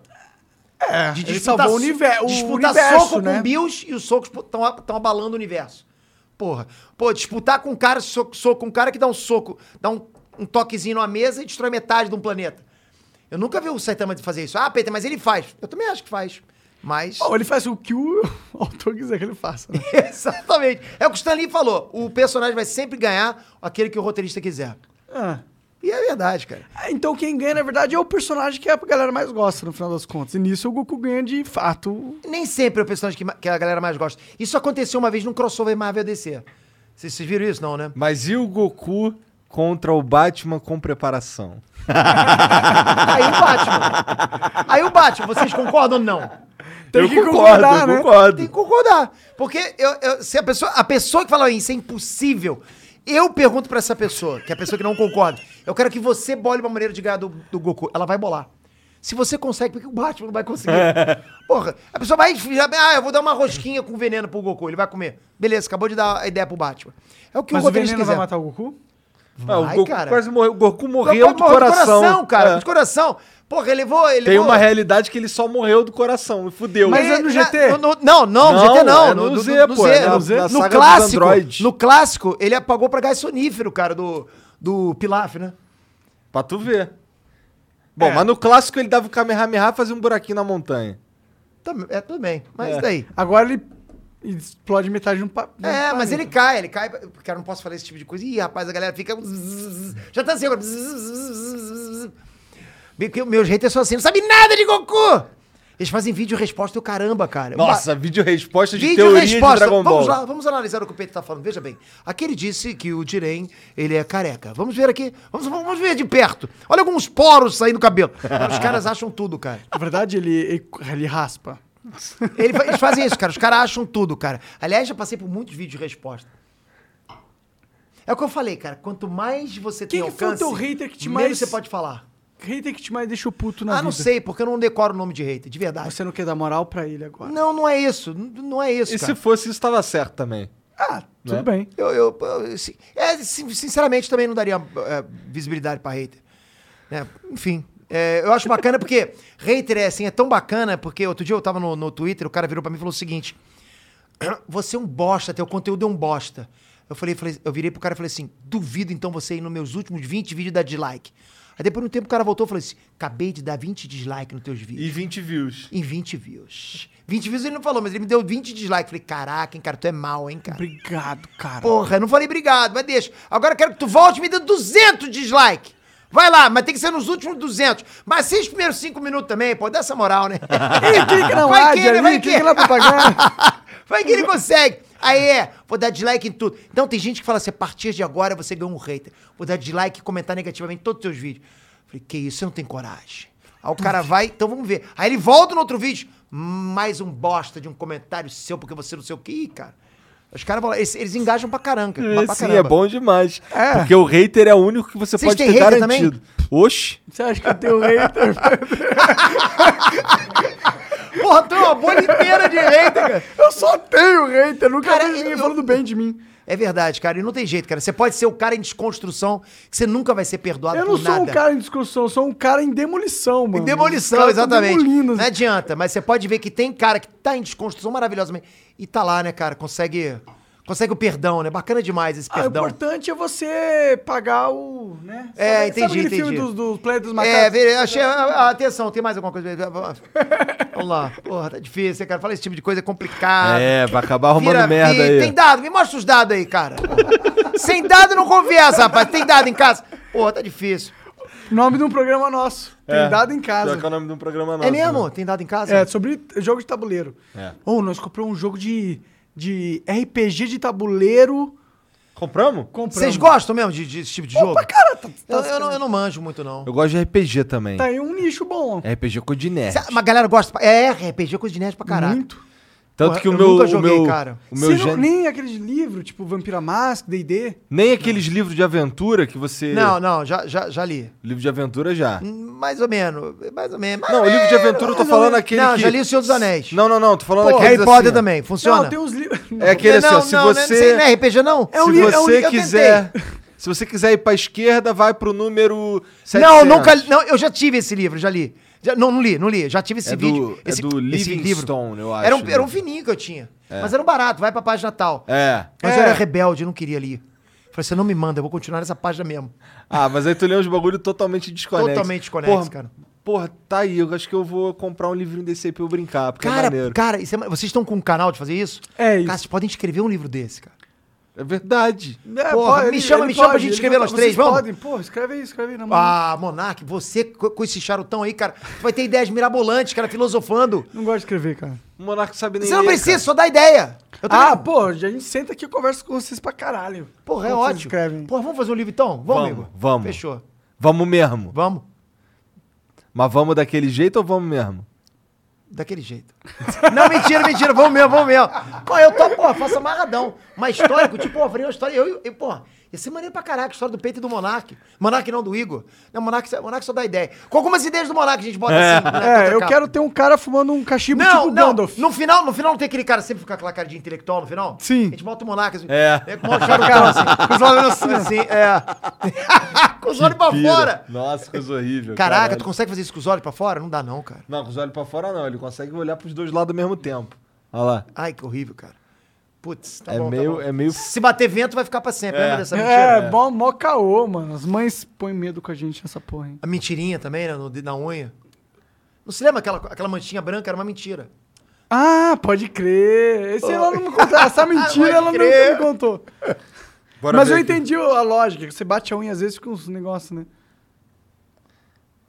É, De ele disputar salvou o so- universo. Disputar o universo, soco né? com Bills e os socos estão abalando o universo. Porra. Pô, disputar com um cara, soco, soco com um cara que dá um soco, dá um, um toquezinho na mesa e destrói metade de um planeta. Eu nunca vi o Saitama fazer isso. Ah, Peter, mas ele faz. Eu também acho que faz. Mas. Bom, ele faz o que o autor quiser que ele faça. Né? Exatamente. É o que o Stanley falou. O personagem vai sempre ganhar aquele que o roteirista quiser. Ah. E é verdade, cara. Então quem ganha, na verdade, é o personagem que a galera mais gosta, no final das contas. E nisso o Goku ganha de fato. Nem sempre é o personagem que, ma- que a galera mais gosta. Isso aconteceu uma vez num crossover Marvel DC. Vocês vocês viram isso, não, né? Mas e o Goku contra o Batman com preparação? Aí o Batman. Aí o Batman, vocês concordam ou não? Tem eu que concordo, concordar, eu né? concordo. Tem que concordar. Porque eu- eu- se a pessoa, a pessoa que fala isso é impossível, eu pergunto pra essa pessoa, que é a pessoa que não concorda, eu quero que você bole uma maneira de ganhar do, do Goku. Ela vai bolar. Se você consegue, por que o Batman não vai conseguir? Porra, a pessoa vai. já- Ah, eu vou dar uma rosquinha com veneno pro Goku, ele vai comer. Beleza, acabou de dar a ideia pro Batman. É o que Mas o o roteirista veneno quiser. vai matar o Goku? Ah, o Vai, Goku cara. quase morreu. O Goku Não, morreu pode do morrer coração. cara, É. de coração. Porra, ele levou. Ele Tem levou- uma realidade que ele só morreu do coração. E fudeu. Mas é no na- GT? no- no- não, não, no Não, GT não. é no Z, pô, é na- na no saga dos clássico, androides. no clássico, ele apagou pra gás sonífero, cara, do, do Pilaf, né? Pra tu ver. Bom, É. mas no clássico ele dava o Kamehameha e fazia um buraquinho na montanha. Tam- É, tudo bem. Mas É. daí. Agora ele explode metade de um pa- de um É, mas planeta. ele cai, ele cai. Cara, eu não posso falar esse tipo de coisa. Ih, rapaz, a galera fica. um Já tá assim agora. Porque Meus haters são assim, não sabe nada de Goku! Eles fazem vídeo resposta do caramba, cara. Nossa, É, vídeo resposta de Vídeo teoria de resposta. Dragon Ball. Vamos lá, vamos analisar o que o Peito tá falando. Veja bem. Aqui ele disse que o Jiren, ele é careca. Vamos ver aqui. Vamos, vamos ver de perto. Olha alguns poros saindo do cabelo. Os caras acham tudo, cara. Na verdade, ele, ele, ele raspa. Ele fa- eles fazem isso, cara. Os caras acham tudo, cara. Aliás, já passei por muitos vídeos de resposta. É o que eu falei, cara. Quanto mais você Quem tem que foi o alcance, teu hater que te menos mais- você pode falar. Hater que te mais deixou puto na ah, vida. Ah, não sei, porque eu não decoro o nome de hater, de verdade. Você não quer dar moral pra ele agora. Não, não é isso. N- Não é isso, E se cara. fosse isso, tava certo também. Ah, tudo Né? bem. Eu, eu, eu- assim, é, sin- sinceramente, também não daria é, visibilidade pra hater. né? Enfim, é, eu acho bacana porque hater é assim, é tão bacana, porque outro dia eu tava no, no Twitter, o cara virou pra mim e falou o seguinte, você é um bosta, teu conteúdo é um bosta. Eu falei, falei- eu virei pro cara e falei assim, duvido então você ir nos meus últimos 20 vídeos dar dislike. Aí depois de um tempo o cara voltou e falou assim, acabei de dar 20 dislike nos teus vídeos E 20 views. em 20 views. 20 views ele não falou, mas ele me deu 20 dislikes. Falei, caraca, hein, cara, tu é mal, hein, cara. Obrigado, cara. Porra, eu não falei obrigado, mas deixa. Agora eu quero que tu volte e me dê 200 dislike. Vai lá, mas tem que ser nos últimos 200. Mas seis primeiros cinco minutos também, pô, dá essa moral, né? Ele clica na Vai que rádio ele- vai ali, que- clica na propaganda. Vai que ele consegue. Aí é, vou dar dislike em tudo. Então tem gente que fala assim, a partir de agora você ganhou um hater. Vou dar dislike e comentar negativamente em todos os seus vídeos. Falei, que isso, você não tem coragem. Aí o cara vai, então vamos ver. Aí ele volta no outro vídeo, mais um bosta de um comentário seu, porque você não sei o que. Ih, cara, os caras vão lá, eles, eles engajam pra caramba. É, pra sim, caramba. é bom demais. É. Porque o hater é o único que você Vocês pode têm ter hater garantido. Oxi. Você acha que eu tenho hater? Porra, tu é uma bolha inteira de hater, cara. Eu só tenho hater, nunca Cara, vi ninguém eu- falando bem de mim. É verdade, cara. E não tem jeito, cara. Você pode ser o cara em desconstrução, que você nunca vai ser perdoado Eu não por sou nada. um cara em discussão, eu sou um cara em demolição, mano. Em Os demolição, caras tão exatamente. Né, Demolindo. Não adianta, mas você pode ver que tem cara que tá em desconstrução maravilhosamente e tá lá, né, cara? Consegue, consegue o perdão, né? Bacana demais esse Ah, o perdão. importante é você pagar o. Né? É, Sabe- entendi, Sabe aquele entendi. filme dos, dos Planeta dos Macacos? é, vê- achei. ah, ah, atenção, tem mais alguma coisa? Vamos lá. Porra, tá difícil, hein, cara. Falar esse tipo de coisa é complicado. É, vai acabar arrumando Vira- merda Ih, aí. Tem dado, me mostra os dados aí, cara. Sem dado não conversa, rapaz. Tem dado em casa? Porra, tá difícil. Nome de um programa nosso. Tem É. dado em Pior que é o casa. nome de um programa nosso. É mesmo? né? Tem dado em casa? É, sobre jogo de tabuleiro. É. Ou nós compramos um jogo de, de RPG de tabuleiro. Compramos? Compramos. Vocês gostam mesmo de, de- desse tipo de jogo? Opa, cara, tá, eu, tá- eu não, eu não manjo muito, não. Eu gosto de RPG também. tá aí um nicho bom. RPG Codiné. Cê- Mas a galera gosta. pra- É, RPG é coisa de nerd pra caralho. Muito. Tanto que o eu meu. nunca o joguei, meu- cara. O meu Se não- gênero- nem... nem aqueles livros, tipo Vampira Mask, D&D. aqueles livros de aventura que você. Não, não, já, já, já li. Livro de aventura já. Hum, Mais ou menos. Mais ou menos. mais Não, ou o livro de menos. aventura eu tô Mais ou falando menos. aquele. Não, que... já li O Senhor dos Anéis. Não, não, não. Tô falando assim, Pô, aquele. Harry Potter também, funciona? Não, tem uns livros... É aquele um assim, Não, ó. não, Se não, não sei, você. não é RPG, não? É um se li- é um você li- eu quiser. Se você quiser ir pra esquerda, vai pro número. 700. Não, nunca. li- Não, eu já tive esse livro, já li. Já- não, não li, não li. Já tive esse É do- vídeo. é esse, do esse Livingstone, eu acho, Era um, né? era um fininho que eu tinha. Mas era um barato, vai pra página tal. É. Mas É. eu era rebelde, eu não queria ler. Falei, você não me manda, eu vou continuar nessa página mesmo. Ah, mas aí tu lê uns bagulho totalmente desconexo. Totalmente desconexo, Porra, cara. Porra, tá aí. Eu acho que eu vou comprar um livrinho desse aí pra eu brincar, porque é Cara, maneiro. cara, isso é ma- vocês estão com um canal de fazer isso? É isso. Cara, vocês podem escrever um livro desse, cara. É verdade. É, Porra, pode, me ele- chama- ele me chama pra pode, gente ele escrever pode. nós três, Vocês vamos? podem, pô, escreve aí, escreve aí na mão. Ah, Monark, você co- com esse charutão aí, cara, vai ter ideias mirabolantes, cara, filosofando. Não gosto de escrever, cara. O monarca sabe nem Você não ler, precisa, só dá ideia. Eu tô Ah, ligado. pô, a gente senta aqui e conversa com vocês pra caralho. porra, é Quando vocês ótimo. Escrevem. Porra, vamos fazer um livro então? Vamos, Vamos, amigo. vamos. Fechou. cara. Vamos mesmo. Vamos. Mas vamos daquele jeito ou vamos mesmo? Daquele jeito. Não, mentira, mentira. Vamos mesmo, vamos mesmo. Pô, eu tô, pô, faço amarradão. Uma história, que, tipo, pô, faria uma história. Eu, eu pô, ia ser maneiro pra caraca, a história do peito e do Monark. Monark não, do Igor. Não, Monark, só- Monark só dá ideia. Com algumas ideias do Monark a gente bota assim. na É, eu contracapa. quero ter um cara fumando um cachimbo Não, tipo não. Gandalf. No final, no final não tem aquele cara sempre fica com aquela cara de intelectual no final? Sim. A gente bota o Monark assim. É. com o charutão assim. Com os olhos assim. assim é. com os olhos pra Pira. fora. Nossa, coisa horrível. Caraca, caralho. tu consegue fazer isso com os olhos pra fora? Não dá não, cara. Não, com os olhos pra fora não. Ele consegue olhar pros dois lados ao mesmo tempo. Olha lá. Ai, que horrível, cara. Putz, tá É bom, tá meio, bom. é meio Se bater vento, vai ficar pra sempre. É. Lembra dessa mentira? né? É, mó, mó caô, mano. As mães põem medo com a gente nessa porra, hein? A mentirinha também, né? no- na unha. Não se lembra aquela, aquela manchinha branca? Era uma mentira. Ah, pode crer. Esse ela não me contou. Essa mentira Pode ela nunca crer. me contou. Bora Mas ver eu aqui. entendi a lógica. que Você bate a unha às vezes com uns negócios, né?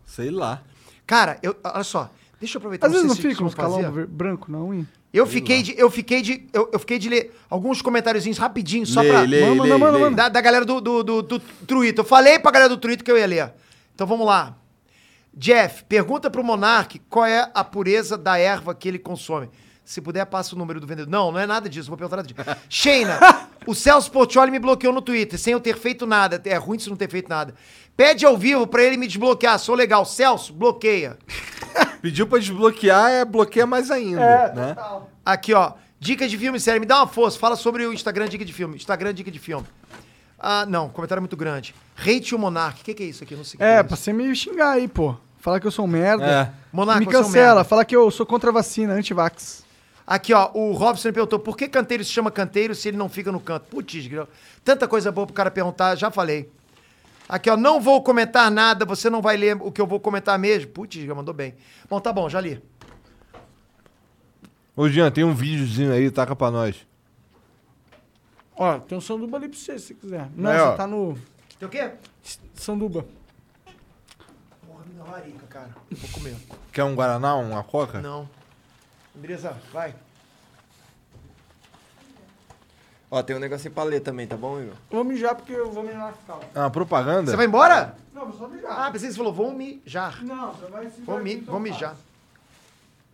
Sei lá. Cara, eu, olha só. Deixa eu aproveitar. Às vezes não sei se fica uns vocês vão fazer. calombos ver- branco na unha. Eu fiquei, de, eu fiquei de. Eu, eu fiquei de ler alguns comentáriozinhos rapidinho, só Lê, pra. lê, Manda, lê, manda, manda, lê. manda. Da, da galera do, do, do, do Twitter. Eu falei pra galera do Twitter que eu ia ler. Então vamos lá. Jeff, pergunta pro Monark qual é a pureza da erva que ele consome. Se puder, passa o número do vendedor. Não, não é nada disso, vou perguntar nada disso. Sheina, o Celso Portioli me bloqueou no Twitter, sem eu ter feito nada. É ruim se não ter feito nada. Pede ao vivo pra ele me desbloquear. Sou legal. Celso, bloqueia. Pediu pra desbloquear, é bloqueia mais ainda, né? Aqui, ó. Dica de filme, sério. Me dá uma força. Fala sobre o Instagram Dica de Filme. Instagram Dica de Filme. Ah, não. Comentário muito grande. Hate o Monark. O que, que é isso aqui? Eu Não sei o que É, que pra você me xingar aí, pô. Falar que eu sou um merda. É. Monaco, me você é um cancela. merda. Fala que eu sou contra a vacina, anti-vax. Aqui, ó. O Robson perguntou por que canteiro se chama canteiro se ele não fica no canto. Putz, grilo. Tanta coisa boa pro cara perguntar. Já falei. Aqui, ó. Não vou comentar nada. Você não vai ler o que eu vou comentar mesmo. Putz, grilo, mandou bem. Bom, tá bom. Já li. Ô, Jean, tem um videozinho aí, taca pra nós. Ó, tem um sanduba ali pra você, se quiser. Não, Aí, ó. você tá no Tem o quê? sanduba. Porra, me dá uma larica, cara. Vou comer. Quer um Guaraná, uma coca? Não. Andresa, vai. Ó, tem um negócio em palê também, tá bom, Igor? Eu vou mijar porque eu vou mijar na calça. É uma propaganda? Você vai embora? Não, vou só mijar. Ah, pensei que você falou, vou mijar. Não, você vai se Vou, mi vou mijar.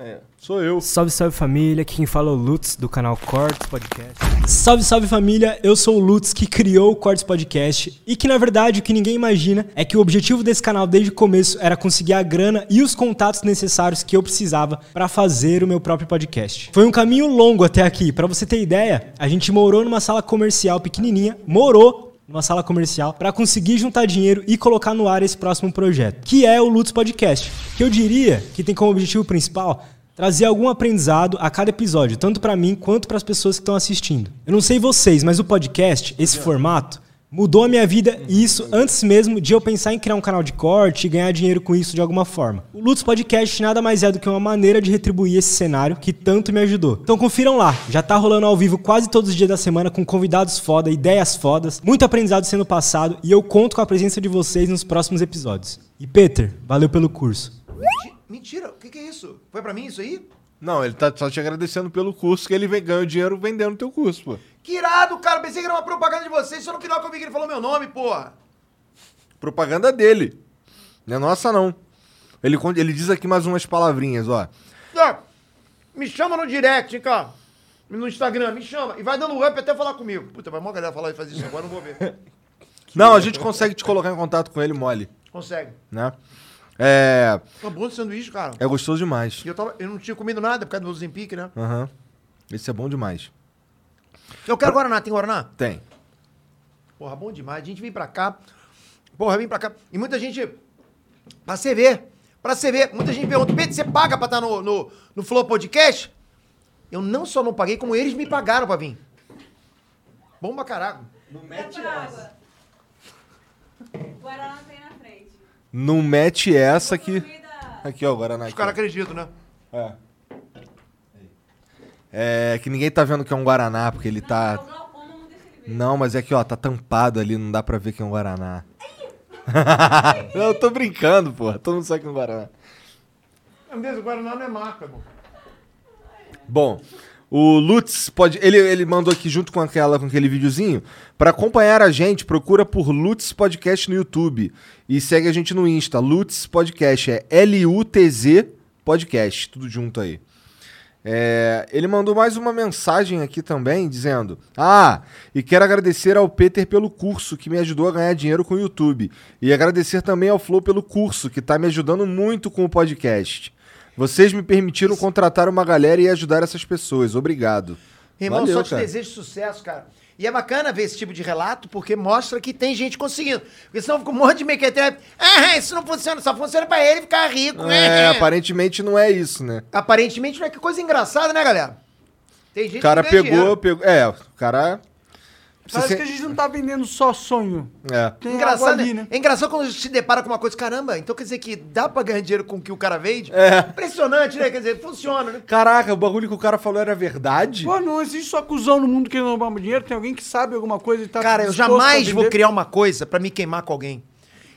É. Sou eu. Salve, salve família, aqui quem fala é o Lutz do canal Cortes Podcast. Salve, salve família, eu sou o Lutz que criou o Cortes Podcast e que na verdade o que ninguém imagina é que o objetivo desse canal desde o começo era conseguir a grana e os contatos necessários que eu precisava para fazer o meu próprio podcast. Foi um caminho longo até aqui, para você ter ideia, a gente morou numa sala comercial pequenininha, morou numa sala comercial para conseguir juntar dinheiro e colocar no ar esse próximo projeto, que é o Lutz Podcast, que eu diria que tem como objetivo principal trazer algum aprendizado a cada episódio, tanto pra mim quanto pras pessoas que estão assistindo. Eu não sei vocês, mas o podcast, esse formato, mudou a minha vida e isso antes mesmo de eu pensar em criar um canal de corte e ganhar dinheiro com isso de alguma forma. O Lutz Podcast nada mais é do que uma maneira de retribuir esse cenário que tanto me ajudou. Então confiram lá, já tá rolando ao vivo quase todos os dias da semana com convidados foda, ideias fodas, muito aprendizado sendo passado e eu conto com a presença de vocês nos próximos episódios. E Peter, valeu pelo curso. Menti- Mentira, o que, que é isso? Foi pra mim isso aí? Não, ele tá só te agradecendo pelo curso, que ele vem, ganha o dinheiro vendendo teu curso, pô. Que irado, cara. Pensei que era uma propaganda de vocês, só no final que eu vi que ele falou meu nome, porra. Propaganda dele. Não é nossa, não. Ele, con- ele diz aqui mais umas palavrinhas, ó. Ó, me chama no direct, hein, cara. No Instagram, me chama. E vai dando up até falar comigo. Puta, vai mó galera falar e fazer isso agora, eu não vou ver. não, a gente consegue te colocar em contato com ele mole, Consegue. né? É. Tá bom esse sanduíche, cara. É gostoso demais. E eu, tava, eu não tinha comido nada por causa do Zempic, né? Aham. Esse é bom demais. Eu quero Guaraná, tem Guaraná? Tem. Porra, bom demais. A gente vem pra cá. Porra, vem pra cá. E muita gente. Pra você ver. Pra você ver. Muita gente pergunta: Pedro, você paga pra estar no, no, no Flow Podcast? Eu não só não paguei, como eles me pagaram pra vir. Bom pra caralho. Não É Mete água. é Guaraná tem na frente. Não mete essa No que. meio da- Aqui, ó, Guaraná. Os aqui, caras ó. acreditam, né? É. É, que ninguém tá vendo que é um Guaraná, porque ele O tá. Galpão não deixa ele ver. Não, mas é que, ó, tá tampado ali, não dá pra ver que é um Guaraná. não, eu tô brincando, porra. Todo mundo sabe que é um Guaraná. Beleza, o Guaraná não é marca, irmão. Bom, o Lutz pode. Ele, ele mandou aqui junto com aquela com aquele videozinho. Pra acompanhar a gente, procura por Lutz Podcast no YouTube. E segue a gente no Insta, Lutz Podcast. É L-U-T-Z Podcast. Tudo junto aí. É, ele mandou mais uma mensagem aqui também, dizendo: Ah, e quero agradecer ao Peter pelo curso que me ajudou a ganhar dinheiro com o YouTube. E agradecer também ao Flow pelo curso, que tá me ajudando muito com o podcast. Vocês me permitiram contratar uma galera e ajudar essas pessoas. Obrigado. Irmão, Valeu, só te cara. desejo sucesso, cara. E é bacana ver esse tipo de relato, porque mostra que tem gente conseguindo. Porque senão fica um monte de mequetrefe. Ah, isso não funciona, só funciona pra ele ficar rico. É, Ah, ah. aparentemente não é isso, né? Aparentemente não é que coisa engraçada, né, galera? Tem gente O cara que ganha pegou, dinheiro. pegou. É, o cara. Parece Você- que a gente não tá vendendo só sonho. É. Tem Engraçado, algo ali, né? né? É engraçado quando a gente se depara com uma coisa, caramba, então quer dizer que dá pra ganhar dinheiro com o que o cara vende? É. Impressionante, né? Quer dizer, funciona, né? Caraca, o bagulho que o cara falou era verdade? Pô, não existe só cuzão no mundo querendo roubar meu dinheiro. Tem alguém que sabe alguma coisa e tá Cara, eu disposto a jamais vender. vou criar uma coisa pra me queimar com alguém.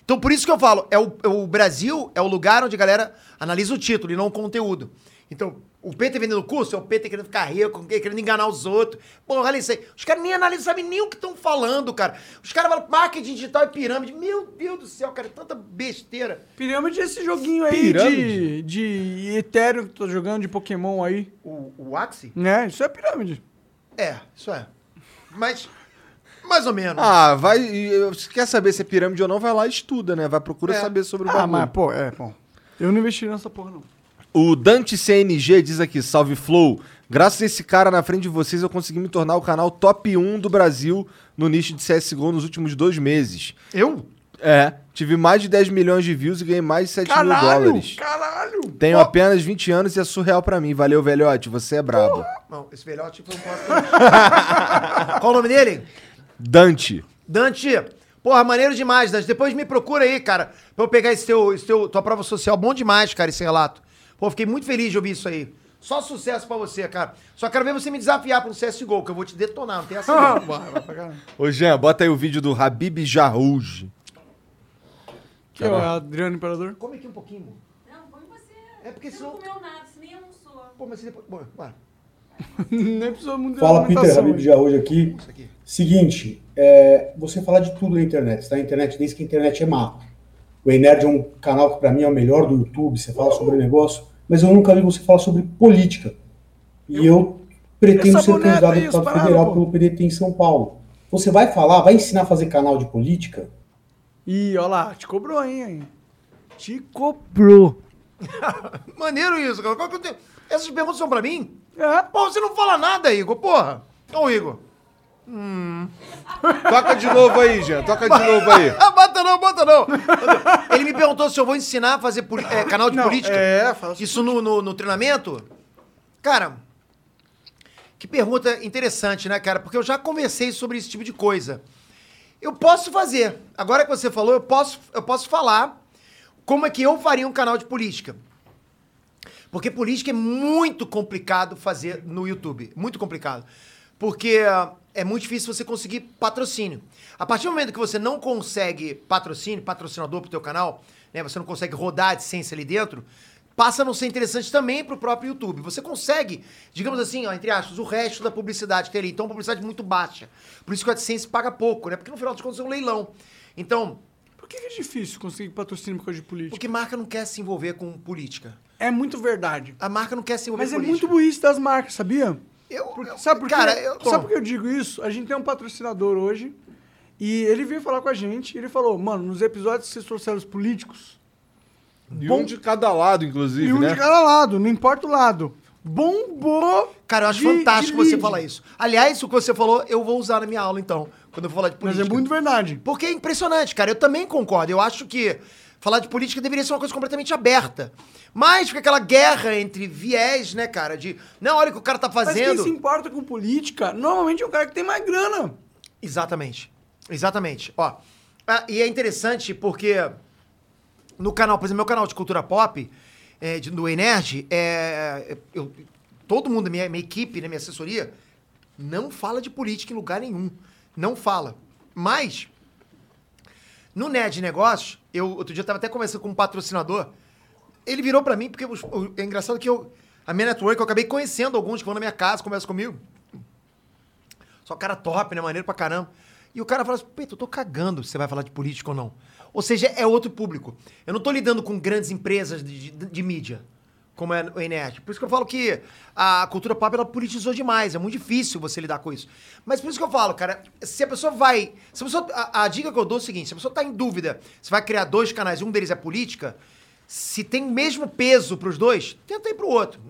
Então por isso que eu falo, é o, é o Brasil é o lugar onde a galera analisa o título e não o conteúdo. Então, o PT vendendo curso é o PT querendo ficar rico, querendo enganar os outros. Porra, olha isso aí. Os caras nem analisam, sabem nem o que estão falando, cara. Os caras falam marketing digital e pirâmide. Meu Deus do céu, cara, é tanta besteira. Pirâmide é esse joguinho aí de, Pirâmide? de Ethereum que tu tá jogando, de Pokémon aí. O, o Axie? Né? Isso é pirâmide. É, isso é. Mas, mais ou menos. Ah, vai. e, Se quer saber se é pirâmide ou não, vai lá e estuda, né? Vai procurar É. saber sobre o Ah, bagulho. mas, pô, é, pô. Eu não investiria nessa porra, não. O Dante CNG diz aqui, salve Flow. Graças a esse cara na frente de vocês, eu consegui me tornar o canal top 1 do Brasil no nicho de CSGO nos últimos dois meses. Eu? É. Tive mais de 10 milhões de views e ganhei mais de 7 mil dólares. Caralho! Tenho apenas 20 anos e é surreal pra mim. Valeu, velhote. Você é brabo. Não, esse velhote foi um pote. Qual o nome dele? Dante. Dante, porra, maneiro demais, Dante. Depois me procura aí, cara, pra eu pegar esse teu, esse teu, tua prova social. Bom demais, cara, esse relato. Pô, fiquei muito feliz de ouvir isso aí. Só sucesso pra você, cara. Só quero ver você me desafiar pra um CSGO, que eu vou te detonar, não tem essa não. Ô, Jean, bota aí o vídeo do Habib Jarrouj. Que é o Adriano Imperador? Come aqui um pouquinho, amor. Não, como você. É porque você senão- não comeu nada, você nem almoçou. Pô, mas e depois... Bom, bora. Nem precisou mudar Fala, a Peter alimentação, Habib hein? já hoje aqui. tá aqui. Seguinte, é, você fala de tudo na internet, tá? Internet, desde que a internet é mato. O Enerd é um canal que pra mim é o melhor do YouTube, você fala sobre negócio, mas eu nunca vi você falar sobre política. E eu pretendo Essa ser boneta candidato a aí, deputado os pararam, pô. federal pelo PDT em São Paulo. Você vai falar, vai ensinar a fazer canal de política? Ih, ó lá, te cobrou, hein, hein? Te cobrou. Maneiro isso, cara. Qual que eu tenho- Essas perguntas são pra mim? É, Pô, você não fala nada, Igor, porra. Ô, Igor. Toca de novo aí, Jean. Toca de novo aí. Ah, bota não, bota não. Ele me perguntou se eu vou ensinar a fazer poli- eh, canal de política. é, fala sobre Isso no, no, no treinamento? Cara, que pergunta interessante, né, cara? Porque eu já conversei sobre esse tipo de coisa. Eu posso fazer. Agora que você falou, eu posso, eu posso falar como é que eu faria um canal de política. Porque política é muito complicado fazer no YouTube. Muito complicado. Porque ah, é muito difícil você conseguir patrocínio. A partir do momento que você não consegue patrocínio, patrocinador pro teu canal, né? Você não consegue rodar a AdSense ali dentro, passa a não ser interessante também pro próprio YouTube. Você consegue, digamos assim, ó, entre aspas, o resto da publicidade que tem ali. Então, publicidade muito baixa. Por isso que o AdSense paga pouco, né? Porque no final das contas é um leilão. Então, Por que que é difícil conseguir patrocínio por causa de política? porque marca não quer se envolver com política. É muito verdade. A marca não quer se envolver Mas com é política. muito burrice das marcas, sabia? Eu, Por- eu- sabe por quê? cara, eu- sabe por que eu digo isso? A gente tem um patrocinador hoje e ele veio falar com a gente e ele falou, mano, nos episódios que vocês trouxeram os políticos, E Bom- um de cada lado, inclusive, e um né? de cada lado, não importa o lado. Bombou! Cara, eu acho de- fantástico de você lead. falar isso. Aliás, o que você falou, eu vou usar na minha aula, então, quando eu for falar de Mas política. é muito verdade. Porque é impressionante, cara. Eu também concordo. Eu acho que falar de política deveria ser uma coisa completamente aberta. Mas fica aquela guerra entre viés, né, cara? De, não, olha o que o cara tá Mas quem fazendo. se importa com política, normalmente é o cara que tem mais grana. Exatamente. Exatamente. Ó, ah, e é interessante porque no canal, por exemplo, meu canal de cultura pop, é, de, do Enerd, é, eu, todo mundo, minha, minha equipe, né, minha assessoria, não fala de política em lugar nenhum. Não fala. Mas, no Nerd Negócios, eu outro dia eu tava até conversando com um patrocinador, ele virou pra mim, porque os- o- é engraçado que eu, a minha network, eu acabei conhecendo alguns que vão na minha casa, conversam comigo. Só cara top, né? Maneiro pra caramba. E o cara fala assim, Peito, eu tô cagando se você vai falar de política ou não. Ou seja, é outro público. Eu não tô lidando com grandes empresas de, de- de mídia, como é o Enerd. Por isso que eu falo que a cultura pop, ela politizou demais. É muito difícil você lidar com isso. Mas por isso que eu falo, cara, se a pessoa vai... Se a, pessoa, a, a dica que eu dou é o seguinte, se a pessoa tá em dúvida, se vai criar dois canais e um deles é política, se tem o mesmo peso pros dois, tenta ir pro outro.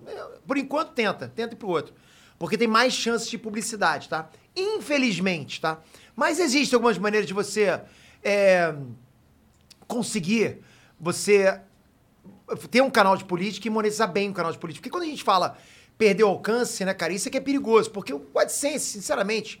Por enquanto, tenta. Tenta ir pro outro. Porque tem mais chances de publicidade, tá? Infelizmente, tá? Mas existem algumas maneiras de você é, conseguir você ter um canal de política e monetizar bem o canal de política. Porque quando a gente fala perder o alcance, né, cara? Isso é que é perigoso, porque o AdSense, sinceramente,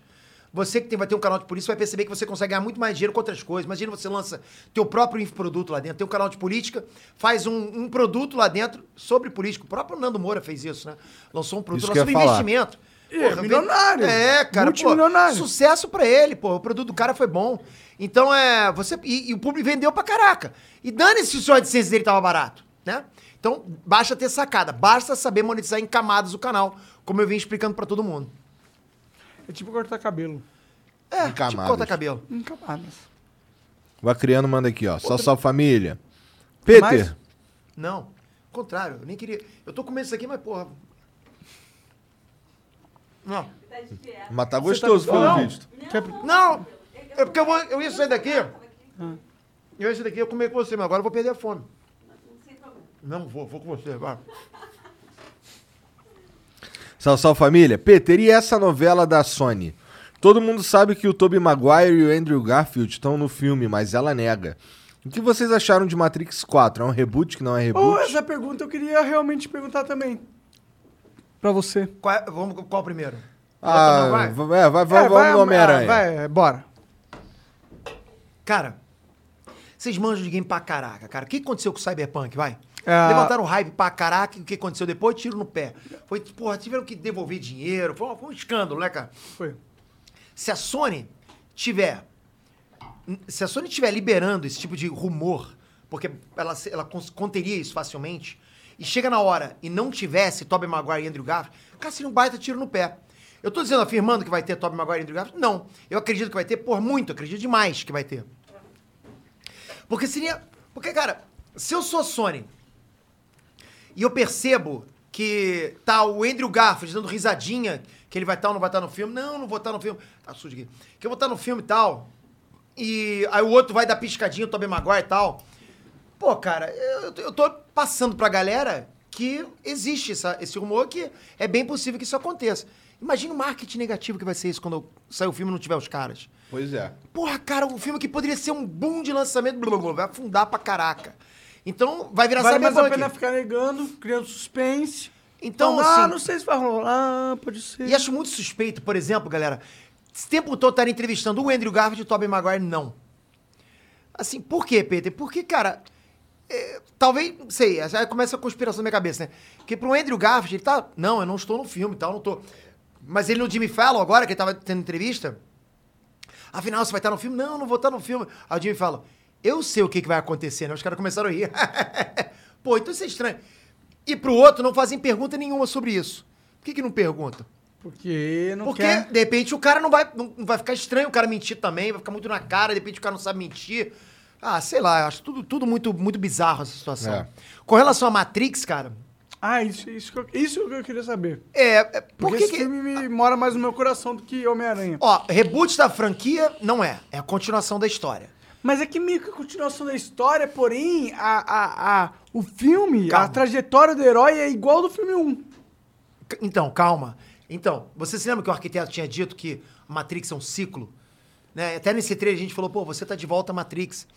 você que tem- vai ter um canal de política vai perceber que você consegue ganhar muito mais dinheiro com outras coisas. Imagina você lança teu próprio infoproduto lá dentro, tem um canal de política, faz um, um produto lá dentro sobre política. O próprio Nando Moura fez isso, né? Lançou um produto, Isso que eu lançou um ia falar. investimento. É, vem- milionário. É, cara. Multimilionário. Pô, sucesso pra ele, pô. O produto do cara foi bom. Então é. Você, e, e o público vendeu pra caraca. E dane-se se o seu AdSense dele tava barato, né? Então, basta ter sacada, basta saber monetizar em camadas o canal, como eu vim explicando pra todo mundo. É tipo cortar cabelo. Em É, tipo camadas. corta cabelo. Em camadas. O Acriano manda aqui, ó. Só salve família. Peter, mais? Não, contrário, eu nem queria. Eu tô comendo isso aqui, mas porra. Não, Tá de dieta. mas tá gostoso pelo Não. visto. Quer- não! É porque eu, vou, eu ia sair daqui. Eu ia sair daqui, eu comer com você, mas agora eu vou perder a fome. Não vou, vou com você, vai. Sal, sal família. Peter, e essa novela da Sony? Todo mundo sabe que o Tobey Maguire e o Andrew Garfield estão no filme, mas ela nega. O que vocês acharam de Matrix 4? É um reboot que não Oh, é reboot? essa pergunta eu queria realmente perguntar também. Pra você. Qual, é- vamos, com- qual primeiro? um, ah, Vai. vai, vai, vai, vai, É, vamos no ah, Homem-Aranha. Vai, bora. Cara, vocês manjam de game pra caraca, cara. O que aconteceu com o Cyberpunk, vai? É. Ah. Levantaram hype pra caraca, e o que aconteceu depois? Tiro no pé. Foi, porra, tiveram que devolver dinheiro, foi, um- foi um escândalo, né, cara? Foi. Se a Sony tiver. Se a Sony tiver liberando esse tipo de rumor, porque ela, se- ela cons- conteria isso facilmente, e chega na hora e não tivesse Tobey Maguire e Andrew Garfield, cara, seria um baita tiro no pé. Eu tô dizendo, afirmando que vai ter Tobey Maguire e Andrew Garfield? Não. Eu acredito que vai ter, por muito, acredito demais que vai ter. Porque seria. Porque, cara, se eu sou a Sony e eu percebo que tá o Andrew Garfield dando risadinha, que ele vai estar ou não vai estar no filme. Não, não vou estar no filme. Tá sujo aqui. Que eu vou estar no filme e tal. E aí o outro vai dar piscadinha, o Tobey Maguire e tal. Pô, cara, eu, eu tô passando pra galera que existe essa- esse rumor que é bem possível que isso aconteça. Imagina o marketing negativo que vai ser isso quando sair o filme e não tiver os caras. Pois é. Porra, cara, um filme que poderia ser um boom de lançamento, blá, blá, blá, vai afundar pra caraca. Então, vai virar Vale mais a Cyberpunk. pena ficar negando, criando suspense. Então, ah, assim- não sei se vai rolar, pode ser. E acho muito suspeito, por exemplo, galera, esse tempo todo estar entrevistando o Andrew Garfield e o Tobey Maguire, não. Assim, por quê, Peter? Porque, cara, é, talvez, não sei, aí começa a conspiração na minha cabeça, né? Porque pro Andrew Garfield, ele tá, não, eu não estou no filme e tal, não tô. Mas ele no Jimmy Fallon agora, que ele tava tendo entrevista, afinal, você vai estar no filme? Não, não vou estar no filme. Aí o Jimmy fala, eu sei o que, que vai acontecer, né? Os caras começaram a rir. Pô, então isso é estranho. E pro outro não fazem pergunta nenhuma sobre isso. Por que que não perguntam? Porque não Porque, quer. de repente, o cara não vai. Não não vai ficar estranho o cara mentir também, vai ficar muito na cara, de repente o cara não sabe mentir. Ah, sei lá, eu acho tudo, tudo muito, muito bizarro essa situação. É. Com relação a Matrix, cara, Ah, isso, isso, que eu, isso que eu queria saber. é. é por Porque que esse que- filme me mora mais no meu coração do que Homem-Aranha. Ó, reboot da franquia não é. É a continuação da história. Mas é que meio que a continuação da história, porém, a, a, a, o filme, Calma. a trajetória do herói é igual ao do filme 1. C- Então, calma. Então, você se lembra que o arquiteto tinha dito que a Matrix é um ciclo? Né? Até nesse trailer a gente falou, pô, você tá de volta à Matrix.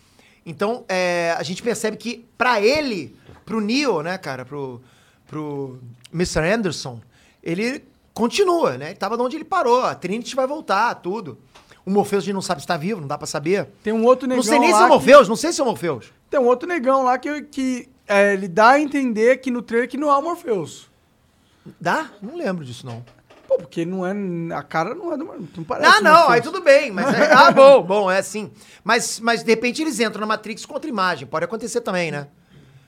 Então, é, a gente percebe que pra ele, pro Neo, né, cara, pro, pro Mr. Anderson, ele continua, né? Ele tava de onde ele parou, a Trinity vai voltar, tudo. O Morpheus a gente não sabe se tá vivo, não dá pra saber. Tem um outro negão Não sei nem lá se é o que- Morpheus, não sei se é o Morpheus. Tem um outro negão lá que, que é, ele dá a entender que no trailer que não há o Morpheus. Dá? Não lembro disso, não. Pô, porque não é. A cara não é do Mor- Não parece. Ah, não, Morpheus. aí tudo bem, mas é, ah, bom, bom, é assim. Mas, mas de repente eles entram na Matrix contra imagem, pode acontecer também, né?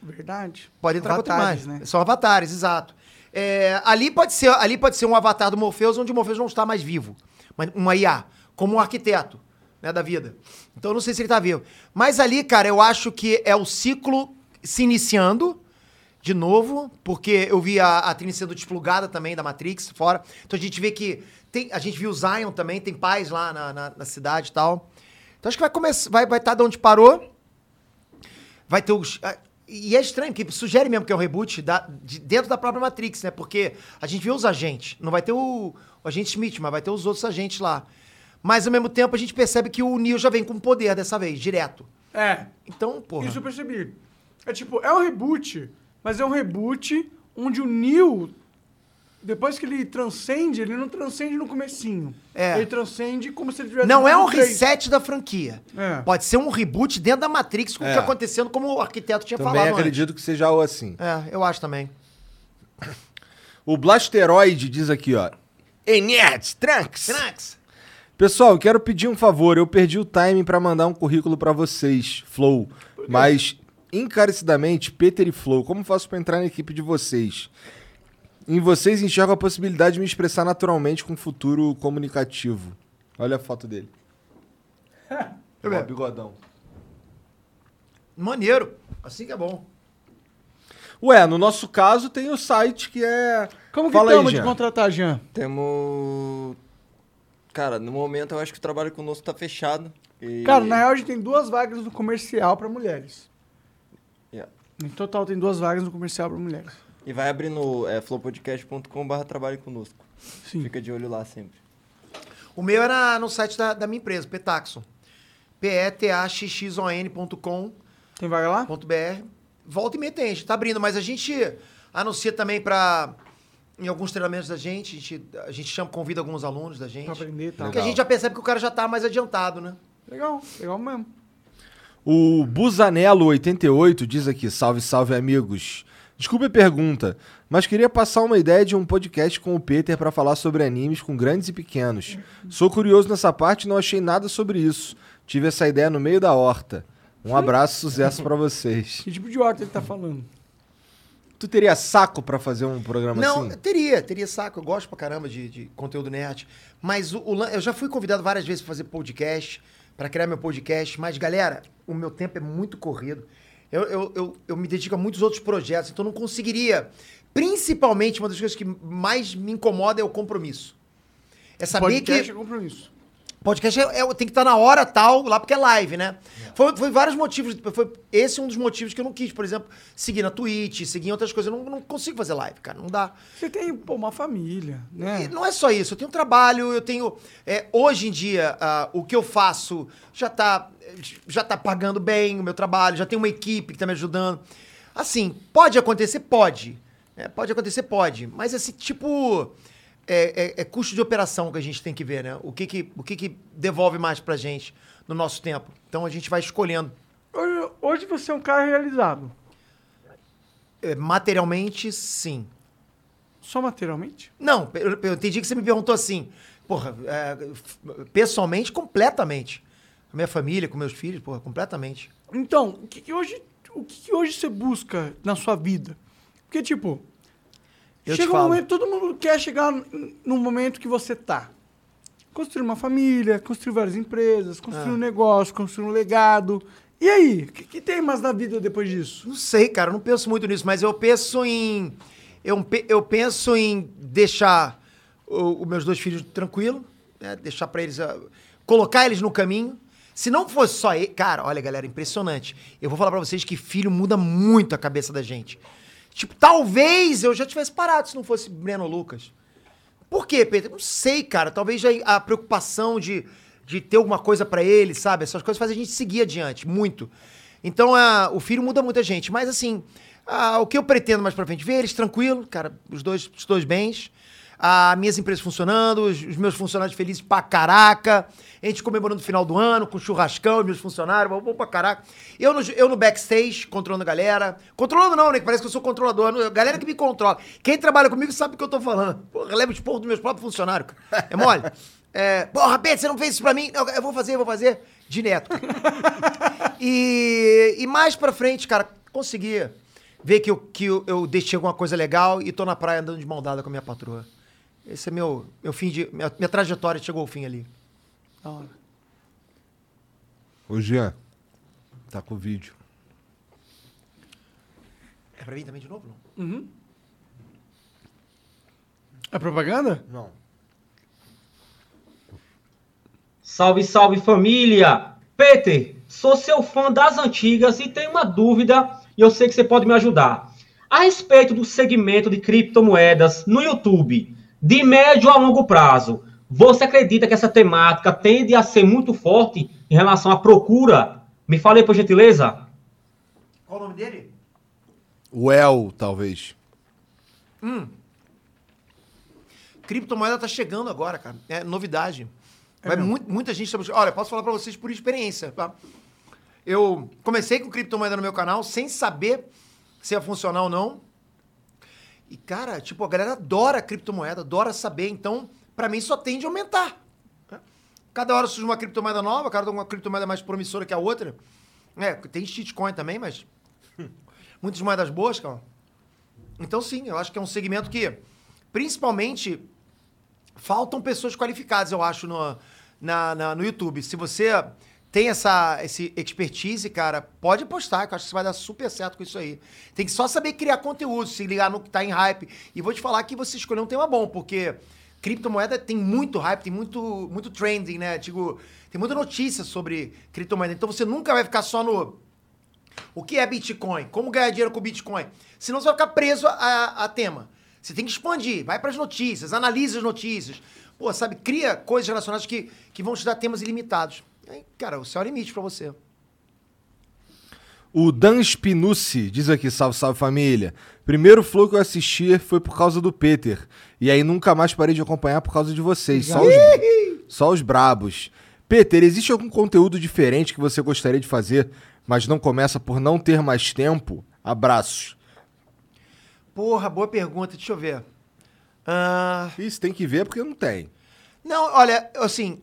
Verdade. Pode entrar Avatares, né? contra imagem, são avatares, exato. É, ali pode ser, ali pode ser um avatar do Morpheus onde o Morpheus não está mais vivo, mas uma IA, como um arquiteto, né, da vida. Então eu não sei se ele tá vivo, mas ali, cara, eu acho que é o ciclo se iniciando de novo, porque eu vi a, a Trini sendo desplugada também da Matrix fora. Então a gente vê que tem, a gente viu o Zion também, tem paz lá na, na- na cidade e tal. Então acho que vai começar, vai vai estar de onde parou. Vai ter os. ah, E é estranho, porque sugere mesmo que é um reboot da- de- dentro da própria Matrix, né? Porque a gente vê os agentes. Não vai ter o, o agente Smith, mas vai ter os outros agentes lá. Mas ao mesmo tempo a gente percebe que o Neo já vem com poder dessa vez, direto. É, Então, porra. isso eu percebi. É tipo, é um reboot, mas é um reboot onde o Neo Depois que ele transcende, ele não transcende no comecinho. É. Ele transcende como se ele tivesse... Não é um no três. reset da franquia. É. Pode ser um reboot dentro da Matrix com o que acontecendo, como o arquiteto tinha Também é falado. antes. acredito que seja algo assim. É, eu acho também. O Blasteroid diz aqui, ó. Ei, nerds, Trunks! Crax, Pessoal, eu quero pedir um favor. Eu perdi o timing pra mandar um currículo pra vocês, Flow. Mas, encarecidamente, Peter e Flow, como faço pra entrar na equipe de vocês? Em vocês enxergo a possibilidade de me expressar naturalmente com um futuro comunicativo. Olha a foto dele. É Ó, Eu mesmo. bigodão. maneiro. Assim que é bom. Ué, no nosso caso tem o site que é. Como que Fala aí, estamos de Jean. contratar, Jean? Temos. Cara, no momento eu acho que o trabalho conosco tá fechado. E... Cara, na real, a gente tem duas vagas no comercial pra mulheres. Yeah. No total, tem duas vagas no comercial pra mulheres. E vai abrir no é, flowpodcast.com.br trabalho conosco. Sim. Fica de olho lá sempre. O meu era no site da, da minha empresa, Petaxon. P-E-T-A-X-X-O-N.com. Tem vaga lá? .br. Volta e meia tem, a gente tá abrindo, mas a gente anuncia também para em alguns treinamentos da gente, a gente, a gente chama, convida alguns alunos da gente. Pra aprender e tal. Porque a gente já percebe que o cara já tá mais adiantado, né? Legal, legal mesmo. O Busanello88 diz aqui: salve, salve, amigos. Desculpe a pergunta, mas queria passar uma ideia de um podcast com o Peter para falar sobre animes com grandes e pequenos. Sou curioso nessa parte e não achei nada sobre isso. Tive essa ideia no meio da horta. Um abraço, sucesso para vocês. Que tipo de horta ele tá falando? Tu teria saco para fazer um programa Não, assim? teria, teria saco. Eu gosto pra caramba de, de conteúdo nerd. Mas o, o lan- eu já fui convidado várias vezes pra fazer podcast, pra criar meu podcast. Mas, galera, o meu tempo é muito corrido. Eu, eu, eu, eu me dedico a muitos outros projetos, então eu não conseguiria. Principalmente, uma das coisas que mais me incomoda é o compromisso. É saber que. é compromisso. Podcast é- é- tem que estar na hora tal, lá porque é live, né? Foi, foi vários motivos. Foi esse é um dos motivos que eu não quis, por exemplo, seguir na Twitch, seguir em outras coisas. Eu não, não consigo fazer live, cara. Não dá. Você tem, pô, uma família, né? E não é só isso. Eu tenho trabalho, eu tenho. é, hoje em dia, ah, o que eu faço já tá, já tá pagando bem o meu trabalho, já tem uma equipe que tá me ajudando. Assim, pode acontecer? Pode. É, pode acontecer? Pode. Mas esse tipo. É, é- é custo de operação que a gente tem que ver, né? O que que, o que que devolve mais pra gente no nosso tempo. Então a gente vai escolhendo. Hoje, hoje você é um cara realizado. É, materialmente, sim. Só materialmente? Não, eu, eu entendi que você me perguntou assim. Porra, é, f- pessoalmente, completamente. Com a minha família, com meus filhos, porra, completamente. Então, o que, que hoje, o que, que hoje você busca na sua vida? Porque, tipo, Eu te chega um falo. momento, todo mundo quer chegar n- no momento que você tá. Construir uma família, construir várias empresas, construir um negócio, construir um legado. E aí, o que, que tem mais na vida depois disso? Não sei, cara, eu não penso muito nisso, mas eu penso em. Eu, pe- eu penso em deixar o- os meus dois filhos tranquilos, né? deixar pra eles. ah, colocar eles no caminho. Se não fosse só ele. Cara, olha, galera, impressionante. Eu vou falar pra vocês que filho muda muito a cabeça da gente. Tipo, talvez eu já tivesse parado se não fosse Breno Lucas. Por quê, Pedro? Não sei, cara. Talvez já a preocupação de, de ter alguma coisa pra ele, sabe? Essas coisas fazem a gente seguir adiante, muito. Então, ah, o filho muda muita gente. Mas, assim, ah, o que eu pretendo mais pra frente? Ver eles tranquilo, cara, os dois, os dois bens. Ah, minhas empresas funcionando, os, os meus funcionários felizes pra caraca. A gente comemorando o final do ano, com churrascão, os meus funcionários, bom pra caraca. Eu no, eu no backstage, controlando a galera. Controlando não, né? Que parece que eu sou controlador. Não, A galera que me controla. Quem trabalha comigo sabe o que eu tô falando. Porra, eu levo os porros dos meus próprios funcionários. cara. É mole? É, porra, Pedro, você não fez isso pra mim? Não, eu vou fazer, eu vou fazer. Direto. E, e mais pra frente, cara, consegui ver que, eu, que eu, eu deixei alguma coisa legal e tô na praia andando de mão dada com a minha patroa. Esse é meu, meu fim de. Minha, minha trajetória chegou ao fim ali. Da hora. Ô, Jean, tá com o vídeo. É pra mim também de novo? Não? É propaganda? Não. Salve, salve família! Peter, sou seu fã das antigas e tenho uma dúvida e eu sei que você pode me ajudar. A respeito do segmento de criptomoedas no YouTube, de médio a longo prazo, você acredita que essa temática tende a ser muito forte em relação à procura? Me fale aí, por gentileza. Qual o nome dele? Well, talvez. Criptomoeda tá chegando agora, cara. É novidade. Vai mu- muita gente tá buscando. Olha, posso falar pra vocês por experiência, tá? Eu comecei com criptomoeda no meu canal sem saber se ia funcionar ou não. E, cara, tipo, a galera adora criptomoeda, adora saber. Então, pra mim, só tende a aumentar. né? Cada hora surge uma criptomoeda nova, cada hora uma criptomoeda mais promissora que a outra. É, tem shitcoin também, mas... Muitas moedas boas, cara. Então, sim, eu acho que é um segmento que, principalmente, faltam pessoas qualificadas, eu acho, no, na, na- no YouTube. Se você tem essa esse expertise, cara, pode postar, que eu acho que você vai dar super certo com isso aí. Tem que só saber criar conteúdo, se ligar no que tá em hype. E vou te falar que você escolheu um tema bom, porque criptomoeda tem muito hype, tem muito, muito trending, né? Digo, tem muita notícia sobre criptomoeda. Então você nunca vai ficar só no o que é Bitcoin? Como ganhar dinheiro com Bitcoin? Senão você vai ficar preso a, a tema. Você tem que expandir, vai para as notícias, analisa as notícias. Pô, sabe, cria coisas relacionadas que, que vão te dar temas ilimitados. Aí, cara, o céu é o limite para você. O Dan Spinucci diz aqui, salve, salve família. Primeiro flow que eu assisti foi por causa do Peter. E aí nunca mais parei de acompanhar por causa de vocês. Só os, só os brabos. Peter, existe algum conteúdo diferente que você gostaria de fazer, mas não começa por não ter mais tempo? Abraços. Porra, boa pergunta, deixa eu ver. Ah, Isso tem que ver porque não tem. não, olha, assim,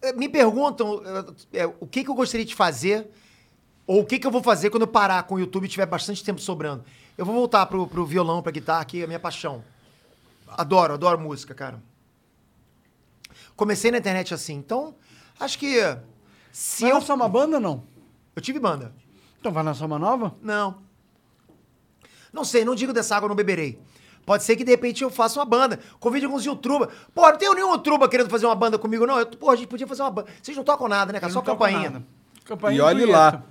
eh, me perguntam eh, eh, o que, que eu gostaria de fazer ou o que, que eu vou fazer quando eu parar com o YouTube e tiver bastante tempo sobrando. Eu vou voltar pro, pro violão, pra guitarra, que é a minha paixão. Adoro, adoro música, cara. Comecei na internet assim, então acho que se Vai eu... lançar uma banda ou não? Eu tive banda. Então vai lançar uma nova? Não. Não sei, não digo dessa água eu não beberei. Pode ser que de repente eu faça uma banda. Convide alguns youtuba. Pô, não tenho nenhum youtuba querendo fazer uma banda comigo, não. Eu, pô, a gente podia fazer uma banda. Vocês não tocam nada, né, cara? Só Não toco campainha. nada. Campainha E olhe punheta. lá.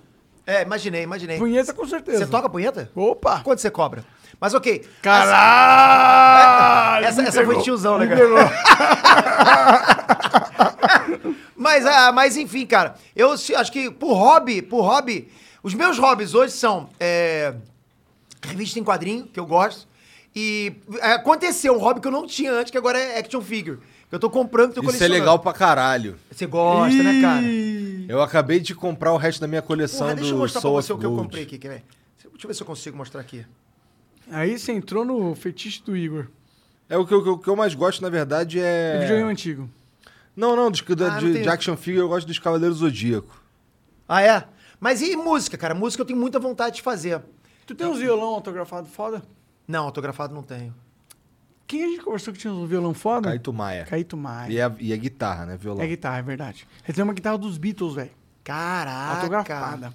É, imaginei, imaginei. Punheta com certeza. Você toca punheta? Opa! Quanto você cobra? Mas ok. Caralho! Essa, essa foi tiozão, né, Me cara? pegou. Mas, ah, mas enfim, cara, eu se- acho que por hobby, por hobby, os meus hobbies hoje são é, revista em quadrinho, que eu gosto, e é, aconteceu um hobby que eu não tinha antes, que agora é action figure. Que eu tô comprando, tô Isso é legal pra caralho. Você gosta, né, cara? Eu acabei de comprar o resto da minha coleção Porra, do deixa eu mostrar pra Soul você o of que eu Gold. comprei aqui, quer ver? Deixa eu ver se eu consigo mostrar aqui. Aí você entrou no fetiche do Igor. É o que, eu- o que eu mais gosto, na verdade, É. é... Videogame antigo. Não, não, de, da- Ah, não de- tem- de action figure eu gosto dos Cavaleiros Zodíaco. Ah, é? Mas e música, cara? Música eu tenho muita vontade de fazer. Tu tem uns violão autografado foda? Não, autografado não tenho. Quem a gente conversou que tinha uns violão foda? Caíto Maia. Caíto Maia. E, é a, e a guitarra, né? Violão. É guitarra, é verdade. Ele tem uma guitarra dos Beatles, velho. Ah, Caraca. Autografada.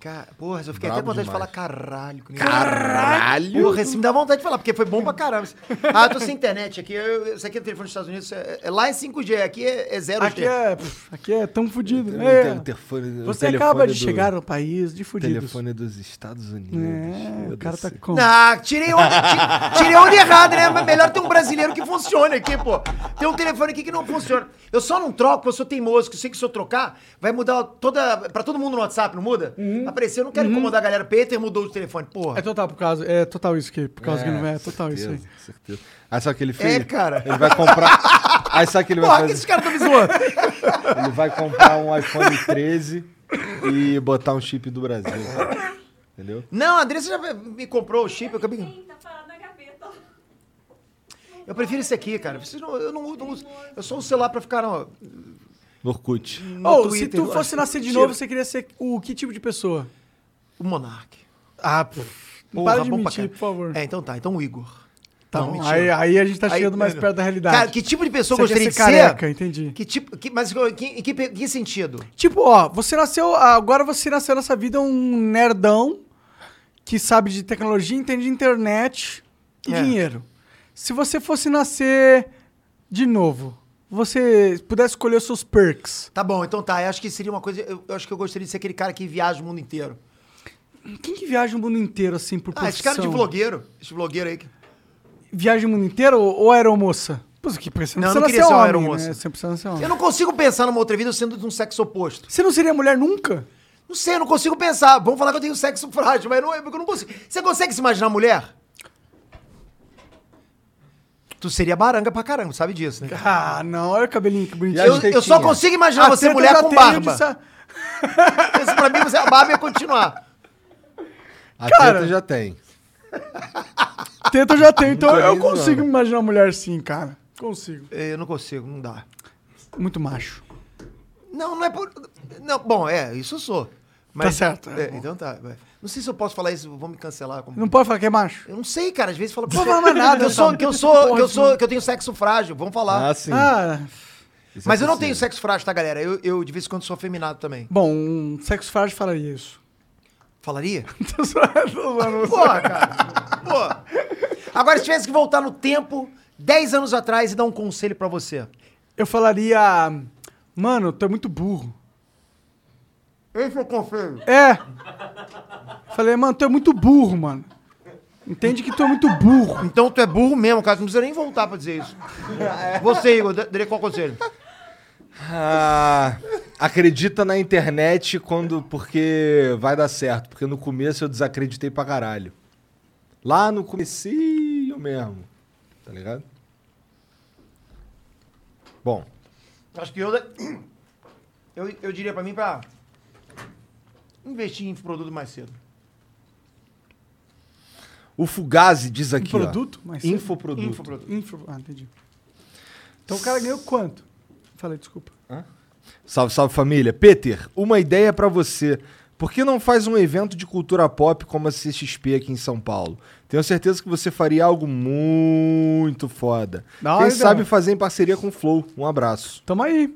Ca- Porra, eu fiquei Brabo até com vontade demais. de falar caralho. que nem- Caralho! Porra, isso me dá vontade de falar, porque foi bom pra caramba. Ah, eu tô sem internet aqui. eu- eu- Isso aqui é telefone dos Estados Unidos. É, é- lá é 5G, aqui é, é 0G. Aqui é, pff, aqui é tão fudido. O É. um te- o telefone- o Você telefone acaba de do- chegar ao país de O fudidos. telefone dos Estados Unidos. É, Meu o cara Deus tá do céu. com... Ah, tirei onda, ti- tirei onda errada, né? Mas melhor ter um brasileiro que funcione aqui, pô. Tem um telefone aqui que não funciona. Eu só não troco, eu sou teimoso, que eu sei que se eu trocar, vai mudar toda. Pra todo mundo no WhatsApp, não muda? Apareceu, eu não quero incomodar a galera. Peter mudou de telefone, porra. Uhum. É total por causa, é total isso que por causa que não é, é certeza, total isso aí. É, Certeza. Aí sabe o que ele fez? cara. Ele vai comprar. Aí sabe o que ele vai Porra, que fazer? esses caras estão me zoando. Ele vai comprar um iPhone 13 e botar um chip do Brasil. Entendeu? Não, a Andressa já me comprou o chip, eu acabei. Sim, tá parado na gaveta. Eu prefiro esse aqui, cara. Vocês não- eu não uso, não uso- Eu só uso celular pra ficar no, No Orkut. no Ou se Twitter, tu eu fosse acho. nascer de Mentira. novo, você queria ser o que tipo de pessoa? O Monark. Ah, pô. Não Porra, para de bom pra mentir, caralho. por favor. É, então tá. Então o Igor. Tá não, bom, mentira. aí, aí a gente tá Aí- chegando mais não. perto da realidade. Cara, que tipo de pessoa Você eu gostaria quer de ser careca, ser? entendi. Que tipo, que, mas que, em que, pe- que sentido? Tipo, ó, você nasceu. Agora você nasceu nessa vida um nerdão que sabe de tecnologia, entende de internet e É. dinheiro. Se você fosse nascer de novo, você pudesse escolher os seus perks. Tá bom, então tá. Eu acho que seria uma coisa. Eu, eu acho que eu gostaria de ser aquele cara que viaja o mundo inteiro. Quem que viaja o mundo inteiro assim por Ah, profissão? esse cara de vlogueiro. Esse vlogueiro aí. que- Viaja o mundo inteiro ou, ou aeromoça? Pô, que- porque você não, Não, precisa eu não queria nascer ser uma homem, aeromoça. né? Você precisa nascer homem. Eu não consigo pensar numa outra vida sendo de um sexo oposto. Você não seria mulher nunca? Não sei, eu não consigo pensar. Vamos falar que eu é tenho sexo frágil, mas não, eu não consigo. Você consegue se imaginar mulher? Tu seria baranga pra caramba, sabe disso, né? Ah, não, olha o cabelinho que bonitinho. Eu, eu só consigo imaginar A você teta mulher já com tem onde barba. sa- Isso pra mim, você, a barba ia continuar. A Cara- teta já tem. Teta eu já tenho, então eu Nunca vi, consigo mano. imaginar uma mulher assim, cara. Consigo. Eu não consigo, não dá. Muito macho. Não, não é por. Não, bom, é, isso eu sou. Mas, Tá certo, é é, bom. então tá. vai. Não sei se eu posso falar isso, vão me cancelar. Como... Não pode falar que é macho? Eu não sei, cara. Às vezes fala. Não vou falar mais nada, Que eu sou, então. que eu sou, que Porra, eu sou, isso- que eu tenho sexo frágil. Vamos falar. Ah, sim. Ah, Isso é Mas eu não tenho possível. sexo frágil, tá, galera? Eu, eu de vez em quando sou afeminado também. bom, um sexo frágil falaria isso. Falaria? Tô zoando, tô zoando. Porra, cara. Porra. Agora, se tivesse que voltar no tempo, 10 anos atrás, e dar um conselho pra você. Eu falaria. Mano, tu é muito burro. Esse é o conselho. É! Falei, mano, tu é muito burro, mano. Entende que tu é muito burro. Então tu é burro mesmo, cara. Tu Não precisa nem voltar pra dizer isso. Você, Igor, daria qual conselho? Ah, acredita na internet quando porque vai dar certo, porque no começo eu desacreditei pra caralho. Lá no comecinho mesmo. Tá ligado? Bom, Acho que eu, eu. Eu diria pra mim pra. Investir em produto mais cedo. o Fugazi diz aqui, ó. Produto? Mas Infoproduto. Infoproduto. Infra... Ah, entendi. Então o cara ganhou quanto? Falei, desculpa. Salve, salve família. Peter, uma ideia pra você. Por que não faz um evento de cultura pop como a CXP aqui em São Paulo? Tenho certeza que você faria algo muito foda. Da hora, Quem então. sabe fazer em parceria com o Flow. Um abraço. Tamo aí.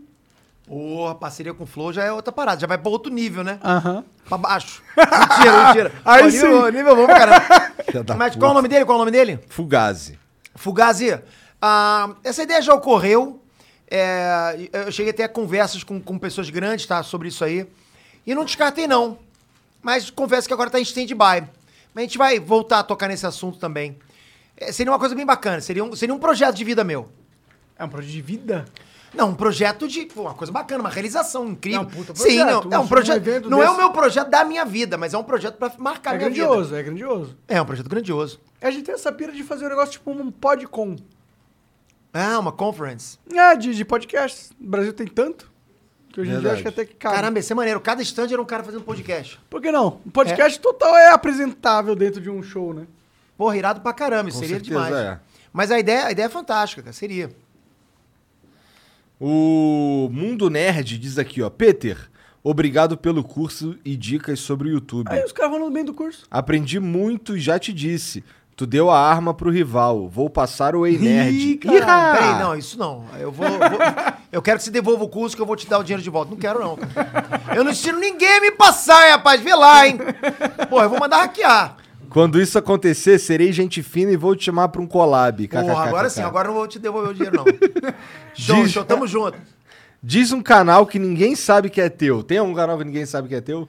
Porra, parceria com o Flow já é outra parada, já vai pra outro nível, né? Aham. Pra baixo. Mentira, mentira. Aí Ó, sim. nível, nível bom, cara. Filha da Mas puta. qual é o nome dele? Qual o nome dele? Fugazi. Fugazi, ah, essa ideia já ocorreu. é, eu cheguei até a conversas com, com pessoas grandes tá, sobre isso aí. E não descartei, não. Mas confesso que agora tá em stand-by. Mas a gente vai voltar a tocar nesse assunto também. É, seria uma coisa bem bacana. Seria um, seria um projeto de vida meu. É um projeto de vida? Não, um projeto de. pô, Uma coisa bacana, uma realização incrível. Não, puta Sim, projeto, não. É um um projeto. evento Não é desse. o meu projeto da minha vida, mas é um projeto pra marcar é minha grandioso, vida. é grandioso. É um projeto grandioso. A gente tem essa pira de fazer um negócio tipo um podcom. Ah, uma conference. É, de, de podcasts. O Brasil tem tanto. Que hoje em dia acho Verdade. que até que cabe. Caramba, ia ser maneiro. Cada stand era um cara fazendo podcast. Por que não? Um podcast total é apresentável dentro de um show, né? Porra, irado pra caramba, isso Com seria certeza demais. é. Mas a ideia, a ideia é fantástica, cara, seria. O Mundo Nerd diz aqui, ó. Peter, obrigado pelo curso e dicas sobre o YouTube. É. Aí os caras vão no bem do curso. Aprendi muito e já te disse. Tu deu a arma pro rival. Vou passar o Ei Ih, Nerd. caralho. Ihá! Ah, Peraí, não, isso não. Eu vou, vou- Eu quero que você devolva o curso que eu vou te dar o dinheiro de volta. Não quero, não. cara. Eu não ensino ninguém a me passar, hein, rapaz. Vê lá, hein? Porra, eu vou mandar hackear. Quando isso acontecer, serei gente fina e vou te chamar pra um collab. Porra, agora KKKK. sim, agora eu não vou te devolver o dinheiro, não. Show, Diz- show, tamo junto. Diz um canal que ninguém sabe que é teu. Tem algum canal que ninguém sabe que é teu?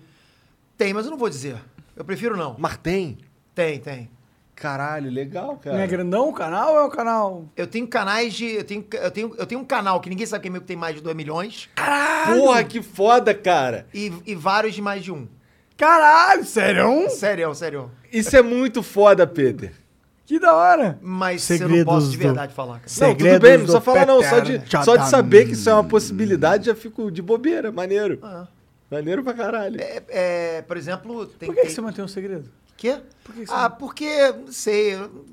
Tem, mas eu não vou dizer. Eu prefiro não. Mas tem. Tem, tem. Caralho, legal, cara. Não é grandão o canal ou é o canal? Eu tenho canais de. Eu tenho, eu tenho, eu tenho um canal que ninguém sabe quem é meu que tem mais de 2 milhões Porra, que foda, cara. e, e vários de mais de um. Caralho, sério? É um? Sério, sério. Isso é muito foda, Peter. Que da hora. Mas eu não Segredos posso de do- verdade falar, cara. Não, tudo Segredos bem, não precisa do falar não. Só Peter de, só de saber que isso é uma possibilidade, já fico de bobeira. Maneiro. Ah. Maneiro pra caralho. É, é, por exemplo, tem. Por que, que tem- você mantém um segredo? Quê? Por que que você- ah, porque, não sei. eu-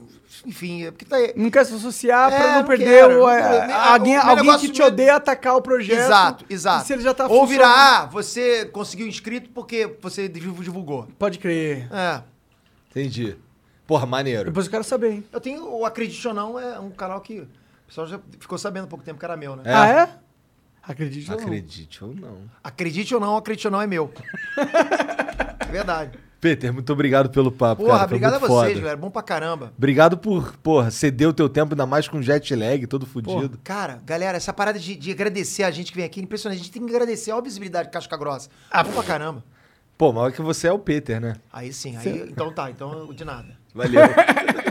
Enfim, é porque tá aí. Não quer se associar É, pra não não perder quero, o- não é, quero. alguém, Me- o meu alguém negócio que te me- odeia atacar o projeto. Exato, exato. E é se ele já tá Ou funcionando- virar, ah, você conseguiu inscrito porque você div- divulgou. Pode crer. É. Entendi. Porra, maneiro. Depois eu quero saber, hein? Eu tenho o Acredite ou Não, é um canal que o pessoal já ficou sabendo há pouco tempo que era meu, né? É. Ah, é? Acredite ou não. Acredite ou não. Acredite ou não, Acredite ou Não é meu. é verdade. Peter, muito obrigado pelo papo, Porra, cara. Foi obrigado a tá muito vocês, foda. galera. Bom pra caramba. Obrigado por, porra, ceder o teu tempo, ainda mais com jet lag, todo fudido. Cara, galera, essa parada de, de agradecer a gente que vem aqui é impressionante. A gente tem que agradecer a visibilidade de Casca Grossa. Ah, Bom pra caramba. Pô, mas é que você é o Peter, né? Aí sim, aí, então tá, então de nada. Valeu.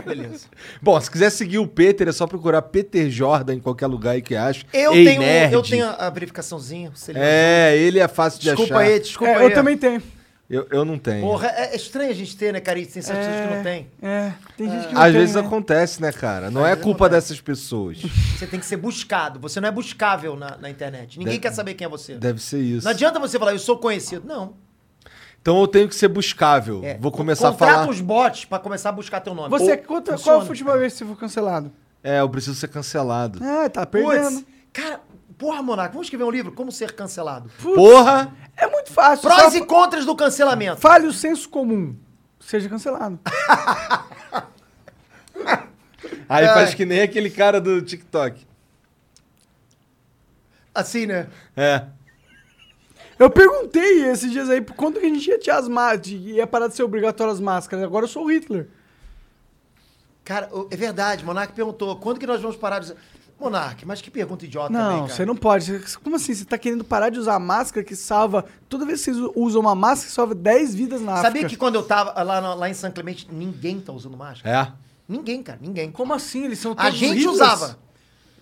Beleza. Bom, se quiser seguir o Peter, é só procurar Peter Jordan em qualquer lugar aí que acha. Eu, Ei, tenho, nerd. eu tenho a verificaçãozinha. se ele- É, ele é fácil de desculpa achar. aí, desculpa É, aí. eu também tenho. Eu, eu não tenho. Porra, é, é estranho a gente ter, né, cara? E tem certas pessoas que não tem. É, tem gente que não Às tem, vezes né? acontece, né, cara? Não Às é vezes culpa acontece. dessas pessoas. Você tem que ser buscado. Você não é buscável na, na internet. Ninguém Deve- quer saber quem é você. Deve ser isso. Não adianta você falar, eu sou conhecido. Não. Então eu tenho que ser buscável. É, Vou começar a contrata falar. os bots pra começar a buscar teu nome. Você Ou- conta funciona. qual futebol verde se for cancelado? É, eu preciso ser cancelado. Ah, tá perdendo. Putz, cara, porra, Monaco, vamos escrever um livro? Como ser cancelado? Porra! É muito fácil. Prós só e contras do cancelamento. Fale o senso comum. Seja cancelado. Aí Ai. faz que nem aquele cara do TikTok. Assim, né? É. Eu perguntei esses dias aí por quanto que a gente ia te asmar, de, ia parar de ser obrigatório as máscaras. Agora eu sou o Hitler. Cara, o- é verdade, Monark perguntou, quando que nós vamos parar de... Monark, mas que pergunta idiota também, Não, cara. você não pode. Você- Como assim? Você tá querendo parar de usar a máscara que salva. Toda vez que vocês usam uma máscara, salva 10 vidas na Sabia África. que quando eu tava lá, na- lá em São Clemente, ninguém tá usando máscara? É. Ninguém, cara, ninguém. Como assim? Eles são todos A gente Hitlers? usava.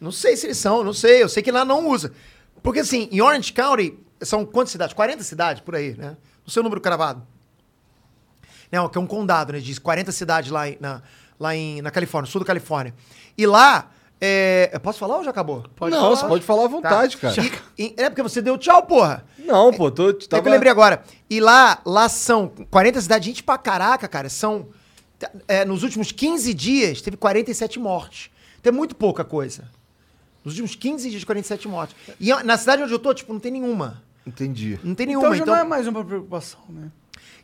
Não sei se eles são, não sei. Eu sei que lá não usa. Porque assim, em Orange County, são quantas cidades? 40 cidades por aí, né? Não sei o número cravado. Não, que é um condado, né? Diz 40 cidades lá, em- na, lá em, na Califórnia, sul da Califórnia. E lá, é... eu posso falar ou já acabou? não, você pode falar à vontade, Tá. cara. E- e- é porque você deu tchau, porra. Não, pô, tô. É Tava... que eu lembrei agora. E lá, lá são 40 cidades, gente pra caraca, cara. São. tá, é, nos últimos 15 dias, teve 47 mortes. Então é muito pouca coisa. Nos últimos 15 dias, 47 mortes. E ó, na cidade onde eu tô, tipo, não tem nenhuma. Entendi. Não tem Então nenhuma. já Então, não é mais uma preocupação, né?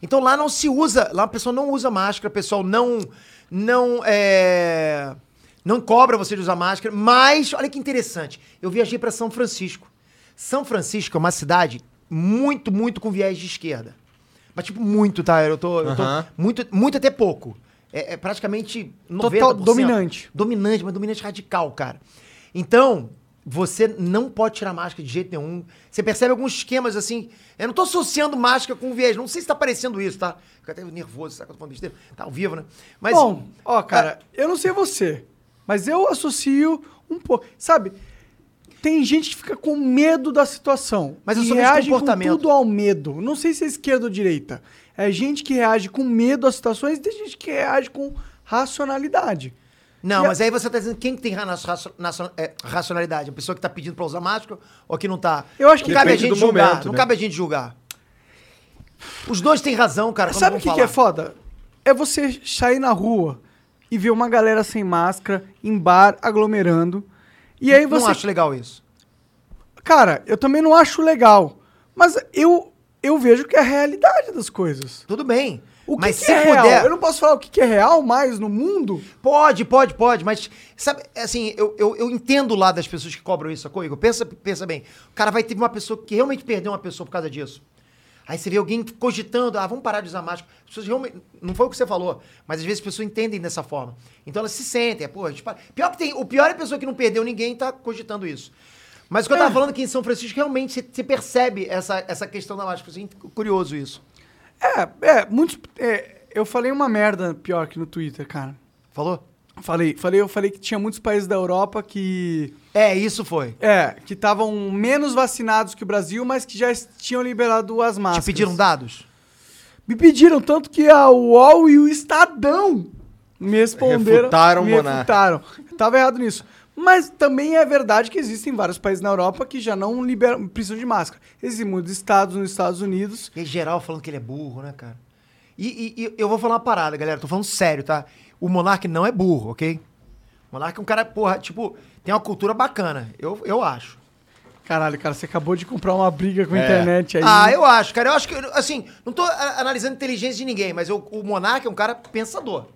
então lá não se usa. Lá a pessoa não usa máscara, o pessoal não. Não. É, não cobra você de usar máscara. Mas, olha que interessante. Eu viajei pra São Francisco. São Francisco é uma cidade muito, muito com viés de esquerda. Mas, tipo, muito, tá? Eu tô. eu tô- Aham. muito, muito até pouco. É, é praticamente 90%. Total dominante. Dominante, mas dominante radical, cara. Então, você não pode tirar máscara de jeito nenhum. Você percebe alguns esquemas assim. Eu não tô associando máscara com viés. Não sei se tá parecendo isso, tá? Fico até nervoso, sabe? que eu tô falando besteira. Tá ao vivo, né? Mas. ah, Bom, ó, cara, eu não sei você, mas eu associo um pouco. Sabe, tem gente que fica com medo da situação. Mas eu e sou meio de reage comportamento. com tudo ao medo. Não sei se é esquerda ou direita. É gente que reage com medo às situações e tem gente que reage com racionalidade. Não, E a- mas aí você tá dizendo quem que tem ra- nas- raço- naço- é, racionalidade? A pessoa que tá pedindo pra usar máscara ou que não tá? Eu acho não que- cabe a Depende gente do julgar. momento, não né? cabe a gente julgar. Os dois têm razão, cara. quando Sabe o vão que, que é falar. foda? É você sair na rua e ver uma galera sem máscara, em bar, aglomerando. E aí você Não acho legal isso. Cara, eu também não acho legal. Mas eu, eu vejo que é a realidade das coisas. Tudo bem. O que, mas que se é puder. real? Eu não posso falar o que, que é real mais no mundo. Pode, pode, pode, mas sabe, assim, eu, eu, eu entendo lá das pessoas que cobram isso, sacou, Igor? Pensa, pensa bem. O cara vai ter uma pessoa que realmente perdeu uma pessoa por causa disso. Aí você vê alguém cogitando, ah, vamos parar de usar máscara. As pessoas realmente. Não foi o que você falou, mas às vezes as pessoas entendem dessa forma. Então elas se sentem, é, pô, a gente para. Pior que tem, o pior é a pessoa que não perdeu ninguém e tá cogitando isso. Mas o que eu tava falando aqui em São Francisco, realmente você, você percebe essa, essa questão da máscara. Assim, curioso isso. É, é, muitos. é, eu falei uma merda pior que no Twitter, cara. Falou? Falei, falei, eu falei que tinha muitos países da Europa que. É, isso foi. É, que estavam menos vacinados que o Brasil, mas que já es- tinham liberado as máscaras. Te pediram dados? Me pediram, tanto que a UOL e o Estadão me responderam. Refutaram o me Monark. refutaram. Eu Tava errado nisso. Mas também é verdade que existem vários países na Europa que já não liberam, precisam de máscara. Existem muitos estados nos Estados Unidos. E aí, geral falando que ele é burro, né, cara? E, e- e eu vou falar uma parada, galera. Tô falando sério, tá? O Monark não é burro, ok? O Monark é um cara, porra, tipo, tem uma cultura bacana. Eu, eu acho. Caralho, cara, você acabou de comprar uma briga com a internet aí. Ah, eu acho, cara. Eu acho que, assim, não tô a- analisando inteligência de ninguém, mas eu- o Monark é um cara pensador.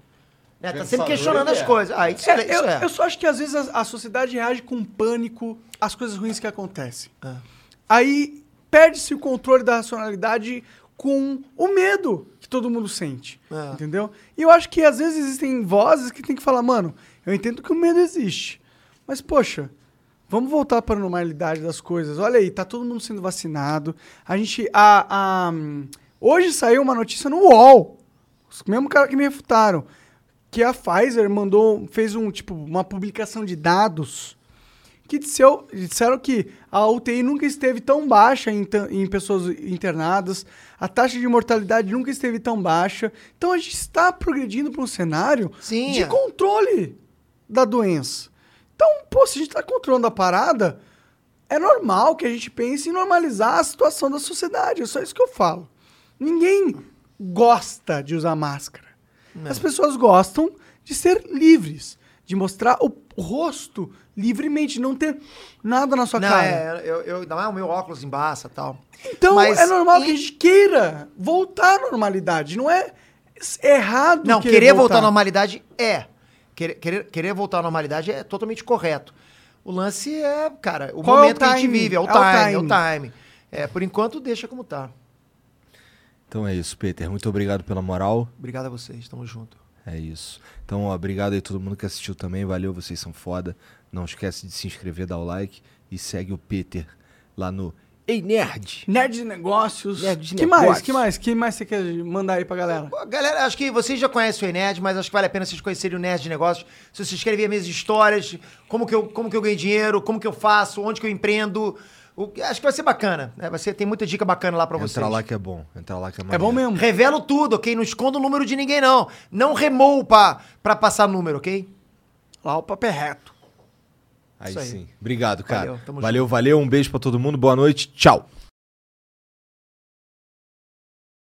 Né? Tá sempre questionando as coisas. Ah, isso é. É, eu, Isso é. eu só acho que às vezes a, a sociedade reage com pânico às coisas ruins que acontecem. É. Aí perde-se o controle da racionalidade com o medo que todo mundo sente. É. Entendeu? E eu acho que às vezes existem vozes que tem que falar, mano, eu entendo que o medo existe. Mas, poxa, vamos voltar para a normalidade das coisas. Olha aí, tá todo mundo sendo vacinado. A gente. A, a- hoje saiu uma notícia no UOL. Os mesmo cara que me refutaram. Que a Pfizer mandou. fez um tipo uma publicação de dados que disseu- disseram que a UTI nunca esteve tão baixa em, tan- em pessoas internadas, a taxa de mortalidade nunca esteve tão baixa. Então a gente está progredindo para um cenário Sim, de é. controle da doença. Então, pô, se a gente está controlando a parada, é normal que a gente pense em normalizar a situação da sociedade. É só isso que eu falo. Ninguém gosta de usar máscara. As pessoas gostam de ser livres, de mostrar o rosto livremente, não ter nada na sua Não, cara. é, eu, eu, não é o meu óculos embaça e tal. Então Mas é normal em- que a gente queira voltar à normalidade. Não é s- errado. Não, querer, voltar. à normalidade é. Querer, querer, querer voltar à normalidade é totalmente correto. O lance é, cara, o Qual é o momento que a gente time? vive, é o, É o time, é o time. time. É, por enquanto, deixa como tá. Então é isso, Peter. Muito obrigado pela moral. Obrigado a vocês, tamo junto. É isso. Então, ó, obrigado aí a todo mundo que assistiu também. Valeu, vocês são foda. Não esquece de se inscrever, dar o like e segue o Peter lá no Ei Nerd. Nerd de negócios. Nerd de que mais? negócios. Que mais? Que mais você quer mandar aí pra galera? Pô, Galera, acho que vocês já conhecem o Nerd, mas acho que vale a pena vocês conhecerem o Nerd de Negócios. Se vocês querem ver minhas histórias, como que eu, como que eu ganho dinheiro, como que eu faço, onde que eu empreendo. o- acho que vai ser bacana. Né? Vai ser, tem muita dica bacana lá pra Entra vocês. lá que é bom. Entra lá que é É maneiro. bom mesmo. Revelo tudo, ok? Não escondo o número de ninguém, não. Não remou pra, pra passar número, ok? Lá o papo é reto. Aí Isso aí. sim. Obrigado, cara. Valeu, tamo valeu, valeu. Um beijo pra todo mundo. Boa noite. Tchau.